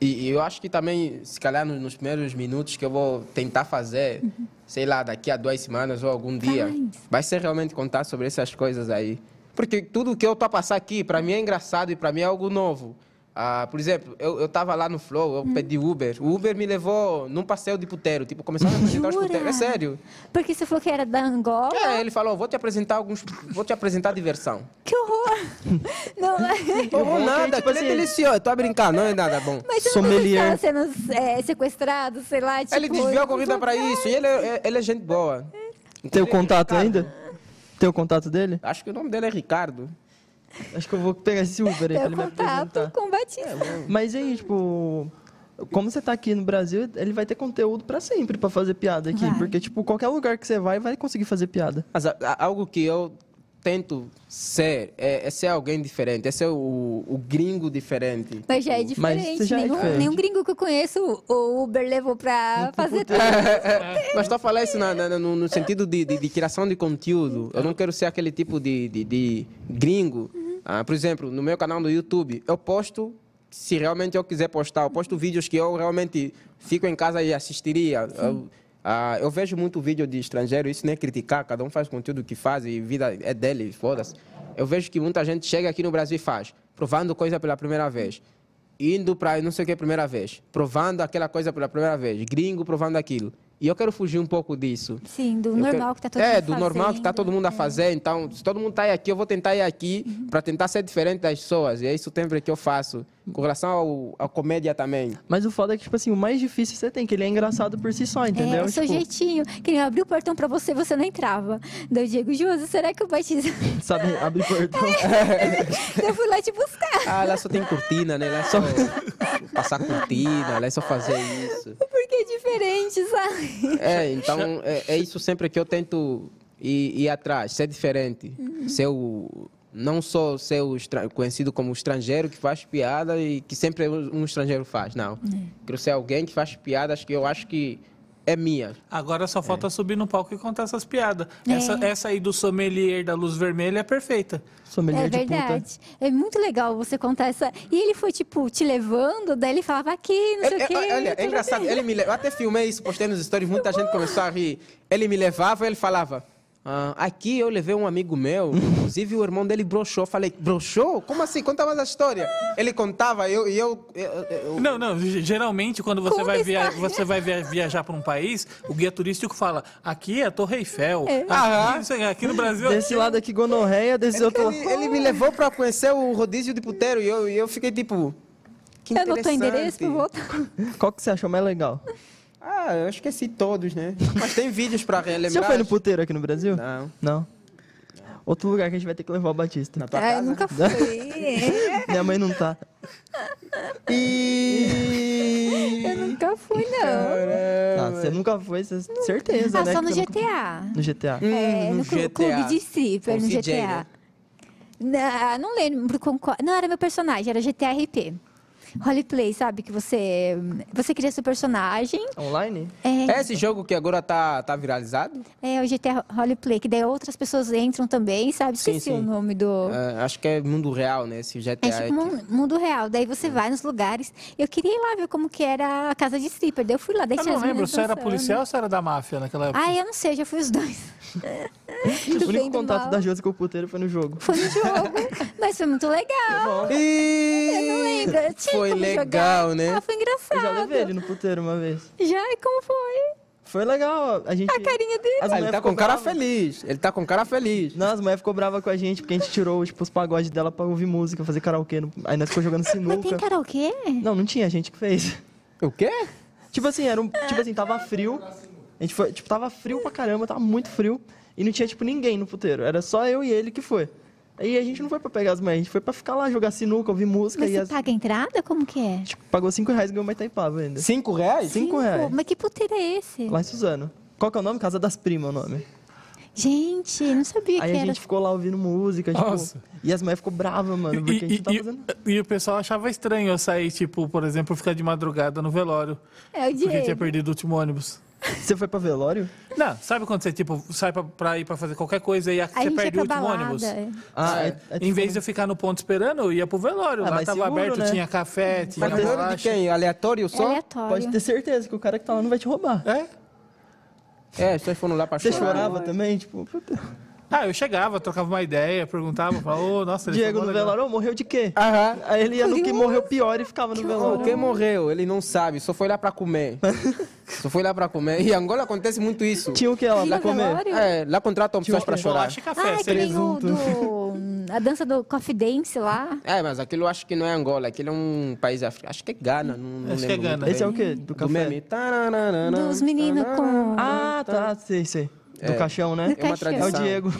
C: e, e eu acho que também, se calhar no- nos primeiros minutos que eu vou tentar fazer, sei lá, daqui a duas semanas ou algum dia,
A: Uhum. Faz.
C: vai ser realmente contar sobre essas coisas aí. Porque tudo que eu tô a passar aqui, para mim é engraçado e para mim é algo novo. Ah, por exemplo, eu, eu tava lá no Flow, eu pedi Uber. O Uber me levou num passeio de puteiro, tipo, começaram a apresentar os
A: Jura?
C: puteiros. É sério.
A: Porque você falou que era da Angola.
C: É, ele falou, vou te apresentar alguns, vou te apresentar diversão.
A: Que horror!
C: [laughs]
A: Não, mas,
C: Não vou
B: bom que,
C: nada,
B: tipo
C: aquilo é
B: assim-
C: delicioso, tô a brincar, não é nada bom.
A: mas você não
B: Sommelier.
A: está sendo é, sequestrado, sei lá, tipo...
C: Ele desviou a corrida para isso, e ele, é- ele é gente boa.
B: Tem o contato ainda? Tem o contato dele?
C: Acho que o nome dele é Ricardo.
B: Acho que eu vou pegar esse Uber aí pra
A: Teu
B: ele me
A: contato
B: apresentar.
A: com o
C: É,
A: Batista.
B: Mas e aí, tipo. Como você tá aqui no Brasil, ele vai ter conteúdo pra sempre pra fazer piada aqui.
A: Vai.
B: Porque, tipo, qualquer lugar que você vai, vai conseguir fazer piada.
C: Mas a- a- algo que eu tento ser é, é ser alguém diferente, é ser o, o gringo diferente.
A: Mas já é
C: Tipo,
B: Mas
A: diferente.
B: você já é
A: nenhum,
B: diferente.
A: nenhum gringo que eu conheço, o Uber levou pra fazer tudo.
C: É, Mas estou a falar isso na- na- no, no sentido de, de- de criação de conteúdo. Eu não quero ser aquele tipo de, de- de gringo. Ah, por exemplo, no meu canal no YouTube, eu posto, se realmente eu quiser postar, eu posto vídeos que eu realmente fico em casa e assistiria. Eu, ah, eu vejo muito vídeo de estrangeiro, isso nem é criticar, cada um faz o conteúdo que faz e vida é dele, foda-se. Eu vejo que muita gente chega aqui no Brasil e faz, provando coisa pela primeira vez indo para não sei o que primeira vez, provando aquela coisa pela primeira vez, gringo provando aquilo. E eu quero fugir um pouco disso.
A: Sim, do
C: Eu
A: normal
C: quero-
A: que tá todo
C: é,
A: mundo
C: do normal que tá
A: fazendo. é.
C: todo mundo a fazer. Então, se todo mundo tá aí aqui, eu vou tentar ir aqui
A: Uhum.
C: para tentar ser diferente das pessoas. E é isso sempre que eu faço. Com relação ao, à comédia também.
A: [laughs]
B: Mas o foda é que, tipo assim, o mais difícil você tem, que ele é engraçado por si só, entendeu?
A: É, o seu
B: Tipo,
A: jeitinho. Que nem eu abri o portão pra você, você não entrava. Daí eu digo, Josi, será que o Batista...
B: Sabe, abre
A: [laughs]
B: portão.
A: É Daí [laughs] eu fui lá te buscar.
C: Ah, lá só tem cortina, né? Lá é
A: [laughs]
C: só passar cortina, lá é só fazer isso.
A: Porque é diferente, sabe?
C: É, então é, é isso sempre que eu tento e ir atrás, ser diferente.
A: Uhum.
C: Ser o, não só ser o estra- conhecido como estrangeiro que faz piada e que sempre um um estrangeiro faz, não.
A: É.
C: Quero ser alguém que faz piadas que eu acho que é minha.
E: Agora só falta
B: É.
E: subir no palco e contar essas piadas.
A: É.
E: Essa, essa aí do sommelier da luz vermelha é perfeita.
B: Sommelier
A: É
B: de puta.
A: verdade. É muito legal você contar essa. E ele foi, tipo, te levando, daí ele falava aqui, não sei
C: Ele-
A: o quê.
C: é- olha,
A: tá
C: é engraçado,
A: bem.
C: ele me le- eu até filmei isso, postei nos stories, muita gente começou a rir. Ele me levava ele falava. "Ah, aqui eu levei um amigo meu, inclusive o irmão dele broxou. Falei, broxou? Como assim? Conta mais a história. Ele contava, eu. E eu, eu- eu-
E: Não, não, g- geralmente quando você
A: Conta
E: vai,
A: a
E: via-
A: história.
E: você vai via- viajar para um país, o guia turístico fala: aqui é a Torre Eiffel. Aqui,
A: Ah,
C: Aham.
E: isso- aqui no Brasil. é-
B: Desse lado aqui, gonorreia, desse outro...
C: É ele, ele me levou para conhecer o rodízio de puteiro e eu, e eu fiquei tipo. Que
A: Eu não tô endereço,
C: interessante."
A: eu vou voltar.
B: Qual que você achou mais legal?
C: Ah, eu esqueci todos, né? Mas tem vídeos para relembrar.
B: Você já foi no puteiro aqui no Brasil?
C: Não.
B: Não. Outro lugar que a gente vai ter que levar o Batista.
C: tua
A: Ah, eu nunca fui.
B: Minha mãe não tá.
C: E.
A: eu nunca fui, não.
C: É,
A: É,
B: Ah, você nunca foi, você- certeza,
A: Ah,
B: né?
A: só
B: que
A: no
B: você nunca-
A: GTA.
B: No GTA.
A: É,
C: Hum,
A: no clu- clube de stripper,
C: Com
A: no
C: CJ,
A: GTA.
C: né?
A: Não, não lembro com qual. Não era meu personagem, era GTA RP. Roleplay, sabe? Que você. Você cria seu personagem.
B: Online?
A: É,
C: É esse jogo que agora tá, tá viralizado?
A: é o GTA Roleplay, que daí outras pessoas entram também, sabe?
C: Sim,
A: Esqueci
C: sim.
A: o nome do.
C: Ah, acho que é mundo real, né? Esse GTA.
A: É tipo
C: aqui.
A: mu- mundo real. Daí você vai nos lugares. Eu queria ir lá ver como que era a casa de stripper. Daí eu fui lá, daí
E: Eu
A: tinha
E: não
A: as
E: lembro
A: meninas
E: se era
A: dançando.
E: policial ou se era da máfia naquela época.
A: Ah, eu não sei, já fui os dois. [laughs] Do
B: o
A: bem e
B: único
A: do
B: contato
A: mal.
B: da Josi com o puteiro foi no jogo.
A: Foi no jogo, mas foi muito legal.
C: E...
A: Eu não lembro. Eu tinha
C: Foi
A: como jogar.
C: legal, né?
A: Ah, foi
B: Eu já
A: engraçado.
B: levei ele no puteiro uma vez.
A: Já, e como foi?
B: Foi legal, a gente...
A: A carinha dele.
B: As
C: Ah,
B: mulher
C: ele tá
B: ficou
C: com cara
B: brava.
C: feliz. Ele tá com cara feliz.
B: Não, as mulheres ficou brava com a gente, porque a gente tirou, tipo, os pagodes dela pra ouvir música, fazer karaokê. no- Aí nós ficou
A: [laughs]
B: jogando
A: Mas tem
B: sinuca.
A: karaokê?
B: Não, não tinha a gente que fez.
C: O quê?
B: Tipo assim, era um, tipo assim, tava frio. A gente foi, tipo, tava frio pra caramba, tava muito frio. E não tinha, tipo, ninguém no puteiro. Era só eu e ele que foi. Aí a gente não foi pra pegar as mães, a gente foi pra ficar lá, jogar sinuca, ouvir música.
A: Mas
B: e
A: você tá
B: as-
A: paga a entrada? Como que é?
B: a gente pagou 5 reais e ganhou uma Itaipava ainda.
C: Cinco reais?
B: Cinco reais.
A: Mas que puteiro é esse?
B: Lá em Suzano. Qual que é o nome? Casa das Primas é o nome.
A: Gente, não sabia
B: Aí
A: que
B: a
A: era.
B: gente ficou lá ouvindo música, tipo...
E: Nossa.
B: E as mulheres ficou bravas, mano, porque a gente
E: E,
B: não tava
E: e-
B: fazendo...
E: e- e o pessoal achava estranho eu sair, tipo, por exemplo, ficar de madrugada no velório.
A: É o
E: Porque tinha
A: Diego.
E: perdido o último ônibus.
B: Você foi pra velório?
E: Não, sabe quando você, tipo, sai pra, pra ir pra fazer qualquer coisa e a-
A: A
E: você
A: gente ia
E: perde o
A: pra
E: último
A: balada.
E: ônibus?
B: Ah, é, é
E: Em vez de eu ficar no ponto esperando, eu ia pro velório.
B: Ah,
E: Lá
B: mas
E: tava
B: seguro,
E: aberto,
B: né?
E: tinha café, tinha
C: Mas
E: bolacha.
C: de quem? Aleatório
A: É
C: só?
A: aleatório.
B: Pode ter certeza que o cara que tá lá não vai te roubar.
E: É?
C: É, as pessoas foram lá pra
B: Você
C: chorar.
B: chorava também? Tipo, puta.
E: Ah, eu chegava, trocava uma ideia, perguntava, falava, ô, nossa, ele
B: Diego
E: foi
B: no
E: legal.
B: velório, "Ô, morreu de quê?
C: Aham.
B: Aí ele ia no que
A: Curioso.
B: morreu pior e ficava no
C: Oh,
B: velório.
C: quem morreu? Ele não sabe, só foi lá
B: [laughs]
C: pra comer. só foi lá pra comer. E em Angola acontece muito isso.
B: Tinha um o que lá
A: Sim,
B: pra
A: no
B: comer?
A: velório.
C: É, lá contratam pessoas pra chorar.
E: Bolacha e café.
A: Ah, é que
E: seria-
A: nem o do... A dança do Coffee Dance lá.
C: É, mas aquilo eu acho que não é Angola, aquilo é um país africano. Acho que é Gana, não, não
E: Acho que é
C: lembro muito
E: Gana.
C: bem.
B: Esse é o quê? Do
C: Do meme.
B: café?
C: Taranana,
A: Dos meninos com...
B: Ah, tá, sei, sei. Do caixão, né?
A: É uma
B: É o
A: tradição.
B: Diego.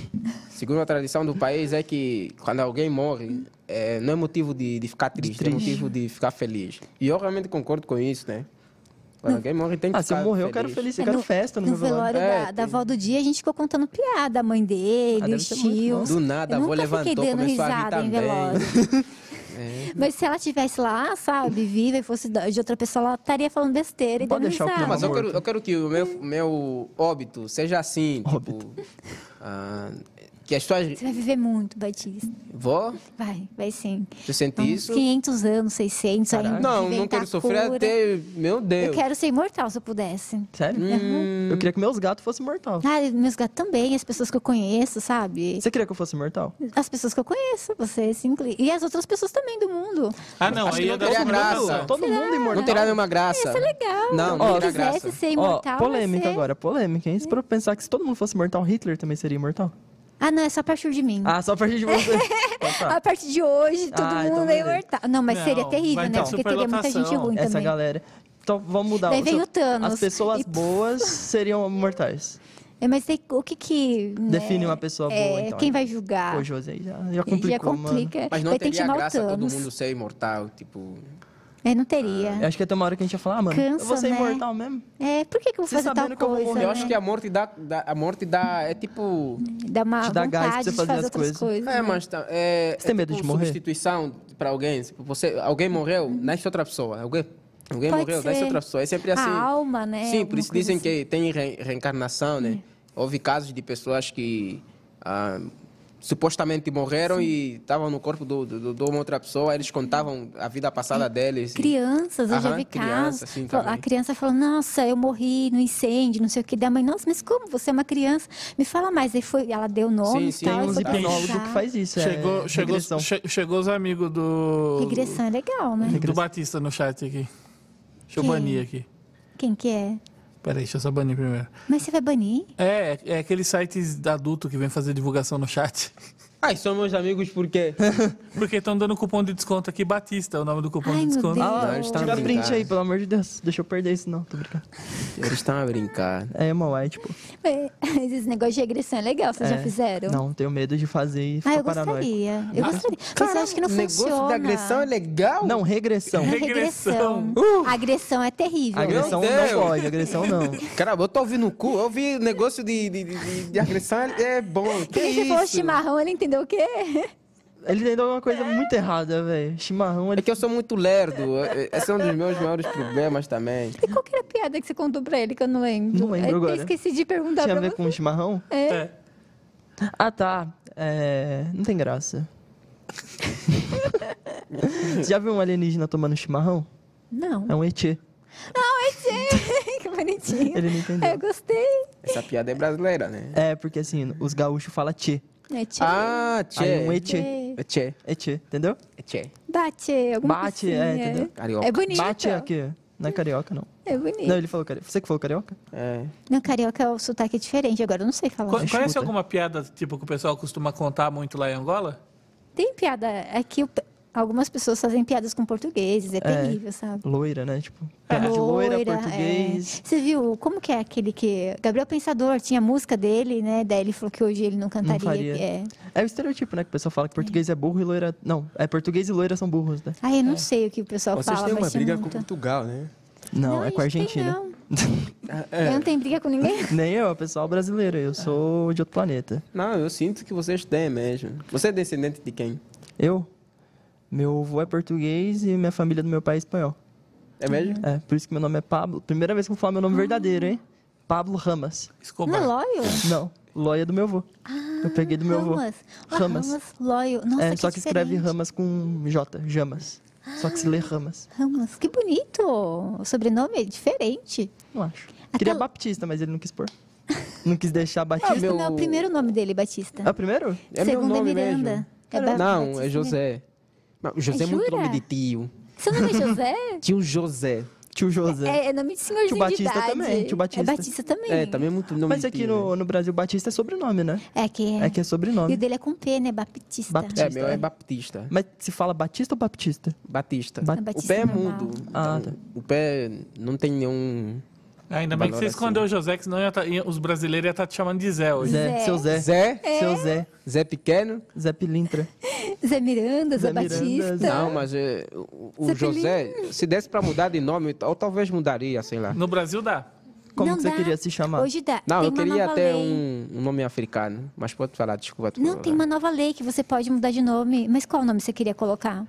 C: Segundo a tradição do país é que quando alguém morre, é, não é motivo de, de ficar triste, é motivo de ficar feliz. E eu realmente concordo com isso, né? Quando alguém morre, tem que
B: Ah, se
C: ficar
B: eu morrer, eu quero
C: feliz.
B: feliz, eu quero
A: É, no-
B: festa no
A: no
B: meu velório.
A: velório
C: É,
A: da, da avó do dia, a gente ficou contando piada. A mãe
B: Ah,
A: dele,
B: deve
A: os
B: ser muito bom.
A: tios.
C: Do nada, a
A: eu
C: avó
A: nunca fiquei
C: levantou,
A: dando
C: começou a rir
A: risada em
C: também.
A: velório.
B: [laughs]
C: [laughs]
A: Mas se ela estivesse lá, sabe, viva e fosse da- de outra pessoa, ela estaria falando besteira e
B: Pode
A: dando
B: deixar o
A: risada.
B: clima
C: Mas eu quero,
B: morto.
C: eu quero que o meu, meu óbito seja assim, tipo... ah, que as pessoas...
A: Você vai viver muito, Batista.
C: Vó,
A: Vai, vai sim.
C: tu sente
A: Uns
C: isso?
A: 500 anos, 600, aí
C: Não, não
A: inventar
C: quero sofrer
A: cura.
C: até... Meu
A: Eu
C: Deus.
A: quero ser imortal, se eu pudesse.
B: Sério?
A: Hum.
B: Eu queria que meus gatos fossem mortal.
A: Ah, meus gatos também, as pessoas que eu conheço, sabe?
B: Você queria que eu fosse mortal?
A: As pessoas que eu conheço, você se inclui. E as outras pessoas também do mundo.
E: Ah, não, aí
C: que
E: ia
C: não
E: dar
C: teria
E: um
C: graça.
E: mundo.
B: Todo mundo
C: Não
B: imortal.
C: terá nenhuma graça.
A: Isso é legal.
C: Não,
A: se
C: não
A: eu
C: terá
A: quisesse
C: graça.
A: ser
B: Ó,
A: imortal.
B: polêmica
A: você...
B: agora, polêmica, hein? Se pra pensar que se todo mundo fosse mortal, Hitler também seria imortal.
A: Ah, não, é só a partir de mim.
B: Ah, só
A: [laughs]
B: a partir de você. Então tá.
A: A partir de hoje, todo
B: Ah, então
A: mundo é
B: beleza.
A: imortal. Não, mas
E: Não,
A: seria terrível,
E: vai
A: né?
E: ter
B: então,
A: Porque teria muita gente
E: superlotação.
A: ruim
B: Essa
A: também.
B: galera. Então vamos mudar.
A: Daí vem o Thanos.
B: As pessoas
A: E-
B: boas seriam mortais.
A: É, mas tem- o que que... né,
B: Define uma pessoa
A: é,
B: boa, então.
A: Quem vai julgar?
B: Pô, José, já, já
A: Já
B: complicou, mano.
A: complica.
C: Mas não
A: vai ter que
C: teria
A: chamar o
C: graça todo
A: Thanos.
C: mundo ser imortal, tipo...
A: É, não teria.
B: Eu acho que até uma hora que a gente ia falar, ah, mano,
A: Cansa,
B: eu vou ser
A: né?
B: imortal mesmo.
A: É, por que, que eu vou
B: Você
A: fazer tal
B: sabendo que é eu vou
A: coisa?
B: morrer,
C: Eu
A: né?
C: acho que a morte dá, dá- a morte dá é tipo
A: Dá uma
B: te dá
A: vontade
B: gás pra você
A: de
B: fazer
A: fazer
B: as
A: outras
B: coisas.
A: coisas.
C: É, mas tá- é,
B: Você tem
C: é
B: medo
C: tipo
B: de morrer?
C: substituição para alguém. Tipo, você, alguém morreu, nasce outra pessoa. Alguém, alguém
A: Hum. Pode
C: morreu,
A: ser.
C: nasce outra pessoa. É sempre assim.
A: A alma, né?
C: Sim, por
A: Alguma
C: isso
A: coisa
C: dizem
A: assim. É.
C: que tem re- reencarnação, né? Houve casos de pessoas que ah, supostamente morreram e estavam no corpo do- do- do- de uma outra pessoa. Eles contavam a vida passada deles.
A: Crianças, eu já
C: Aham,
A: vi
C: criança,
A: casos.
C: assim,
A: Fal- a
C: também.
A: criança falou, nossa, eu morri no incêndio, não sei o que. Da mãe, nossa, mas como? Você é uma criança. Me fala mais. Aí foi, ela deu nome
C: Sim,
A: e tal.
B: Tem
A: eu
B: uns
A: fui
B: hipnólogos
A: pesquisar.
B: que faz isso.
D: Chegou,
B: é
D: chegou,
B: regressão.
D: che- chegou os amigos do.
A: Regressão é legal, né?
D: Do Batista no chat aqui. Deixa eu
A: Quem?
D: banir aqui.
A: Quem que é?
D: Peraí, deixa eu só banir primeiro.
A: Mas você vai banir?
D: É, é aquele site adulto que vem fazer divulgação no chat. [laughs]
C: Ai, são meus amigos por quê?
D: Porque estão dando cupom de desconto aqui, Batista, é o nome do cupom
A: Ai,
D: de
A: meu
D: desconto.
A: Deus.
B: Ah,
C: Não, eles tavam
B: tira print
C: brincando.
B: aí, pelo amor de Deus. Deixa eu perder isso, não. Tô brincando.
C: Eles estão a brincar.
B: É Emma White, pô.
A: [laughs] É, Mas esse negócio de regressão é legal, vocês já
B: É.
A: fizeram?
B: Não, tenho medo de fazer e
A: Ah,
B: ficar
A: eu
B: paranoico.
A: gostaria. Eu gostaria. Mas eu acho que não
C: o negócio
A: funciona.
C: da agressão é legal?
B: Não, regressão.
A: É Regressão. Agressão é terrível.
B: Agressão
C: Meu
B: não
C: Deus.
B: pode, agressão não.
C: Cara, eu tô ouvindo o cu, eu ouvi o negócio de, de, de, de agressão, é bom.
A: Que
C: Que
A: nem você falou assim,
C: isso?
A: chimarrão, ele entendeu o quê?
B: Ele tem alguma coisa muito errada, velho. Chimarrão,
C: É
B: ele...
C: que eu sou muito lerdo, é- esse é um dos meus maiores problemas também.
A: E qual que era a piada que você contou pra ele que eu não lembro?
B: Não lembro
A: eu
B: agora.
A: Eu esqueci de perguntar
B: tinha a
A: pra
B: ver
A: você.
B: com chimarrão?
A: É.
B: Ah, tá. É... Não tem graça. Você já viu um alienígena tomando chimarrão?
A: Não.
B: É um ET.
A: Não, é Jay. [laughs] que bonitinho.
B: Ele não entendeu.
A: Ah, Eu gostei.
C: Essa piada é brasileira, né?
B: É, porque assim, os gaúchos falam tchê.
A: É Jay.
C: Ah, tchê.
B: Aí um ET.
C: É tchê,
B: É tchê, entendeu?
C: é tchê.
A: Bate, alguma
B: Bate,
A: coisinha.
B: é, entendeu?
C: Carioca.
A: É bonito.
B: Bate aqui. Não é carioca, não.
A: É bonito.
B: Não, ele falou carioca. Você que falou carioca?
C: É.
A: Não, carioca, o sotaque é diferente. Agora eu não sei falar.
E: Co-
B: Escuta.
E: Conhece alguma piada tipo que o pessoal costuma contar muito lá em Angola?
A: Tem piada. Aqui o- algumas pessoas fazem piadas com portugueses. É, terrível, sabe?
B: Loira, né? Tipo, piada de loira, português.
A: é. Você viu como que é aquele que. Gabriel Pensador tinha a música dele, né? Daí ele falou que hoje ele não cantaria.
B: faria.
A: É.
B: É. o estereotipo, né? Que o pessoal fala que português é burro e loira. Não, é português e loira são burros, né?
A: Ah, eu não sei o que o pessoal fala, mas tinha muito.
C: Portugal, né?
B: Não, é com a
A: gente tem
B: Argentina. É.
A: não.
C: É,
A: Eu não tenho briga com
B: [laughs]
A: ninguém.
B: Nem eu, é o pessoal brasileiro. Eu sou de outro planeta.
C: Não, eu sinto que vocês têm mesmo. Você é descendente de quem?
B: Eu? Meu avô é português e minha família do meu pai é espanhol.
C: É mesmo?
B: É, por isso que meu nome é Pablo. Primeira vez que eu vou falar meu nome
A: Ah.
B: verdadeiro, hein? Pablo Ramas.
A: Não é
E: Escobar.
A: Loyal?
B: Não, Loia é do meu avô. eu peguei do meu avô.
A: Ramas. Ah,
B: Ramas.
A: Ramas, Loyal. Nossa,
B: é,
A: que
B: só que escreve
A: diferente.
B: Ramas com J, Jamas. Só que se lê Ramas.
A: Ramas, que bonito. O sobrenome é diferente.
B: Não acho.
A: Até
B: Queria
A: o-
B: Baptista, mas ele não quis pôr. Não quis deixar
A: então- [laughs] Ah,
B: Batista.
A: Esse não é o
C: meu-
A: primeiro nome dele, Batista.
B: É o primeiro?
C: É meu
A: Segundo é
C: nome
A: Miranda.
C: mesmo.
A: É Ba-
C: Não,
A: Batista
C: é José. Mas o José é muito
A: né? Jura?
C: nome de tio.
A: Seu nome é
B: [laughs]
A: José?
C: Tio José.
B: Tio José.
A: é, é nome de senhorzinho
B: Tio
A: de
B: Batista
A: idade.
B: também, tio Batista.
A: É Batista também.
C: É, também é muito nome
B: mas
C: de
B: aqui
C: tio, né?
B: no, no Brasil, Batista é sobrenome, né?
A: É que é.
B: É que é
A: E o
B: sobrenome.
A: dele é com P, né? Baptista.
B: Baptista.
C: É, meu é Baptista.
B: Mas se fala Batista ou Baptista?
C: Batista.
B: Bat-
A: É
C: O
A: Batista tá.
C: pé é
A: normal.
C: mudo.
B: Ah,
C: Então, O pé não tem nenhum.
E: Ah, Ainda bem que
C: Valor
E: você escondeu
C: assim.
E: o José, que senão ia tá- ia- os brasileiros iam estar te chamando de Zé hoje.
B: Zé,
A: Zé.
B: seu Zé.
C: Zé?
A: É.
B: Seu Zé.
C: Zé pequeno?
B: Zé Pilintra.
A: Zé Miranda, Zé,
B: Zé Miranda,
A: Batista.
B: Zé-
C: Não, mas é, o, o
A: Zé
C: José, se desse pra mudar de nome, ou talvez mudaria, sei lá.
E: No Brasil dá.
B: Como
A: Não
B: que você
A: dá.
B: queria se chamar?
A: Hoje dá.
C: Não,
A: tem
C: eu
A: uma
C: queria
A: nova
C: até
A: lei.
C: um, um nome africano, mas pode falar, desculpa.
E: Tipo,
C: tu-
A: Não, tem
E: né?
A: uma nova lei que você pode mudar de nome. Mas qual nome você queria colocar?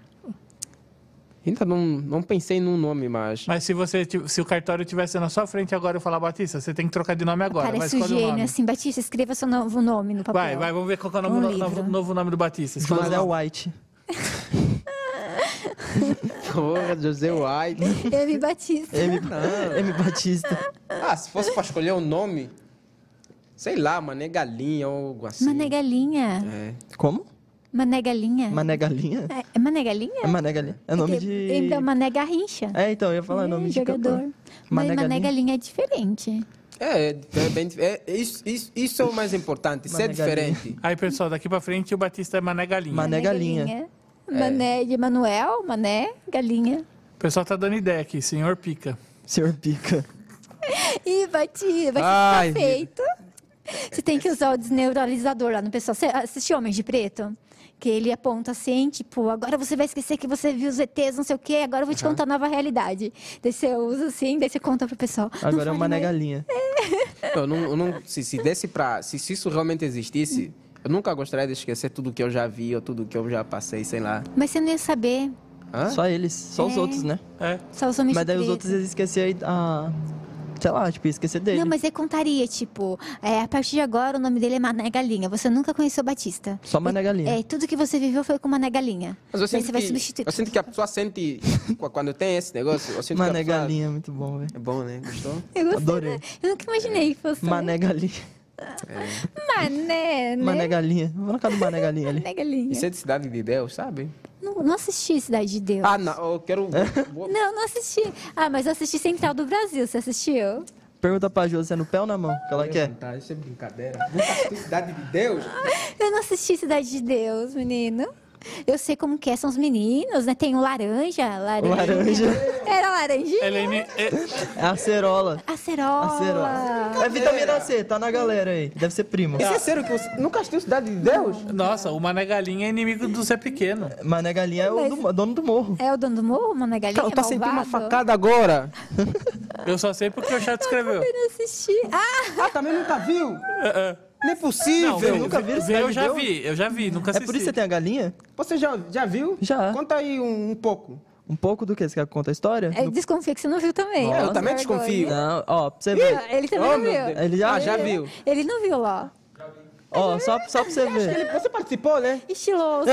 C: Ainda não, não pensei num nome, mas.
E: Mas se você ti- se o cartório tivesse na sua frente agora eu falar Batista, você tem que trocar de nome agora. vai,
A: Parece um
E: escolhe o
A: gênio,
E: nome.
A: assim. Batista, escreva seu novo nome no papel.
E: Vai, vai, vamos ver qual que é o
A: Um
E: nome-
A: livro.
E: novo, novo nome do Batista. Escolhe o
B: José
E: nome.
B: White.
C: [laughs] Porra, José White.
A: M. Batista.
B: M... [laughs] M. Batista.
C: Ah, se fosse pra escolher um nome. Sei lá, Mané Galinha ou algo assim.
A: Mané Galinha.
C: É.
B: Como?
A: Mané Galinha.
B: Mané Galinha?
A: É, é Mané Galinha?
B: É Mané Galinha. É nome de...
A: É Mané Garrincha.
B: É, então, eu ia falar
A: É,
B: nome de
A: jogador.
B: cantor.
A: Mas
B: Mané
A: Mané,
B: Galinha.
A: Galinha é diferente.
C: É, é, bem, é isso, isso, isso é o mais importante, ser
B: Mané Galinha.
C: diferente.
E: Aí, pessoal, daqui pra frente o Batista é Mané Galinha.
B: Mané- Galinha. É.
A: Mané de Manuel, Mané Galinha.
E: O pessoal tá dando ideia aqui, senhor Pica.
B: Senhor Pica.
A: Ih, bati, vai
C: Ai,
A: tá feito. Você tem que usar o desneuralizador lá no pessoal. Você assistiu Homens de Preto? Que ele aponta assim, tipo, agora você vai esquecer que você viu os ETs, não sei o quê, agora eu vou te contar a nova realidade. Daí você usa assim, daí você conta pro pessoal. "Não
B: Agora é
A: fale
B: uma
A: mais".
B: negalinha.
C: Eu não, eu não- se, se desse pra. Se, se isso realmente existisse, eu nunca gostaria de esquecer tudo que eu já vi ou tudo que eu já passei, sei lá.
A: Mas você não ia saber.
C: Hã?
B: Ah. Só eles, só os
A: É.
B: outros, né?
E: É.
A: Só os homens
B: Mas daí os
A: pretos.
B: outros eles esqueceram a. Sei lá, tipo, ia esquecer dele.
A: Não, mas aí contaria, tipo, é, a partir de agora o nome dele é Mané Galinha. Você nunca conheceu o Batista.
B: Só Mané Galinha.
A: É, tudo que você viveu foi com Mané Galinha.
C: Mas
A: Daí
C: eu sinto,
A: você
C: que,
A: vai substituir.
C: eu sinto que a pessoa sente. qu- Quando tem esse negócio, eu sinto que a
B: Mané
C: pessoa-
B: é Galinha, muito bom, velho.
C: É bom, né? Gostou?
A: Eu gostei,
B: Adorei.
A: né? Eu nunca imaginei que fosse.
B: Mané Galinha.
A: Mané, né?
B: Mané Galinha. Vou na casa do Mané Galinha ali.
A: Mané Galinha.
C: Isso é de cidade de Deus, sabe?
A: né? Não, não assisti Cidade de Deus.
C: Ah, não, eu quero.
B: É. [laughs]
C: vou-
A: Não, não assisti. Ah, mas eu assisti Central do Brasil. Você assistiu?
B: Pergunta pra Jô se é no pé ou na mão, que ela quer.
C: Tá, isso é brincadeira. Nunca assisti cidade de Deus.
A: Eu não assisti Cidade de Deus, menino. Eu sei como que é, são os meninos, né? Tem o laranja, laranja.
B: Laranja.
A: Era laranjinha.
E: Helene, é,
B: É acerola.
A: Acerola.
B: Acerola. É vitamina C, tá na galera aí. Deve ser primo.
C: Isso é sério que você nunca assistiu cidade de Deus?
E: nossa, o Mané Galinha é inimigo do Zé Pequeno.
B: Mané Galinha é o
A: Mas-
B: do- dono do morro.
A: É o dono do morro, Mané Galinha?
C: Eu tô sentindo tá uma
A: é malvado?
C: facada agora.
E: Eu só sei porque o chat escreveu.
A: Eu não assisti. Ah,
C: Ah, também nunca viu? Não é
E: Não,
C: possível.
E: eu
B: nunca viu Cidade
E: Eu
B: de
E: já
B: Deus?
E: vi, eu já vi, nunca
B: É
E: assisti.
B: por isso que você tem a galinha?
C: Você já, já viu?
B: Já.
C: Conta aí um, um pouco.
B: Um pouco do que? Você quer que conta a história?
A: eu desconfio que você não viu também.
C: eu
A: ó,
C: também
A: vergonha. Ah,
C: desconfio.
B: Não, ó, pra você ver.
A: Ele também
C: Oh,
A: não
C: meu
A: viu.
C: Deus.
B: Ele já
C: Ah, já
B: viu.
C: viu.
A: Ele não viu lá.
B: Ó, só, só pra você ver.
C: Ele- você participou, né? [laughs]
A: Estiloso.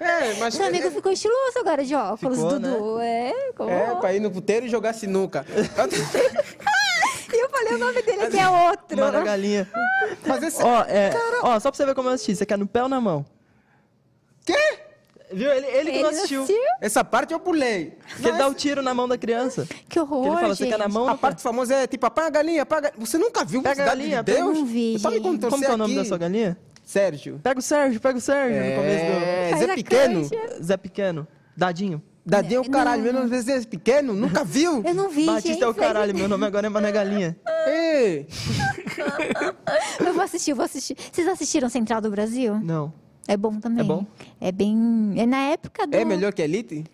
C: É, mas.
A: Seu amigo ficou estiloso agora de óculos,
B: Ficou,
A: Dudu. É, como?
C: É, pra ir no puteiro e jogar sinuca.
A: [laughs] E eu falei o nome dele
B: [laughs]
A: que é outro.
B: Mané Galinha.
C: [laughs] Mas esse.
B: Ó, é, ó, só pra você ver como eu assisti. Você quer no pé ou na mão?
C: Quê?
B: Viu? Ele, ele que não assistiu.
C: Essa parte eu pulei.
B: Que ele dá o tiro na mão da criança.
A: Que horror,
B: Que ele fala,
A: gente.
B: você quer na mão ou
C: A
B: no pé?
C: parte famosa é tipo, apaga a galinha, apaga a galinha. Você nunca viu
B: Pega a
C: Cidade
B: galinha,
C: de Deus?
A: eu não vi,
C: Eu tava me
A: gente.
C: contorcendo
B: Como que é o nome
C: aqui.
B: da sua galinha?
C: Sérgio.
B: Pega o Sérgio, pega o Sérgio no começo
C: É,
A: Faz
C: Zé
A: a
C: Pequeno.
A: canja.
B: do... Zé Pequeno. Dadinho.
C: Dadinho é o caralho, meu nome é Zé Pequeno, nunca viu?
A: Eu não vi,
B: Batista
A: gente.
B: é o caralho, meu nome agora é Mané Galinha.
C: Ei,
A: [laughs] Eu vou assistir, eu vou assistir. Vocês assistiram Central do Brasil?
B: Não.
A: É bom também.
B: É bom?
A: É bem... É na época do...
C: é melhor que Elite?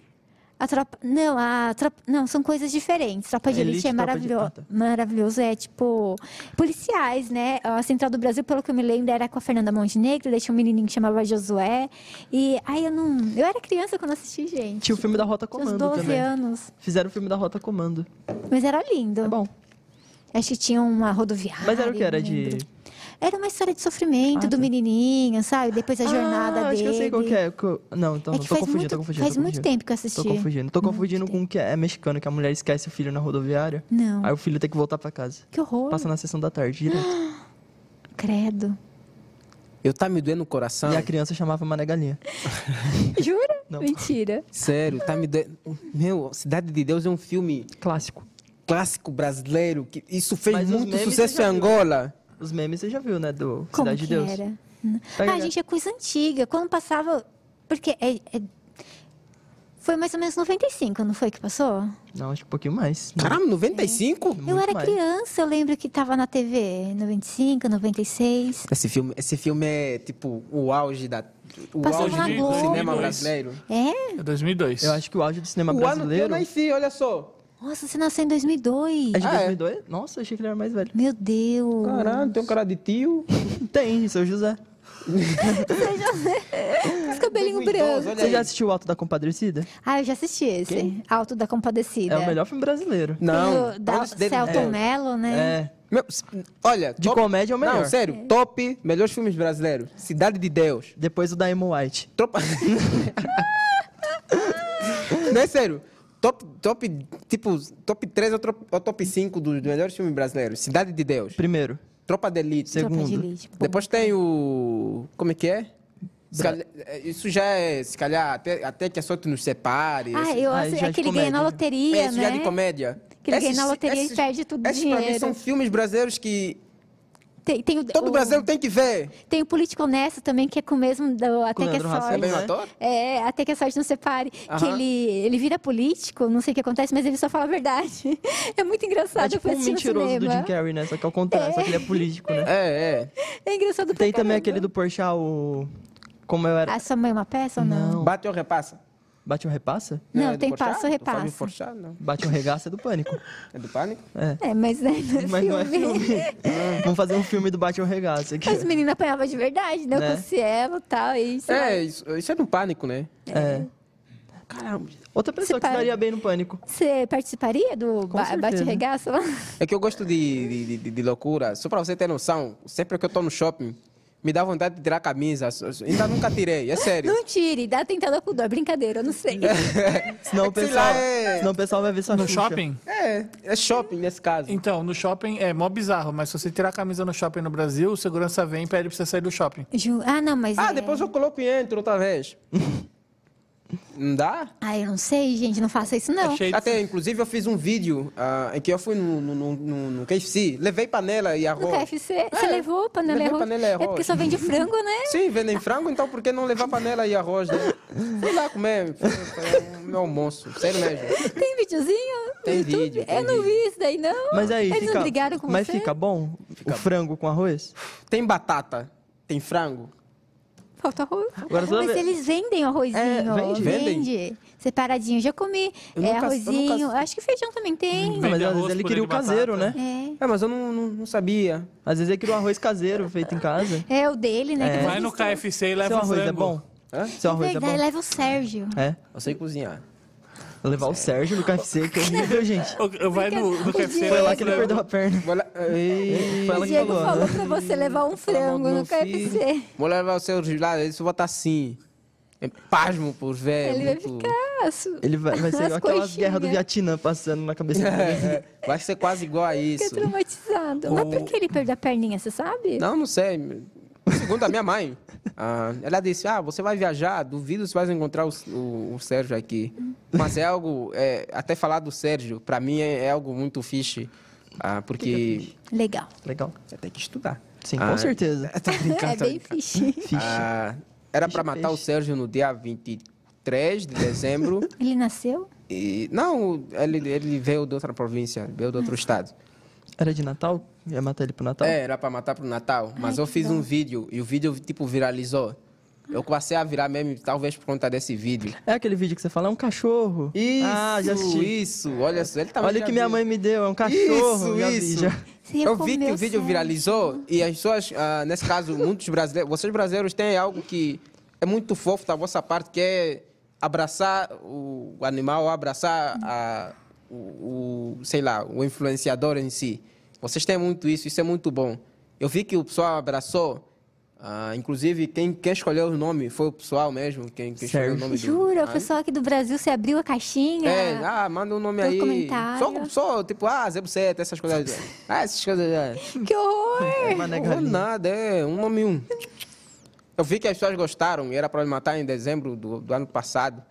A: A tropa... Não, a tropa... Não, são coisas diferentes. Tropa de
B: Elite,
A: Elite, é
B: Tropa de-
A: maravilho...
B: Ah, tá.
A: maravilhoso. É tipo... Policiais, né? A Central do Brasil, pelo que eu me lembro, era com a Fernanda Montenegro. Daí tinha um menininho que chamava Josué. E... Ai, eu não... Eu era criança quando assisti, gente.
B: Tinha o filme da Rota
A: Tinha uns
B: Comando
A: 12
B: também.
A: anos.
B: Fizeram o filme da Rota Comando.
A: Mas era lindo.
B: É bom.
A: Acho que tinha uma rodoviária.
B: Mas era o que? Era
A: eu não
B: de- tá.
A: lembro. Era uma história de sofrimento do menininho, sabe? Depois a jornada
B: ah,
A: dele.
B: acho que eu sei qual que é. que eu- Não, então
A: É
B: não,
A: que
B: tô
A: faz
B: confundindo,
A: muito-
B: tô confundindo.
A: faz
B: tô
A: muito
B: confundindo.
A: tempo que eu assisti.
B: Tô confundindo. Tô
A: Muito
B: confundindo com o que é é mexicano, que a mulher esquece o filho na rodoviária.
A: Não.
B: Aí o filho tem que voltar pra casa.
A: Que horror.
B: Passa na sessão da tarde, direto. [laughs]
A: Credo.
C: Eu tá me doendo o
A: Ah.
C: coração.
B: E a criança chamava Mané Galinha.
A: Jura?
B: Não.
A: Mentira.
C: Sério, tá me doendo. Meu, Cidade de Deus é um filme
B: Clássico.
C: clássico brasileiro. Que isso fez
B: Mas os
C: muito
B: memes
C: sucesso
B: você
C: em
B: já viu.
C: Angola.
B: Os memes você já viu, né? Do
A: Como
B: Cidade
A: que
B: de Deus.
A: era?
B: Pega
A: ah,
B: a-
A: gente, é coisa antiga. Quando passava... Porque é- é- Foi mais ou menos 95, não foi que passou?
B: Não, acho que um pouquinho mais. Não.
C: Caramba, 95?
A: eu
B: Muito
A: era
B: mais.
A: criança, eu lembro que tava na TV. 95, 96.
C: Esse filme, esse filme é tipo o auge da o
A: Passava
C: auge
A: na
C: do
A: Globo.
C: cinema
E: 2002.
C: brasileiro.
A: É?
E: É 2002.
B: Eu acho que o auge do cinema
C: O ano que eu
B: brasileiro.
C: nasci, olha só.
A: Nossa, você nasceu em 2002.
B: É de
C: Ah, é?
B: 2002? Nossa, achei que ele era mais velho.
A: Meu Deus.
C: Caramba, tem um cara de tio.
B: Tem, seu José.
A: Os cabelinhos
C: 2012,
A: brancos.
C: olha
B: Você já
C: aí.
B: assistiu o Alto da Compadrecida?
A: Ah, eu já assisti esse. Alto da Compadecida.
B: É o melhor filme brasileiro.
A: Tem
C: Não.
A: o da
C: olha esse David
A: Celton
C: Bowie.
A: Mello, né?
B: É.
C: Meu, s- olha,
B: De comédia é o melhor.
C: Não, sério, top, melhores filmes brasileiros. Cidade de Deus.
B: Depois o da Emma White.
C: Tropa. Não é sério. Top, top, tipo, top 3 ou top, ou top 5 dos melhores filmes brasileiros. Cidade de Deus.
B: Primeiro.
C: Tropa de Elite.
B: Segu-
A: Tropa de
B: segundo.
A: Elite. Bom,
C: Depois tem o. Como é que é? Se calhar- é, isso já é, se calhar, até, até que a sorte nos separe.
A: Ah,
C: esse-
A: eu
B: Ah,
A: assi-
B: já
A: é
B: de
A: que ele ganha
B: comédia,
A: na
B: né?
A: loteria,
C: esse
A: né?
C: já de comédia.
A: Que ele ganha na loteria e perde tudo o
C: esses pra mim
A: dinheiro.
C: são filmes brasileiros que
A: Tem, tem o,
C: todo
A: o-
C: brasileiro tem que ver.
A: Tem o Político Honesto também, que é com o mesmo do Até que é
B: Leandro Hassum,
A: Sorte.
C: É bem
B: né?
C: ator?
A: É, até que a sorte não separe. Que
C: Aham.
A: ele, ele vira político, não sei o que acontece, mas ele só fala a verdade. [laughs] É muito engraçado.
B: é tipo
A: eu
B: um
A: fui assistir no
B: mentiroso do Jim
A: cinema.
B: Carrey, né? Só que ao contrário, só que ele é político, né?
C: É, é.
A: É engraçado pra
B: [laughs] Tem também
A: caramba.
B: aquele do Porchat, o... Como eu era.
A: A sua mãe é uma peça ou não?
C: Bate ou repassa?
B: Bate um repassa?
A: Não,
C: é do
A: tem
C: Porchat?
A: passo ou
C: Do Fábio
A: repassa.
C: Porchat, não.
B: Bate um regaço é do [laughs] pânico.
C: É do pânico?
A: É, mas, né, no
B: Mas não é
A: filme-
B: filme. [laughs] Vamos fazer um filme do Bate um regaço aqui.
A: As meninas apanhavam de verdade, né?
B: Né?
A: Com o Cielo e tal. E, sei lá,
C: É, isso, isso é do pânico, né?
B: É.
C: Caramba.
B: Outra pessoa que
A: para-
B: daria bem no pânico.
A: Você participaria do ba-
B: certeza.
A: bate-regaço lá?
C: É que eu gosto de, de, de- de loucura. Só pra você ter noção, sempre que eu tô no shopping, me dá vontade de tirar a camisa. Só- só- Ainda nunca tirei, é sério.
A: Não tire, dá tentada com dor. Brincadeira, eu não sei.
B: Senão,
C: É
B: o
C: que sei
B: pessoal,
C: lá, é-
B: senão o pessoal vai ver sua
D: No
B: Xuxa.
D: shopping?
C: É, é shopping nesse caso.
D: Então, no shopping é mó bizarro, mas se você tirar a camisa no shopping no Brasil, o segurança vem e pede pra você sair do shopping.
A: Ju- Ah, não, mas.
C: Ah,
A: é-
C: depois eu coloco e entro outra vez. Não dá?
A: Ah, eu não sei, gente, não faça isso não.
D: É cheio de-
C: Até, inclusive, eu fiz um vídeo ah, em que eu fui no, no, no- no- no KFC, levei panela e
A: No
C: arroz.
A: KFC, você levou panela e
C: Levei
A: arroz?
C: panela e
A: É porque
C: arroz.
A: só vende frango,
C: [laughs]
A: né?
C: Sim, vendem frango, então por que não levar panela e arroz? Né? Fui lá comer, foi, foi o meu almoço, sério mesmo.
A: Tem videozinho no
C: Tem
A: YouTube?
C: vídeo, tem
A: eu não vi isso daí, não.
B: Mas aí,
A: Eles
B: fica...
A: não brigaram com
B: Mas
A: você?
B: fica bom? o frango com arroz?
C: Tem batata, tem frango.
A: Falta arroz.
B: Agora toda
A: É, mas
B: vez-
A: eles vendem o arrozinho.
B: É, vende?
C: Vendem?
A: Vende. Separadinho, já comi.
C: Eu
A: é
C: nunca- eu
A: arrozinho.
C: nunca-
A: Acho que feijão também tem.
B: Não, mas às vezes
E: arroz,
B: ele
E: purê
B: queria o
E: de batata.
B: caseiro, né?
A: É.
C: É, mas eu não, não- não sabia.
B: Às vezes ele queria o arroz caseiro feito em casa.
A: É o dele, né? que
E: Vai
A: vocês
E: no
A: estão-
E: KFC e
B: Seu
E: leva um
B: arroz é
E: frango.
B: bom?
C: Hã?
B: Seu arroz é
A: Verdade,
B: bom?
A: leva o Sérgio.
B: É.
C: Eu sei cozinhar.
B: Levar o Sérgio no KFC, que é horrível, gente.
E: Eu- eu Vai no, no
A: O
E: KFC.
B: Foi
A: Diego-
B: lá que ele perdeu a perna.
C: Vou lá- Ei,
B: Foi ela
A: O
B: que
A: Diego
B: falou.
A: falou pra você levar
C: [laughs]
A: um frango no KFC.
C: Vou levar o seu lá, ele só vai estar assim. É pasmo por ver.
A: Ele vai
C: É muito-
A: ficar. su-
B: Ele vai, vai ser
A: As
B: aquelas guerras do
A: coxinhas.
B: Vietnã passando na cabeça dele.
C: É, é, vai ser quase igual a
A: Fica
C: isso.
A: traumatizado. Mas por que ele perdeu a perninha, você sabe?
C: Não, não sei. Segundo a minha mãe, ah, ela disse: Ah, você vai viajar, duvido se vai encontrar o, o- o Sérgio aqui. Mas é algo, é, até falar do Sérgio, para mim é, é algo muito fixe, ah, porque
A: Legal.
B: Legal.
C: você tem que estudar.
B: Sim,
C: Ah,
B: com
C: [laughs]
B: certeza.
C: Tô brincando,
A: É
C: tô
A: bem
C: brincando.
A: fixe.
B: Ficha.
C: Ah, era
B: Ficha
C: para matar o
B: peixe.
C: Sérgio no dia 23 de dezembro.
A: Ele nasceu?
C: E, não, ele, ele veio de outra província, veio de outro estado.
B: Era de Natal? Ia matar ele pro
A: Então.
B: Natal?
C: É, era pra matar pro Natal, mas eu fiz um vídeo e o vídeo, tipo, viralizou. Eu passei a virar meme, talvez por conta desse vídeo.
B: É aquele vídeo que você fala, é um cachorro.
C: Isso,
B: Ah, já assisti.
C: isso. Olha só, ele tava
B: Olha o que minha mãe me deu, é um cachorro.
C: Isso,
B: já vi,
C: isso.
B: já.
A: Você ia
C: Eu vi
A: comer
C: que o vídeo
A: Sérgio.
C: viralizou e as pessoas, ah, nesse caso, muitos brasileiros, vocês brasileiros têm algo que é muito fofo da vossa parte, que é abraçar o animal, abraçar a, o, o, sei lá, o influenciador em si. Vocês têm muito isso, isso é muito bom. Eu vi que o pessoal abraçou, ah, inclusive quem, quem escolheu o nome foi o pessoal mesmo, quem, quem escolheu o
B: Sérgio.
C: nome do-
A: Jura, o
C: Ah,
A: pessoal aqui do Brasil, você abriu a caixinha.
C: é, ah, manda um nome
A: Tem um
C: aí.
A: comentário.
C: Só, só, tipo, ah, 07, essas coisas. ah, essas coisas. é.
A: Que horror!
B: Mas não é
C: Não vou
B: galinha.
C: nada, é um nome e um. Eu vi que as pessoas gostaram, e era para matar em dezembro do, do ano passado.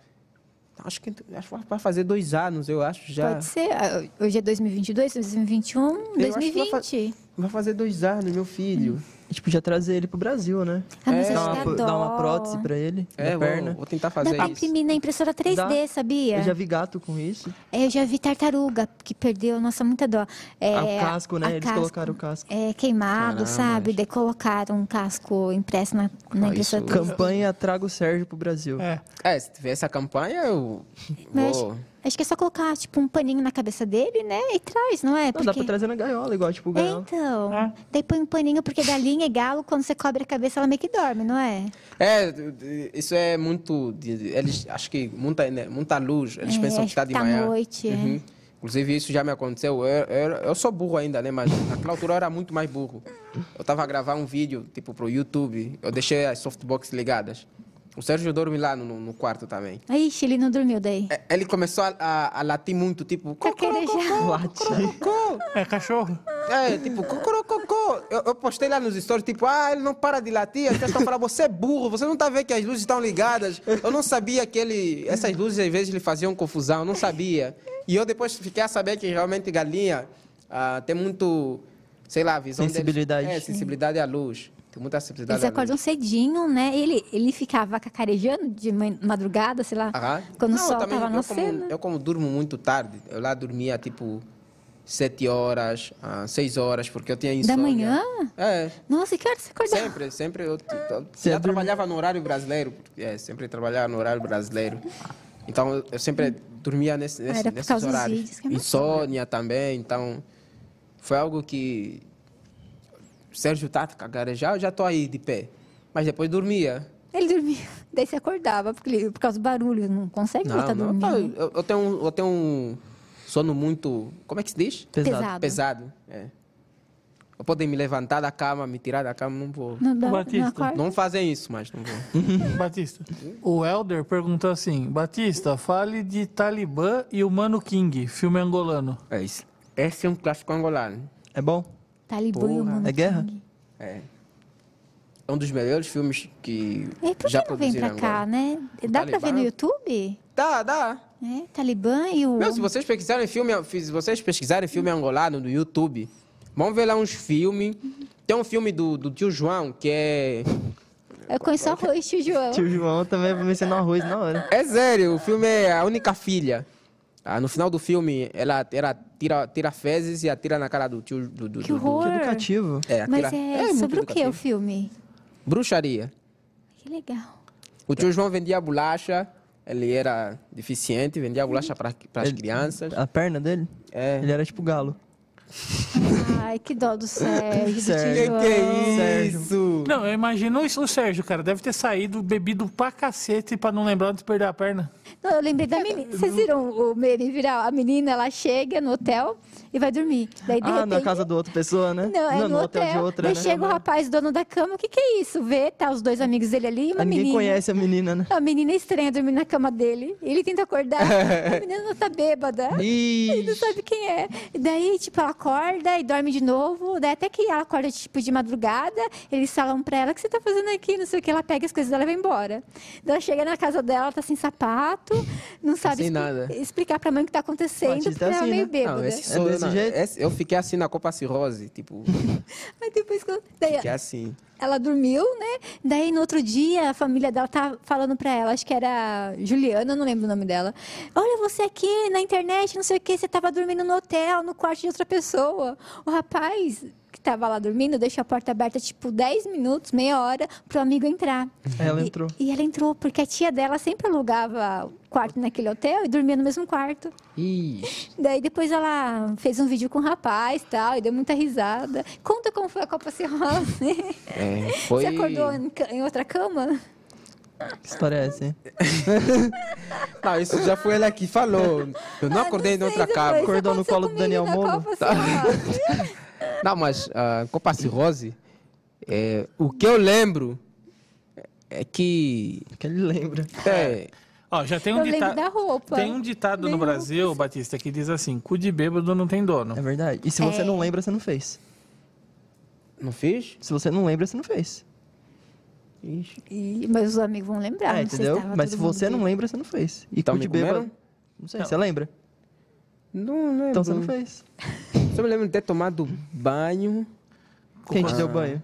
C: Acho que acho que vai fazer dois anos, eu acho já.
A: Pode ser. ah, Hoje é 2022, 2021,
C: Eu acho que vai
A: 2020.
C: fa- Vai fazer dois anos, meu
A: Hum.
C: filho.
B: A gente podia trazer ele pro Brasil, né?
A: Ah, mas
C: É.
A: acho
B: Dar
A: que dá
B: uma, dar uma
A: dó.
B: prótese pra ele, na
C: É, vou,
B: perna.
C: vou tentar
A: Dá
C: fazer
A: pra
C: isso.
A: imprimir na impressora 3D,
B: Dá.
A: sabia?
B: Eu já vi gato com isso.
A: É, eu já vi tartaruga que perdeu, nossa, muita dó. É,
B: Ah, o casco, né?
A: a
B: Eles
A: casco,
B: colocaram o casco.
A: É, queimado,
C: Caramba,
A: sabe? Daí colocaram um casco impresso na, na
C: Ah,
A: impressora
C: isso-
A: 3D.
B: [laughs] Campanha Traga o Sérgio pro Brasil.
D: É.
C: É, se tiver essa campanha, eu
A: Mas
C: vou.
A: Acho que é só colocar, tipo, um paninho na cabeça dele, né? E traz, não é?
B: Não, dá pra trazer na gaiola, igual tipo o
A: É,
B: gaiola.
A: então. Daí põe um paninho, porque galinha e galo, quando você cobre a cabeça, ela meio que dorme, não é?
C: É, isso é muito. de- de- Eles acho que muita, né, muita luz. Eles
A: É,
C: pensam
A: acho
C: que está
A: que
C: de
A: tá
C: manhã. Uhum.
A: noite, é.
C: Inclusive, isso já me aconteceu. Eu, eu, eu sou burro ainda, né? Mas naquela altura eu era muito mais burro. Eu tava a gravar um vídeo, tipo, pro YouTube. Eu deixei as softbox ligadas. O Sérgio dorme lá no, no quarto também.
A: Aí, ele não dormiu daí.
C: É, Ele começou a, a- a latir muito, tipo...
A: Cacarejar.
B: [laughs] Late.
C: "Cocorococô".
B: [laughs]
D: É cachorro.
C: É, tipo, cocorococô. Eu, eu postei lá nos stories, tipo, ah, ele não para de latir. As pessoas estão falando, você é burro, você não tá vendo que as luzes estão ligadas. Eu não sabia que ele. Essas luzes às vezes lhe faziam confusão, eu não sabia. E eu depois fiquei a saber que realmente galinha ah, tem muito, sei lá, visão. deles-
B: Sensibilidade.
C: é, sensibilidade à luz. Tem muita sensibilidade
A: Eles
C: à luz.
A: acordam cedinho, né? Ele, ele ficava cacarejando de man- madrugada, sei lá,
C: Aham.
A: um quando o
C: Ah. Não, eu
A: sol
C: também-
A: tava
C: eu
A: na
C: como,
A: cena.
C: Eu como durmo muito tarde, eu lá dormia tipo sete horas, ah, seis horas, porque eu tinha
A: Da
C: insônia.
A: manhã?
C: É.
A: Nossa, que hora você acordava?
C: Sempre, sempre. Eu, t- t-
B: Você
C: já
B: dorme-
C: trabalhava no horário brasileiro. É, sempre trabalhava no horário brasileiro. Então, eu sempre dormia nesse, nesse,
A: Ah, era por
C: nesses
A: causa dos
C: horários.
A: vídeos que é mais
C: Insônia também. Então, foi algo que... Sérgio Tática, garejar, eu já estou aí de pé. Mas depois dormia.
A: Ele dormia. [laughs] Daí você acordava, porque ele- por causa do barulho. Não consegue
C: Não,
A: estar
C: não,
A: dormindo.
C: tá, eu, eu tenho, um- eu tenho um sono muito... Como é que se diz?
B: Pesado.
A: Pesado.
C: Pesado, é. Eu podem me levantar da cama, me tirar da cama, não vou...
A: Não dá,
E: Batista,
A: não acorda.
C: Não fazem isso, mas não vou.
E: Batista. O Elder perguntou assim: Batista, fale de Talibã e o Mano King, filme angolano.
C: É isso. Esse é um clássico angolano.
B: É bom?
A: Talibã e o
C: Porra.
A: Mano
B: É guerra?
A: King.
C: É. É um dos melhores filmes que
A: E por que
C: já
A: não vem
C: produziram
A: pra cá,
C: agora.
A: né? Dá pra ver
C: Talibã?
A: no YouTube?
C: Dá, dá.
A: É, Talibã e o...
C: Meu, se vocês pesquisarem filme, se vocês pesquisarem filme angolano no YouTube, vão ver lá uns filmes. Tem um filme do, do tio João que é.
A: Eu conheço arroz, tio João.
B: Tio João também vai mexer no arroz na hora.
C: É sério, o filme é a única filha. Ah, no final do filme, ela, ela tira, tira fezes e atira na cara do tio. Do, do,
A: Que
C: do- do-
A: horror.
B: Que educativo.
C: É, atira-
A: Mas é,
C: muito
A: sobre o que o
C: educativo.
A: filme?
C: Bruxaria.
A: Que legal.
C: O tio João vendia bolacha, ele era deficiente, vendia bolacha para as
B: Ele-
C: crianças.
B: A perna dele?
C: É.
B: Ele era tipo galo.
A: Ai, que dó do
B: [laughs]
A: Sérgio, do
B: Sérgio.
A: tio João.
C: isso?
E: Não, eu imagino isso, o Sérgio, cara. Deve ter saído bebido pra cacete pra não lembrar de perder a perna.
A: Não, eu lembrei da menina. Vocês viram o meme viral? A menina, ela chega no hotel e vai dormir. Daí, de
B: Ah,
A: repente...
B: na casa da outra pessoa, né?
A: Não, é
B: no,
A: no hotel.
B: de outra,
A: Daí
B: né?
A: chega o rapaz, dono da cama, o que que é isso? Vê, tá os dois amigos dele ali e uma
B: Ah, Ninguém
A: menina.
B: conhece a menina, né?
A: A menina é estranha dormindo na cama dele. Ele tenta acordar. a menina não tá bêbada. Ele não
B: Ih,
A: sabe quem é. E daí, tipo, ela acorda e dorme de novo. Daí até que ela acorda, tipo, de madrugada, eles falam pra ela, o que você tá fazendo aqui? Não sei o que. Ela pega as coisas dela e vai embora. Daí ela chega na casa dela, tá sem sapato, não sabe
C: sem nada.
A: explicar pra mãe o que tá acontecendo,
B: Batista
A: porque
B: é
A: ela é
B: assim,
A: meio
B: né?
A: bêbada.
C: Não, esse
B: É
C: sou eu,
B: desse
C: não.
B: jeito?
C: Esse- eu fiquei assim na Copa Cirrose, tipo,
A: Aí depois que eu- daí,
C: fiquei assim.
A: ela dormiu, né? Daí no outro dia a família dela tá falando pra ela, acho que era Juliana, eu não lembro o nome dela. Olha você aqui na internet, não sei o que, você tava dormindo no hotel, no quarto de outra pessoa. O rapaz que tava lá dormindo deixou a porta aberta tipo 10 minutos, meia hora pro amigo entrar.
B: ela
A: E-
B: entrou.
A: E, ela entrou porque a tia dela sempre alugava o quarto naquele hotel e dormia no mesmo quarto.
C: Ixi.
A: Daí depois ela fez um vídeo com o rapaz, tal, e deu muita risada. Conta como foi a Copa né? Cirrose.
C: É, foi...
A: Você acordou né? em, ca- em outra cama?
B: Que história é essa, hein?
C: Não, isso já foi ela que falou.
A: Ah,
C: Eu não acordei em outra cama.
B: Acordou no colo do Daniel Moura? Tá.
A: Moura? Assim,
C: Não, mas a Copa Cirrose, é, o que eu lembro é que...
B: Porque ele lembra.
C: É,
E: Ó, já tem
A: ó.
E: um
A: eu lembro
E: ditado.
A: da roupa.
E: Tem um ditado
A: Bem
E: no Brasil, Batista, que diz assim: cu de bêbado não tem dono.
B: É verdade. E se você
A: É.
B: não lembra, você não fez.
C: não fiz?
B: Se você não lembra, você não fez.
C: Ixi.
A: Ih, mas os amigos vão lembrar.
B: é,
A: Ah, não sei
B: entendeu?
A: tava
B: Mas se
A: todo mundo
B: você não
A: bêbado.
B: lembra, você não fez. E
C: Então
B: cu de
C: me comeram?
B: bêbado. Não sei, você lembra?
C: Não lembro.
B: Então você não fez.
C: Só me lembro de ter tomado banho.
B: Quem te deu banho?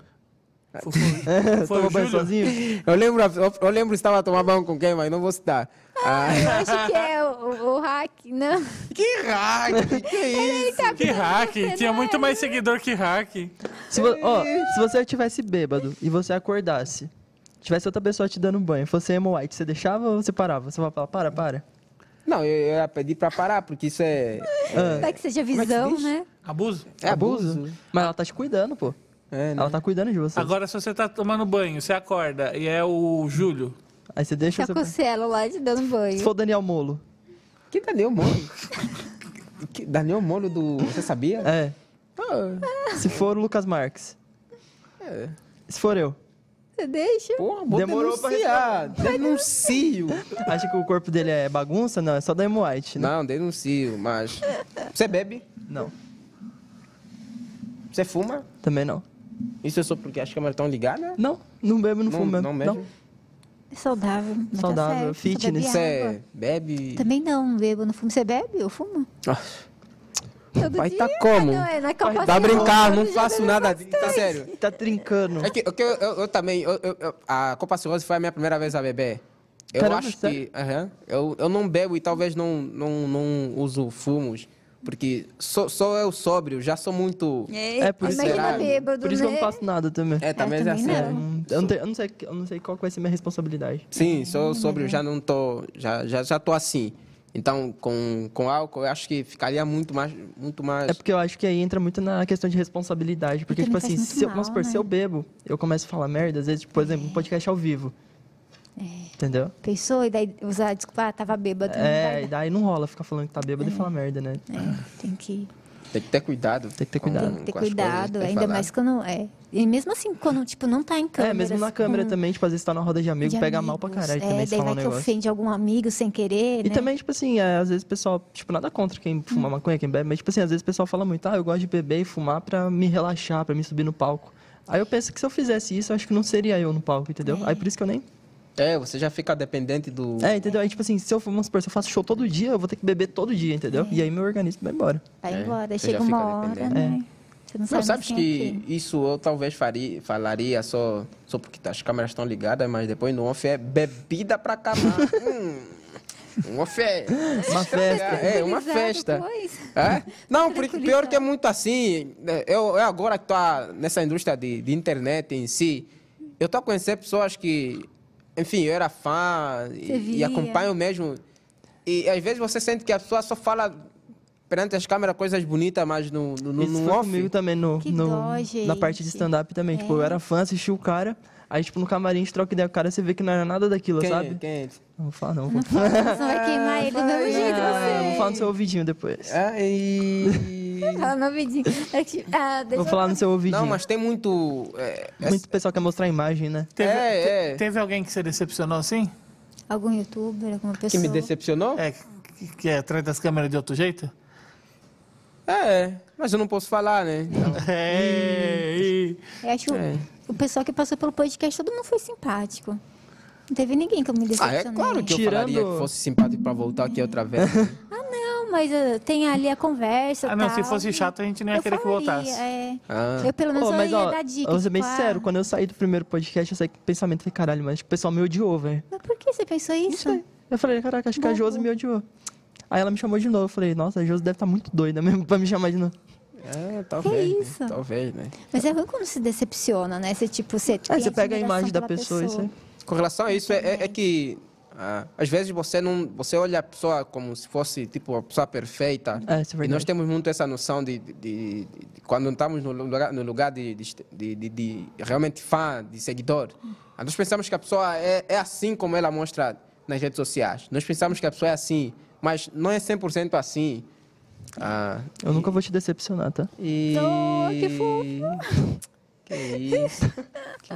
E: Foi, foi, foi
B: [laughs] Tomou
E: o
B: banho
E: Júlio?
B: sozinho?
C: Eu lembro, eu, eu lembro que estava a tomar banho com quem, mas não vou citar. Ah,
A: Eu acho que é o, o- o hack, né? tá não.
C: que raio, que, que [laughs] é isso?
E: Que hack!
A: né?
E: Tinha
A: é,
E: muito mais seguidor que hack.
B: Se, vo- ó, se você tivesse bêbado e você acordasse, tivesse outra pessoa te dando banho, fosse emo white, você deixava ou você parava? Você vai falar, para, para.
C: Não, eu, eu ia pedir pra parar, porque isso é.
B: Ah,
A: Vai que seja visão,
C: diz?
A: né?
E: Abuso.
C: É abuso.
B: Mas ela tá te cuidando, pô.
C: É, né?
B: Ela tá cuidando de você.
E: Agora, se você tá tomando banho, você acorda e é o Júlio.
B: Aí você deixa
A: Tá
B: o seu...
A: com o Cielo lá te dando um
B: Se
A: banho.
B: for o Daniel Molo.
C: Que Daniel Molo? que Daniel Molo do. Você sabia?
B: É.
C: Ah,
B: Se for o Lucas Marques.
C: É.
B: Se for eu.
A: Você deixa?
C: Porra, vou
B: Demorou pra
C: denunciar. [laughs] Denuncio.
B: Acha que o corpo dele é bagunça? Não, é só da emo white, né?
C: Não, denuncio, mas. Você bebe?
B: Não.
C: Você fuma?
B: Também não.
C: Isso é só porque as câmeras estão ligadas? né?
B: Não, não bebo, não fumo mesmo.
C: não mesmo?
B: Não.
A: É saudável. mas tá certo,
B: Saudável,
A: só bebe
B: fitness.
A: água.
C: Você é bebe.
A: Também não, bebo, não fumo. Você bebe? Eu fumo.
C: Ah.
A: Todo
C: Vai
A: dia?
C: tá como?
A: Não, é na Copa
C: Dá
A: Cielo,
C: brincar,
A: todo
C: não
A: dia
C: faço
A: bebe
C: nada disso, tá sério.
B: Tá trincando.
C: É que, é que eu, eu- eu também, eu- eu- eu- a Copa Cirrose foi a minha primeira vez a beber. Eu
B: Caramba,
C: acho
B: sério?
C: que. aham, eu, eu não bebo e talvez não, não, não uso fumos. Porque só, só eu sóbrio, já sou muito.
B: É, por isso-
A: Imagina
C: Será?
A: bêbado,
B: Por isso que
A: né?
B: eu não faço nada também.
C: É, também é
A: também
C: assim.
A: não.
C: né?
B: Hum, Eu não, te- eu não sei, eu não sei qual que vai ser minha responsabilidade.
C: Sim, sou sóbrio, já não tô, já já já tô assim. Então, com, com álcool, eu acho que ficaria muito mais muito mais
B: É porque eu acho que aí entra muito na questão de responsabilidade.
A: Porque
B: Porque, tipo
A: também faz
B: assim,
A: muito
B: se eu,
A: mal,
B: vamos supor,
A: né? É.
B: se eu bebo, eu começo a falar merda, às vezes, tipo, por exemplo, um podcast ao vivo. Entendeu?
A: Pensou e daí usar, desculpa, ah, tava bêbado. É. não
B: É,
A: vai
B: e
A: dar.
B: daí não rola ficar falando que tá bêbado e falar merda, né?
A: É, tem que
C: Tem que ter cuidado.
B: Tem que ter cuidado.
A: tem que ter cuidado, ainda mais
C: que...
A: quando é. E mesmo assim, quando tipo não tá em câmera.
B: É, mesmo na câmera também, tipo, às vezes tá na roda de amigo,
A: de
B: pega mal pra
A: amigos.
B: caralho
A: é,
B: também se
A: daí
B: falar
A: vai
B: um
A: que
B: negócio.
A: ofende algum amigo sem querer,
B: E
A: né?
B: também, tipo assim, é, às vezes o pessoal, tipo, nada contra quem fuma maconha, quem bebe, mas, tipo assim, às vezes o pessoal fala muito, ah, eu gosto de beber e fumar pra me relaxar, pra me subir no palco. Aí eu penso que se eu fizesse isso, eu acho que não seria eu no palco, entendeu? Aí por isso que eu nem.
C: É, você já fica dependente do
B: É, entendeu? Aí, tipo assim, se eu, vamos supor, se eu faço show todo dia, eu vou ter que beber todo dia, entendeu? E aí meu organismo vai embora.
A: Vai
C: É,
A: embora, aí
C: você
A: chega
C: já fica
A: uma hora,
C: dependendo.
A: né? Você não, sabe
C: Não,
A: mais
C: sabes
A: quem é
C: que
A: quem.
C: isso eu talvez faria, falaria só, só porque as câmeras estão ligadas, mas depois no off é bebida pra
A: [laughs]
C: caramba. hum, um off é...
B: Uma festa.
C: É, uma
A: Tranquilizado
C: festa.
A: depois.
C: É? Não, porque pior que é muito assim. né, Eu, eu agora que estou nessa indústria de, de internet em si, eu estou a conhecer pessoas que, enfim, eu era fã
A: Você
C: e, e
A: via.
C: acompanho mesmo. E às vezes você sente que a pessoa só fala perante as câmeras coisas bonitas, mas no, no, no,
B: Isso
C: no
B: foi
C: off.
B: comigo também no,
A: Que
B: no-
A: dó,
B: na
A: gente.
B: parte de stand-up também. Tipo, eu era fã, assisti o cara, aí, tipo, no camarim, a gente troca ideia com o cara, você vê que não era nada daquilo,
C: Quem,
B: sabe?
C: quem?
B: Não vou falar, não. Vou...
A: Você vai queimar ele do mesmo jeito
B: Ah, vou
A: você.
B: falar no seu ouvidinho depois.
C: Ah, e-
A: Fala no ouvidinho. É que- Ah, deixa
B: Vou
A: eu-
B: falar no seu ouvidinho.
C: [laughs] Não, mas tem muito. é, é-
B: Muito pessoal quer mostrar a imagem, né?
E: Teve,
C: É,
E: te-
C: é.
E: teve alguém que você decepcionou assim?
A: Algum youtuber, alguma pessoa.
C: que me decepcionou?
E: É, que, que é atrás das câmeras de outro
B: [laughs]
E: jeito?
C: É, mas eu não posso falar, né?
E: É, e-
A: Eu acho que o-
C: É.
A: o pessoal que passou pelo podcast, todo mundo foi simpático. Não teve ninguém que eu me
C: Ah,
A: decepcionei.
C: é claro que eu
B: Tirando-
C: falaria que fosse simpático pra voltar aqui outra [laughs] vez.
A: Ah, não, mas ah, tem ali a conversa.
E: Ah, não,
A: tal.
E: se fosse chato, a gente não ia
A: Eu
E: querer que
A: falaria,
E: voltasse.
A: é.
C: Ah.
A: Eu pelo menos
B: Ô,
A: eu
B: mas
A: ia
B: ó,
A: dar dica.
B: eu vou ser bem
A: tipo, ah,
B: sincero, quando eu saí do primeiro podcast, eu saí com o pensamento, falei, caralho, mas o pessoal me odiou, velho.
A: Mas por que você pensou isso?
B: Eu falei, caraca, acho que a Josi me odiou. Aí ela me chamou de novo, eu falei, nossa, a Josi deve estar muito doida mesmo pra me chamar de novo.
C: É, talvez. né?
A: isso?
C: Talvez, né?
A: Mas é ruim quando se decepciona, né? Você, tipo, você,
B: Aí
A: tem
B: É, você pega a
A: admiração
B: imagem da
A: pela
B: pessoa, isso aí.
C: Com relação a isso, é, é- é que ah, às vezes você não. Você olha a pessoa como se fosse tipo a pessoa perfeita.
B: É, isso é
C: e nós
B: verdade.
C: temos muito essa noção de, de- de- de- quando estamos no lugar, no lugar de, de, de- de- de realmente fã, de seguidor. Ah, Nós pensamos que a pessoa é, é assim como ela mostra nas redes sociais. Nós pensamos que a pessoa é assim, mas não é 100% assim. Ah,
B: Eu nunca vou te decepcionar, tá?
C: E...
A: Oh, que
C: fofo! [laughs] Que isso? Que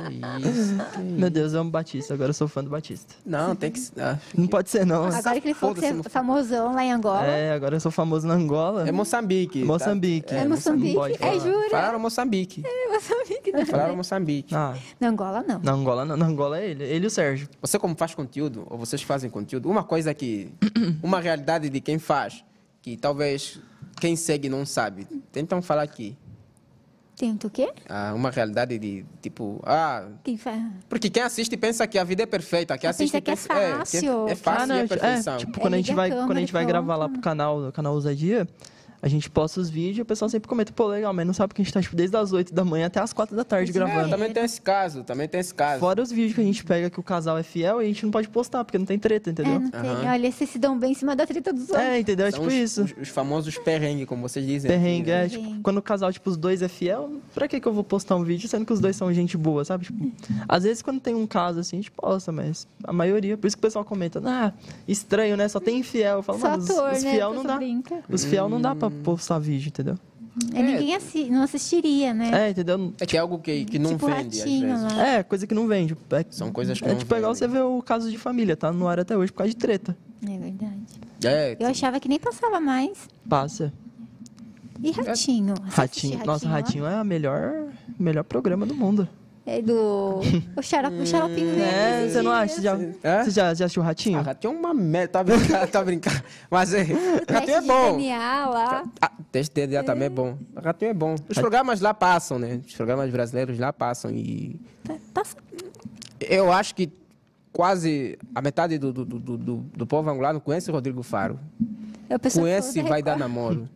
C: isso? Que
B: Meu Deus, eu amo Batista, agora eu sou fã do Batista.
C: Não, tem que. Ah,
B: Não pode ser, não.
A: Agora que ele falou que você
C: Foda-se,
A: é famosão lá em Angola.
B: É, agora eu sou famoso na Angola.
C: é Moçambique. tá?
B: Moçambique.
A: É,
B: É,
A: Moçambique?
B: não pode
A: é,
B: falar.
A: jura?
C: Falaram Moçambique.
A: É [laughs] Moçambique, né?
C: Falaram Moçambique.
B: Ah,
A: Na Angola, não.
B: na Angola não. Na Angola é ele. Ele e o Sérgio.
C: Você, como faz conteúdo, ou vocês fazem conteúdo, uma
B: [coughs]
C: coisa que. Uma realidade de quem faz, que talvez quem segue não sabe. Tentam falar aqui.
A: Tenta o quê?
C: Ah, uma realidade de tipo. Ah,
A: Quem É, faz?
C: porque quem assiste pensa que a vida é perfeita.
A: Pensa
C: Quem assiste
A: que é
C: pensa- é,
A: fácil.
C: que é fácil
B: Ah, não,
C: e é
B: tipo,
C: perfeição.
B: é, tipo,
A: É,
B: quando a
A: liga
B: gente
A: a
B: vai,
A: câmera
B: quando a
A: e
B: gente vai
A: pronto.
B: gravar lá pro canal, no canal Ousadia, a gente posta os vídeos e o pessoal sempre comenta, pô, legal, mas não sabe que a gente tá tipo, desde as 8 da manhã até as 4 da tarde
C: Ah,
B: gravando.
C: também tem esse caso, também tem esse caso.
B: Fora os vídeos que a gente pega que o casal é fiel e a gente não pode postar, porque não tem treta,
A: É,
B: entendeu?
A: não tem.
C: Aham.
A: Olha, vocês se dão bem em cima da treta dos
B: É,
A: outros.
B: entendeu? É
C: São
B: tipo
C: os,
B: isso.
C: Os, os famosos perrengue, como vocês dizem.
B: Perrengue, é,
A: Perrengue.
B: tipo, quando o casal, tipo, os dois é fiel, pra que que eu vou postar um vídeo, sendo que os dois são gente boa, sabe? Tipo, às vezes quando tem um caso assim, a gente posta, mas a maioria, por isso que o pessoal comenta, ah, estranho, né? Só tem infiel. Eu falo,
A: Só
B: mano, os,
A: ator,
B: os
A: né?
B: fiel
A: A
B: não
A: pessoa
B: dá.
A: brinca.
B: Os fiel não dá pra
C: Hum.
B: postar vídeo, entendeu?
A: É, ninguém assi não assistiria, né?
B: É, entendeu?
C: É que é algo que, que não
A: tipo
C: vende,
A: ratinho
C: às vezes.
A: lá.
B: É, coisa que não vende. É,
C: São coisas que
B: é
C: não
B: tipo, é igual você
C: vendem.
B: ver o caso de família, tá no ar até hoje por causa de treta.
A: É verdade.
C: É,
A: Eu achava que nem passava mais.
B: Passa.
A: E Ratinho? Você assiste
B: Ratinho. Nossa, Ratinho é o melhor, melhor programa do mundo.
A: ó? É do... O, xarop... o xaropinho dele. assim, né?
B: É, você não acha? Já,
C: É?
B: Você já, já assistiu o Ratinho?
C: Ah, ratinho é uma merda, tá brincando, [laughs] tá brincando. Mas é,
A: Teste
C: ratinho é
A: de
C: bom.
A: DNA lá.
C: Ah, teste de DNA também é bom. Ratinho é bom. Os programas lá passam, né? Os programas brasileiros lá passam e...
A: Tá- Passa...
C: Eu acho que quase a metade do, do, do, do, do povo angolano conhece Rodrigo Faro.
A: A pessoa
C: Conhece e
A: falou da
C: vai dar
A: Record. [laughs]
C: namoro.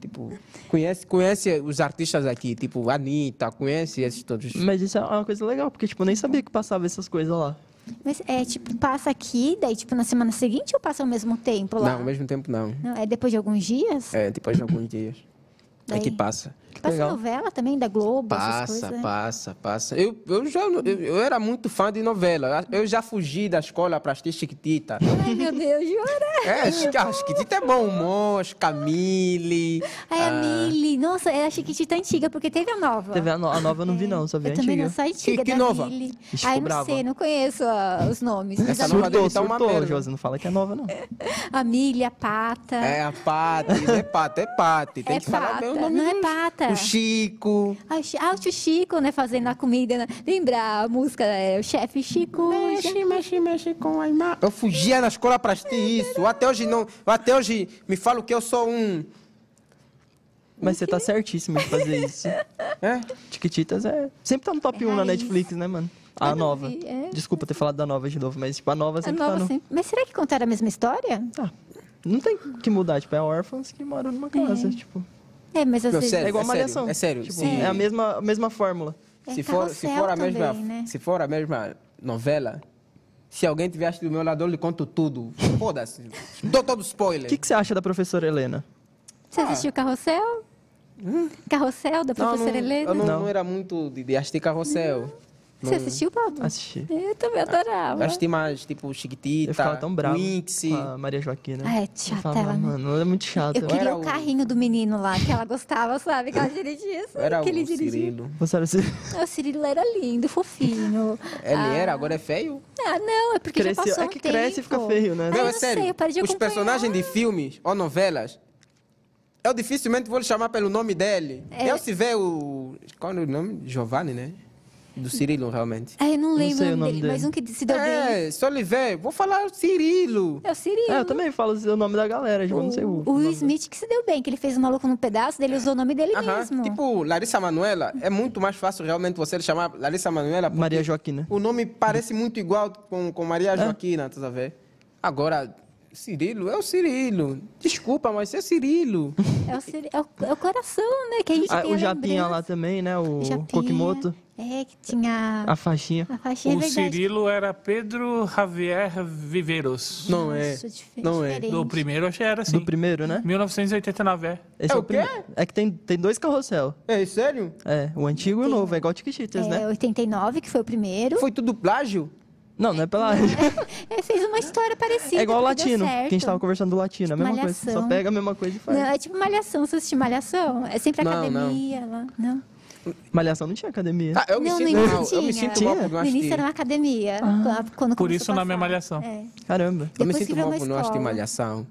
C: tipo, conhece, conhece os artistas aqui, tipo Anitta, conhece esses todos.
B: Mas isso é uma coisa legal, porque, tipo, nem sabia que passava essas coisas lá.
A: Mas é tipo, passa aqui, daí tipo na semana seguinte ou passa ao mesmo tempo lá?
C: Não, ao mesmo tempo não.
A: Não, é depois de alguns dias?
C: É, depois de alguns dias.
A: Daí?
C: É que passa.
A: Passa
B: legal.
A: novela também, da Globo, essas
C: Passa,
A: coisas. né?
C: passa, passa. Eu, eu já eu, eu era muito fã de novela. Eu já fugi da escola para assistir Chiquitita.
A: Ai, meu Deus,
C: [laughs]
A: jura?
C: É, Chiqui- ah, Chiquitita é bom humor, acho Camille.
A: Ai, a
C: ah,
A: Mili. Nossa, eu achei que Tita antiga, porque teve a nova.
B: Teve a, no- a nova eu não vi, não, só vi a
A: É. Eu também
B: antiga.
A: não sou a antiga
C: Que- que
A: da
C: nova?
A: Mili.
B: Ixi,
A: Ai,
B: ficou
A: não
B: brava.
A: sei, não conheço ah, os nomes. Mas
C: Essa
A: a,
C: nova
B: Surtou,
C: dele tá uma
B: surtou,
C: merda.
B: Josi, não fala que é nova, não.
A: a Mili, a Pata.
C: É a Pati, não é Pati, é né? Pati. Tem
A: É
C: que falar bem o
A: Pata,
C: nome
A: não é
C: dos-
A: Pata.
C: O Chico.
A: Ah, o Chi- ah, o tio Chico, né, fazendo a comida. né? Lembra a música, é, o chefe Chico.
C: Mexe, mexe, mexe com a imagem. Eu fugia na escola pra assistir isso. Até hoje não. Até hoje me falo que eu sou um.
B: Mas você tá certíssimo de
A: [laughs]
B: fazer isso.
C: É?
B: Tiquititas é. Sempre tá no top
A: É
B: 1 na
A: raiz.
B: Netflix, né, mano? A
A: Eu não
B: nova.
A: vi, é.
B: Desculpa ter falado da nova de novo, mas, tipo, a nova
A: A
B: sempre tá
A: nova
B: no.
A: sempre- Mas será que contaram a mesma história?
B: Ah, não tem que mudar, tipo, é órfãos que moram numa casa, tipo.
A: É, mas às
C: Não,
A: vezes...
B: É
C: sério.
B: igual a malhação.
C: é sério,
B: Tipo,
C: sim.
B: é a mesma, a mesma fórmula.
A: É
C: se, for, se
A: carrossel
C: for a mesma.
A: também, né?
C: Se for a mesma novela, se alguém tiver assistido do meu lado, eu lhe conto tudo. Foda-se. [laughs] Dou todo
B: O
C: spoiler.
B: que, que você acha da professora Helena?
A: Você assistiu Carrossel? Carrossel, da
C: Hum? não, não,
A: professora Helena?
C: Eu não,
B: Não.
C: não era muito de, de assistir carrossel.
A: Você assistiu, Pablo?
B: Assisti.
A: Eu também adorava.
C: Eu assisti mais, tipo, Chiquitita.
B: Eu ficava tão bravo
C: Winxie.
B: com a Maria Joaquina.
A: Ah, é
B: Eu
A: chata
B: falava,
A: ela, né?
B: mano, ela é muito chata.
A: Eu
B: Eu
A: queria
C: era
A: o
C: o-
A: carrinho do menino lá, que ela gostava, sabe? Que ela dirigia.
C: Eu
A: sabe?
C: Era
A: que ele
C: o
A: dirigia.
C: Cirilo.
A: [laughs]
B: Você era assim,
A: Ah, O Cirilo era lindo, fofinho.
C: Ele
A: Ah,
C: era, agora é feio?
A: Ah, não, é porque já
B: cresceu.
A: passou
B: É
A: um
B: que cresce e fica
A: tempo.
B: feio, né?
A: Ah, eu
C: Não, é
A: não
C: sério.
A: sei, eu parei de
C: Os
A: acompanhar.
C: personagens de filmes ou novelas, eu dificilmente vou lhe chamar pelo nome dele.
A: É.
C: Eu se vê o. Qual é o nome? Giovanni, né? Do Cirilo, realmente.
A: Ah, eu não lembro
B: sei
A: o nome dele, mas um que se deu bem.
C: É, só lhe ver, vou falar Cirilo.
A: É o Cirilo.
B: É, eu também falo o nome da galera, tipo, eu não sei o.
A: O Will Smith que se deu bem, que ele fez o maluco num pedaço, dele usou o nome dele
C: Aham.
A: É mesmo.
C: Tipo, Larissa Manuela, é muito mais fácil realmente você lhe chamar Larissa Manuela. porque
B: Maria Joaquina.
C: O nome parece muito igual com, com Maria Joaquina, tu tá vendo? Agora, Cirilo é o Cirilo. Desculpa, mas
A: [laughs]
C: é Cirilo.
A: É, o Cirilo, é, o, é o coração, né? Que a gente
B: Ah,
A: tem
B: o
A: a
B: Japinha lá
A: lembrança.
B: também, né? O
A: Japinha.
B: Kokimoto. Ah,
A: É, que tinha
B: A faixinha.
A: a faixinha, é
E: O
A: verdade.
E: Cirilo era Pedro Javier Viveiros.
C: Não é.
A: Nossa, dife-
C: Não é.
A: diferente.
E: Do primeiro, achei
A: Ah,
E: era assim.
B: Do primeiro, né?
E: 1989, é.
B: Esse
C: É o quê?
B: primeiro. É que tem, tem dois carrossel.
C: É sério?
B: É, o antigo e o novo. É igual Tiquititas,
A: É,
B: né?
A: 89, que foi o primeiro.
C: Foi tudo plágio?
B: Não, não [laughs] é pela.
A: [laughs] É, fez uma história parecida.
B: É igual o
A: porque deu
B: latino, que a gente
A: certo. Tipo,
B: tava conversando do latino, é a mesma coisa. Só
A: Malhação.
B: pega a mesma coisa e faz.
A: Não, é tipo malhação, você assiste malhação? É sempre
C: Não,
A: academia lá. Não,
B: Malhação não tinha academia.
C: Ah, eu me
A: não,
C: sinto
A: no início
C: mal.
A: tinha.
C: Eu me sinto mal por não
A: No início
C: assistir.
A: era uma academia. quando- quando
E: Ah. Por
A: começou
E: isso
A: a
E: o nome é
A: passar.
E: Malhação.
A: É.
B: Caramba.
C: Eu me
A: Depois que
C: sinto
A: virou
C: mal
A: uma
C: por não assistir
A: escola.
C: malhação.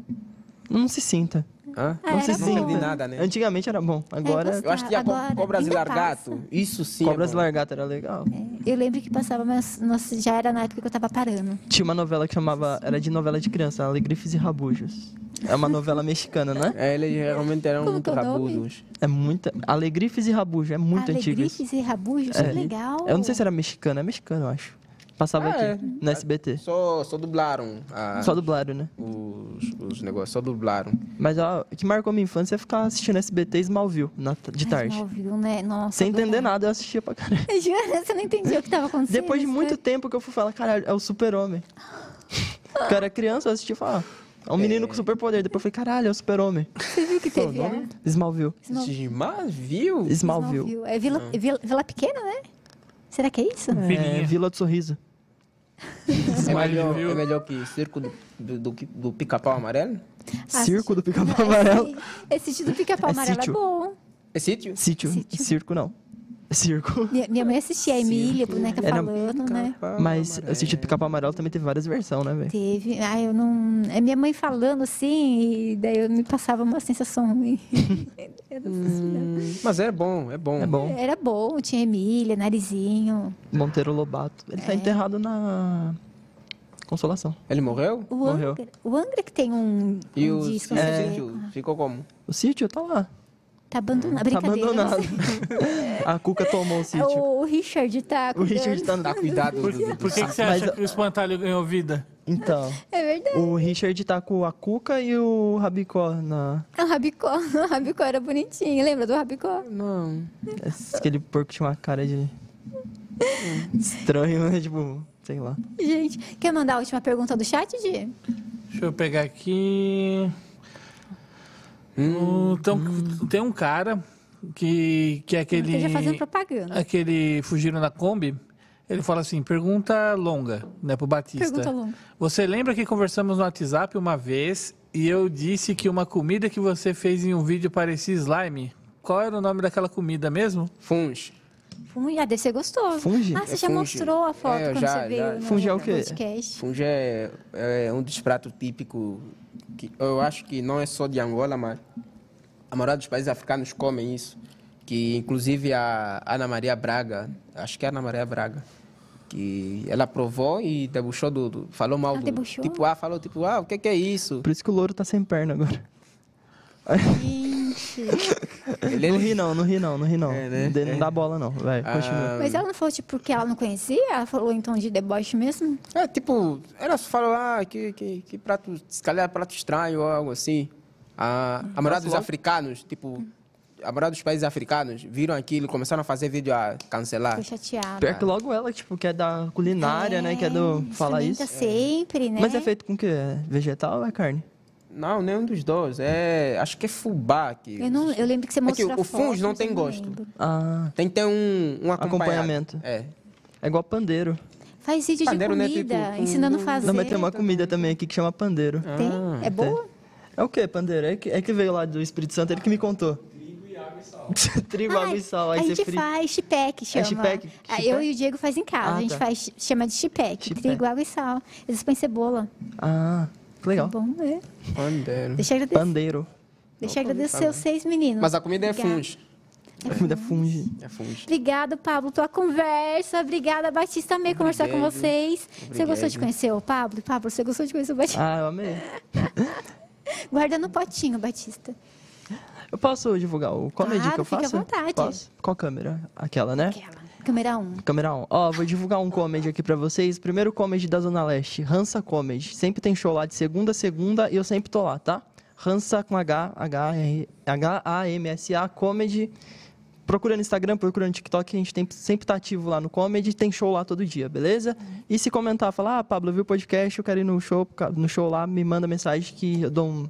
B: Não se sinta.
C: Hã?
A: Ah,
B: Não
A: era
B: se
A: bom. É,
C: não
B: sinta.
C: perdi nada, né?
B: Antigamente era bom. Agora.
A: gostoso.
C: Eu assisti a co-
A: Agora,
C: Cobras e
A: ainda
C: Largato. Isso sim. é
B: Cobras
C: bom.
B: Largata era legal.
A: é. Eu lembro que passava, mas nossa, já era na época que eu tava parando.
B: Tinha uma novela que chamava. Era de novela de criança, Alegrifes e Rabujos. É uma novela mexicana, não é?
C: É, Eles realmente eram
A: Como que
C: muito
A: é o nome?
C: rabudos.
B: É muita. Alegrifes e Rabujos, é muito antiga. É.
A: Alegrifes e rabujos, que legal.
B: Eu não sei se era mexicana, é mexicano, eu acho. Passava
C: Ah,
B: aqui, no SBT.
C: Só, só dublaram a-
B: Só dublaram, né?
C: os, os negócios, só dublaram.
B: Mas ó, o que marcou minha infância é ficar assistindo SBT e Smallville na, de
A: Mas
B: tarde.
A: mal viu, né? Nossa,
B: Sem
A: adorava.
B: entender nada, eu assistia pra caralho.
A: Jura? Você não entendia o que tava acontecendo?
B: Depois de muito tempo que eu fui falar, caralho, é o super-homem. Porque eu era criança, eu assistia e falava, ah, é um menino com superpoder. Depois eu falei, caralho, é o super-homem.
A: Você viu que teve? é. a-
B: Smallville.
A: Não.
C: Mas viu?
B: Smallville.
A: Smallville. É Vila, Vila, Vila Pequena, né? Será que é isso?
B: É,
E: Filhinha.
B: Vila do Sorriso.
C: É melhor,
E: viu?
C: é melhor que circo do, do, do, que- do pica-pau amarelo?
A: Ah,
B: Circo do
A: [laughs] Não,
B: Pica-Pau Amarelo.
A: Esse, esse do pica-pau
B: É
A: amarelo
B: sítio.
A: é bom.
C: É sítio?
B: Sítio.
A: Sítio.
B: Circo não. [laughs] Circo.
A: Minha, minha mãe assistia a Emília, a boneca
B: Era-
A: falando, né?
B: Mas o sítio do Pica-Pau Amarelo também teve várias versões, né, velho?
A: Teve. Ah, eu não. É minha mãe falando assim, e daí eu me passava uma sensação ruim. Eu não assisti, não.
C: Ah. Mas é bom, é bom.
B: É
A: [laughs]
B: bom.
A: Era bom, tinha Emília, narizinho.
B: Monteiro Lobato. Ele
A: É.
B: tá enterrado na Consolação.
C: Ele morreu?
A: O
B: Morreu. é.
A: Angra, o Angra que tem um,
C: E
A: um
C: o
A: disco.
C: sítio
A: não sei o quê.
C: sítio ficou como?
B: O sítio tá lá.
A: Tá abandonado.
B: Tá
A: Brincadeira. né?
B: abandonado. [laughs] A Cuca tomou
A: [laughs]
B: o
A: É,
B: sítio.
A: o Richard tá.
B: O Richard
A: cuidando.
B: tá no...
C: Tá cuidado.
E: Por,
C: do- do- do-
E: por que, que você
B: Mas
E: acha
B: eu-
E: que o espantalho ganhou vida?
B: Então,
A: É verdade.
B: o Richard tá com a Cuca e o Rabicó na...
A: O Rabicó. [laughs] O Rabicó era bonitinho. Lembra do Rabicó?
C: Não.
B: Aquele porco tinha uma cara de... Estranho, né? Tipo, sei lá.
A: Gente, quer mandar a última pergunta do chat, Di?
E: Deixa eu pegar aqui. Hum, então, tem um cara que, que é aquele.
A: Ele já fazendo propaganda.
E: Aquele fugiram na Kombi. Ele fala assim: pergunta longa, né, pro Batista.
A: Pergunta longa.
E: Você lembra que conversamos no WhatsApp uma vez e eu disse que uma comida que você fez em um vídeo parecia slime? Qual era o nome daquela comida mesmo?
C: Funge.
A: Funge. Ah, deve ser gostoso.
B: Funge?
A: Ah, você
C: É
A: já
C: funge.
A: mostrou a foto
C: É, eu
A: quando
C: já-
A: você veio
C: já.
A: no
B: Funge é o quê?
A: podcast.
C: Funge é, é um dos pratos típicos que eu acho que não é só de Angola, mas a maioria dos países africanos comem isso. Que inclusive a Ana Maria Braga, acho que é a Ana Maria Braga, que ela provou e debuchou do, do- falou mal
A: Ah,
C: do
A: debuchou?
C: tipo ah, falou tipo ah, o que que é isso?
B: [laughs] Por isso que o louro tá sem perna agora.
A: Gente.
C: Ele,
B: Não ri não, não ri não, não ri não.
C: É, Ah. né?
B: Dê- Não dá bola não, vai, continua.
A: Mas ela não falou, tipo, porque ela não conhecia? Ela falou em tom de deboche mesmo?
C: É, tipo, ela só falou, ah, que, que, que prato, se calhar é prato estranho ou algo assim. A,
A: Uhum.
C: a maioria dos africanos, tipo, a maioria dos países africanos viram aquilo e começaram a fazer vídeo a cancelar.
A: Tô chateada.
B: Ah, Pior que logo ela, tipo, que é da culinária, né? Que é do... Fala isso.
A: Experimenta sempre, né?
B: Mas é feito com o quê? É Vegetal ou é carne?
C: Não, nenhum dos dois. É, acho que é fubá. Que,
A: Eu, não, eu lembro que você
C: É que
A: mostrou a
C: o
A: foto,
C: funge não
A: mas
C: tem
A: eu
C: gosto.
A: lembro.
B: Ah,
C: Tem que ter um, um
B: Acompanhamento.
C: acompanhamento. É.
B: é igual pandeiro.
A: Faz vídeo de
C: Pandeiro, né,
A: comida,
C: tipo, com-
A: ensinando a fazer.
B: Não, mas tem uma comida também aqui que chama pandeiro.
A: Tem?
C: Ah,
A: é boa?
B: É o quê, pandeiro? É que, é que veio lá do Espírito Santo, ele que me contou. [laughs]
C: Tipo,
B: Trigo, água
A: Ai,
B: e sal.
A: a
B: Aí você
A: gente
B: frita.
A: faz
C: É
A: chipeque, chama.
B: chipeque?
A: Ah,
B: Chipeque?
A: Eu e o Diego faz em casa.
B: Ah,
A: a gente
B: tá.
A: faz, chama de chipeque,
B: Chipeque.
A: trigo, água e sal. Eles põem cebola.
B: Ah, que legal.
A: Bom, né?
C: Pandeiro.
A: Deixa eu agradecer,
B: Pandeiro.
A: deixa eu agradecer os seis meninos.
C: Mas a comida é
A: Obrigada.
C: funge.
B: Comida funge.
C: É funge.
A: Obrigada, Pablo, pela conversa. Obrigada, Batista.
B: um
A: Amei conversar com
C: Obrigado.
A: vocês. Você gostou de
C: Obrigado.
A: conhecer o Pablo? Pablo, você gostou de conhecer o Batista?
B: Ah, eu amei. Ah.
A: Guarda no potinho, Batista.
B: Eu posso divulgar o comedy
A: Claro,
B: que eu
A: fica à
B: faço?
A: vontade.
B: Posso? Qual câmera? Aquela, né?
A: Aquela. Câmera 1.
B: Câmera 1. Ó, vou divulgar um comedy aqui pra vocês. Primeiro comedy da Zona Leste, Hansa Comedy. Sempre tem show lá de segunda a segunda e eu sempre tô lá, tá? Hansa com H, H, R, H-A-M-S-A, Comedy. Procura no Instagram, procura no TikTok, a gente tem- sempre tá ativo lá no comedy, tem show lá todo dia, beleza? E se comentar, falar, ah, Pablo, eu vi o podcast, eu quero ir no show, no show lá, me manda mensagem que eu dou um,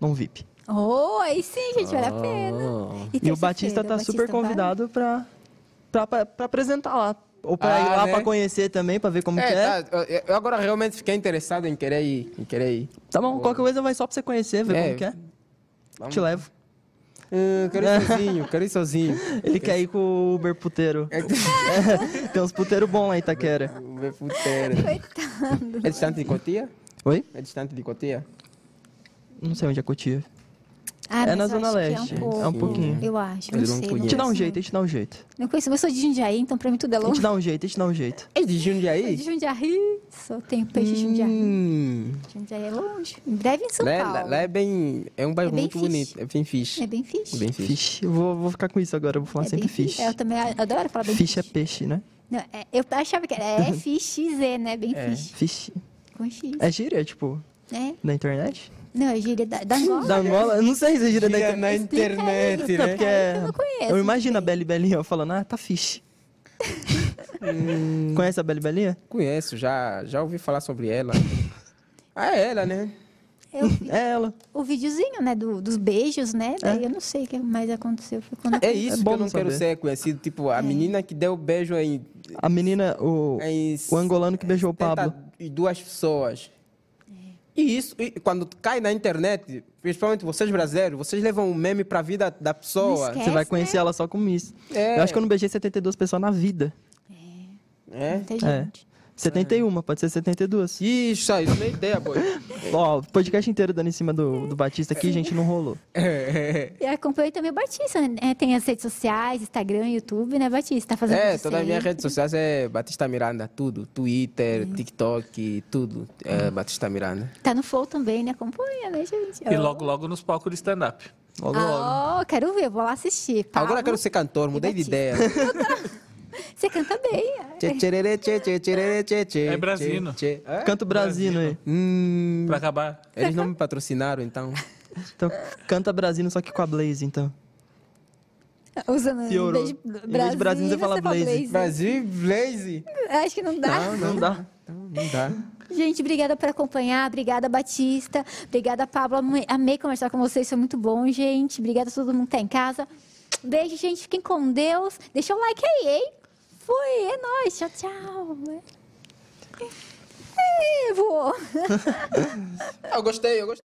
B: um VIP.
A: Oh, aí sim, gente, vale a pena.
B: E o
A: terça-feira,
B: Batista tá super
A: vai?
B: convidado pra, pra, pra, pra apresentar lá. Ou pra
C: Ah,
B: ir lá
C: né?
B: pra conhecer também, pra ver como que é.
C: É, tá, eu- eu agora realmente fiquei interessado em querer ir. Em querer ir.
B: Tá bom, qualquer coisa vai só pra você conhecer, ver
C: É.
B: como que é.
C: Vamos.
B: Te levo.
C: Hum,
A: [laughs]
C: quero ir sozinho, quero ir sozinho.
B: Ele quer ir com o Uber puteiro.
C: É,
B: Tem uns puteiros bons lá em Itaquera.
C: Uber puteiro. É distante de Cotia?
B: Oi?
C: É distante de Cotia?
B: Não sei onde é Cotia.
A: Ah,
B: É
A: mas
B: na
A: eu
B: Zona
A: acho que
B: Leste,
A: É um,
B: é
A: pouco,
B: um pouquinho.
A: Eu acho. não
C: Ele não
A: sei.
B: A
C: conhece.
B: gente dá um
A: conheço,
B: jeito, a gente dá um jeito.
A: Não conheço, mas eu sou de Jundiaí, então pra mim tudo é
B: A gente
A: longe.
B: dá um jeito, a gente dá um jeito.
C: É de Jundiaí?
A: De Jundiaí, só tenho peixe de Jundiaí.
C: Hum.
A: Jundiaí é longe. Em breve em São
C: É Lá, é-
A: Paulo.
C: lá é bem. É um bairro
A: É bem
C: muito
A: fixe.
C: bonito. É bem fixe.
A: É bem fixe.
C: Bem fixe.
B: Fish. Eu vou, vou ficar com isso agora, eu vou falar
A: É
B: sempre
A: bem
B: fish.
A: fixe. Eu também adoro falar bem
B: Fish é
A: fixe.
B: peixe, né?
A: Não, é- eu achava que era F-X-E, né? Bem fixe.
B: Fish.
A: Com X.
B: É gíria, tipo,
A: né?
B: da internet?
A: Não, é gíria da, da Angola.
B: Da Angola? Eu Não sei se é gíria da internet.
C: na
A: internet, né?
B: Porque
A: É, eu não conheço,
B: eu
A: não
B: imagino a
A: sei.
B: Beli Belinha falando, ah, tá fish. Conhece a Beli Belinha?
C: Conheço, já, já ouvi falar sobre ela. ah, é ela, né?
A: Eu vi
B: É ela.
A: o videozinho, né? do- dos beijos, né? Daí eu não sei o que mais aconteceu. Foi quando
C: É
A: eu-
C: isso
B: bom
C: que eu não
B: não
C: quero
B: saber.
C: ser conhecido. Tipo, a menina que deu beijo em.
B: A menina, o,
C: em
B: o angolano que beijou o Pablo.
C: E duas pessoas. E isso, e quando cai na internet, principalmente vocês brasileiros, vocês levam o meme pra vida da pessoa.
A: esquece.
B: Você vai
A: Essa,
B: conhecer ela só com isso.
C: É.
B: Eu acho que eu não beijei 72 pessoas na vida.
C: É?
A: Muita gente.
B: 71, pode ser 72.
C: Isso, aí, isso não é ideia, boy.
B: Ó, o podcast inteiro dando em cima do, do Batista aqui, gente, não rolou.
C: [laughs] É,
A: E acompanho também o Batista, né? Tem as redes sociais, Instagram, YouTube, né, Batista? Tá fazendo
C: é
A: tudo
C: todas as minhas
A: certo.
C: redes sociais é Batista Miranda, tudo. Twitter, TikTok, tudo. É Batista Miranda.
A: Tá no Flow também, né? Acompanha, né, gente?
E: E
A: Ó.
E: logo, logo nos palcos de stand-up.
B: Logo, logo.
A: Ah, ó, quero ver, vou lá assistir. Pago.
C: Agora quero ser cantor, mudei de
A: Batista.
C: ideia.
A: Você canta bem. é.
C: Tchê, tchererê, tchê, tchê, tchererê, tchê, tchê,
E: É brasino.
C: tchê, tchê. Hã?
B: Canto Brasino aí.
C: Hum,
E: Pra acabar.
C: eles não me patrocinaram, então.
B: Então, canta Brasino só que com a Blaze, então.
A: Usando em
B: Piorou.
A: vez de
B: Em vez de
A: Brasil,
B: Brasil, você fala Tá. Blaze.
C: Brasil, Blaze.
A: Acho que não dá.
C: Não,
B: Não dá.
C: Não, não dá.
A: Gente, obrigada por acompanhar, obrigada Batista, obrigada Pablo, amei- amei conversar com vocês, foi muito bom, gente. Obrigada a todo mundo que tá em casa. Beijo, gente, fiquem com Deus. Deixa o like aí, hein? Fui, é nóis, tchau, tchau. É, Ê, voou.
C: Eu gostei, eu gostei.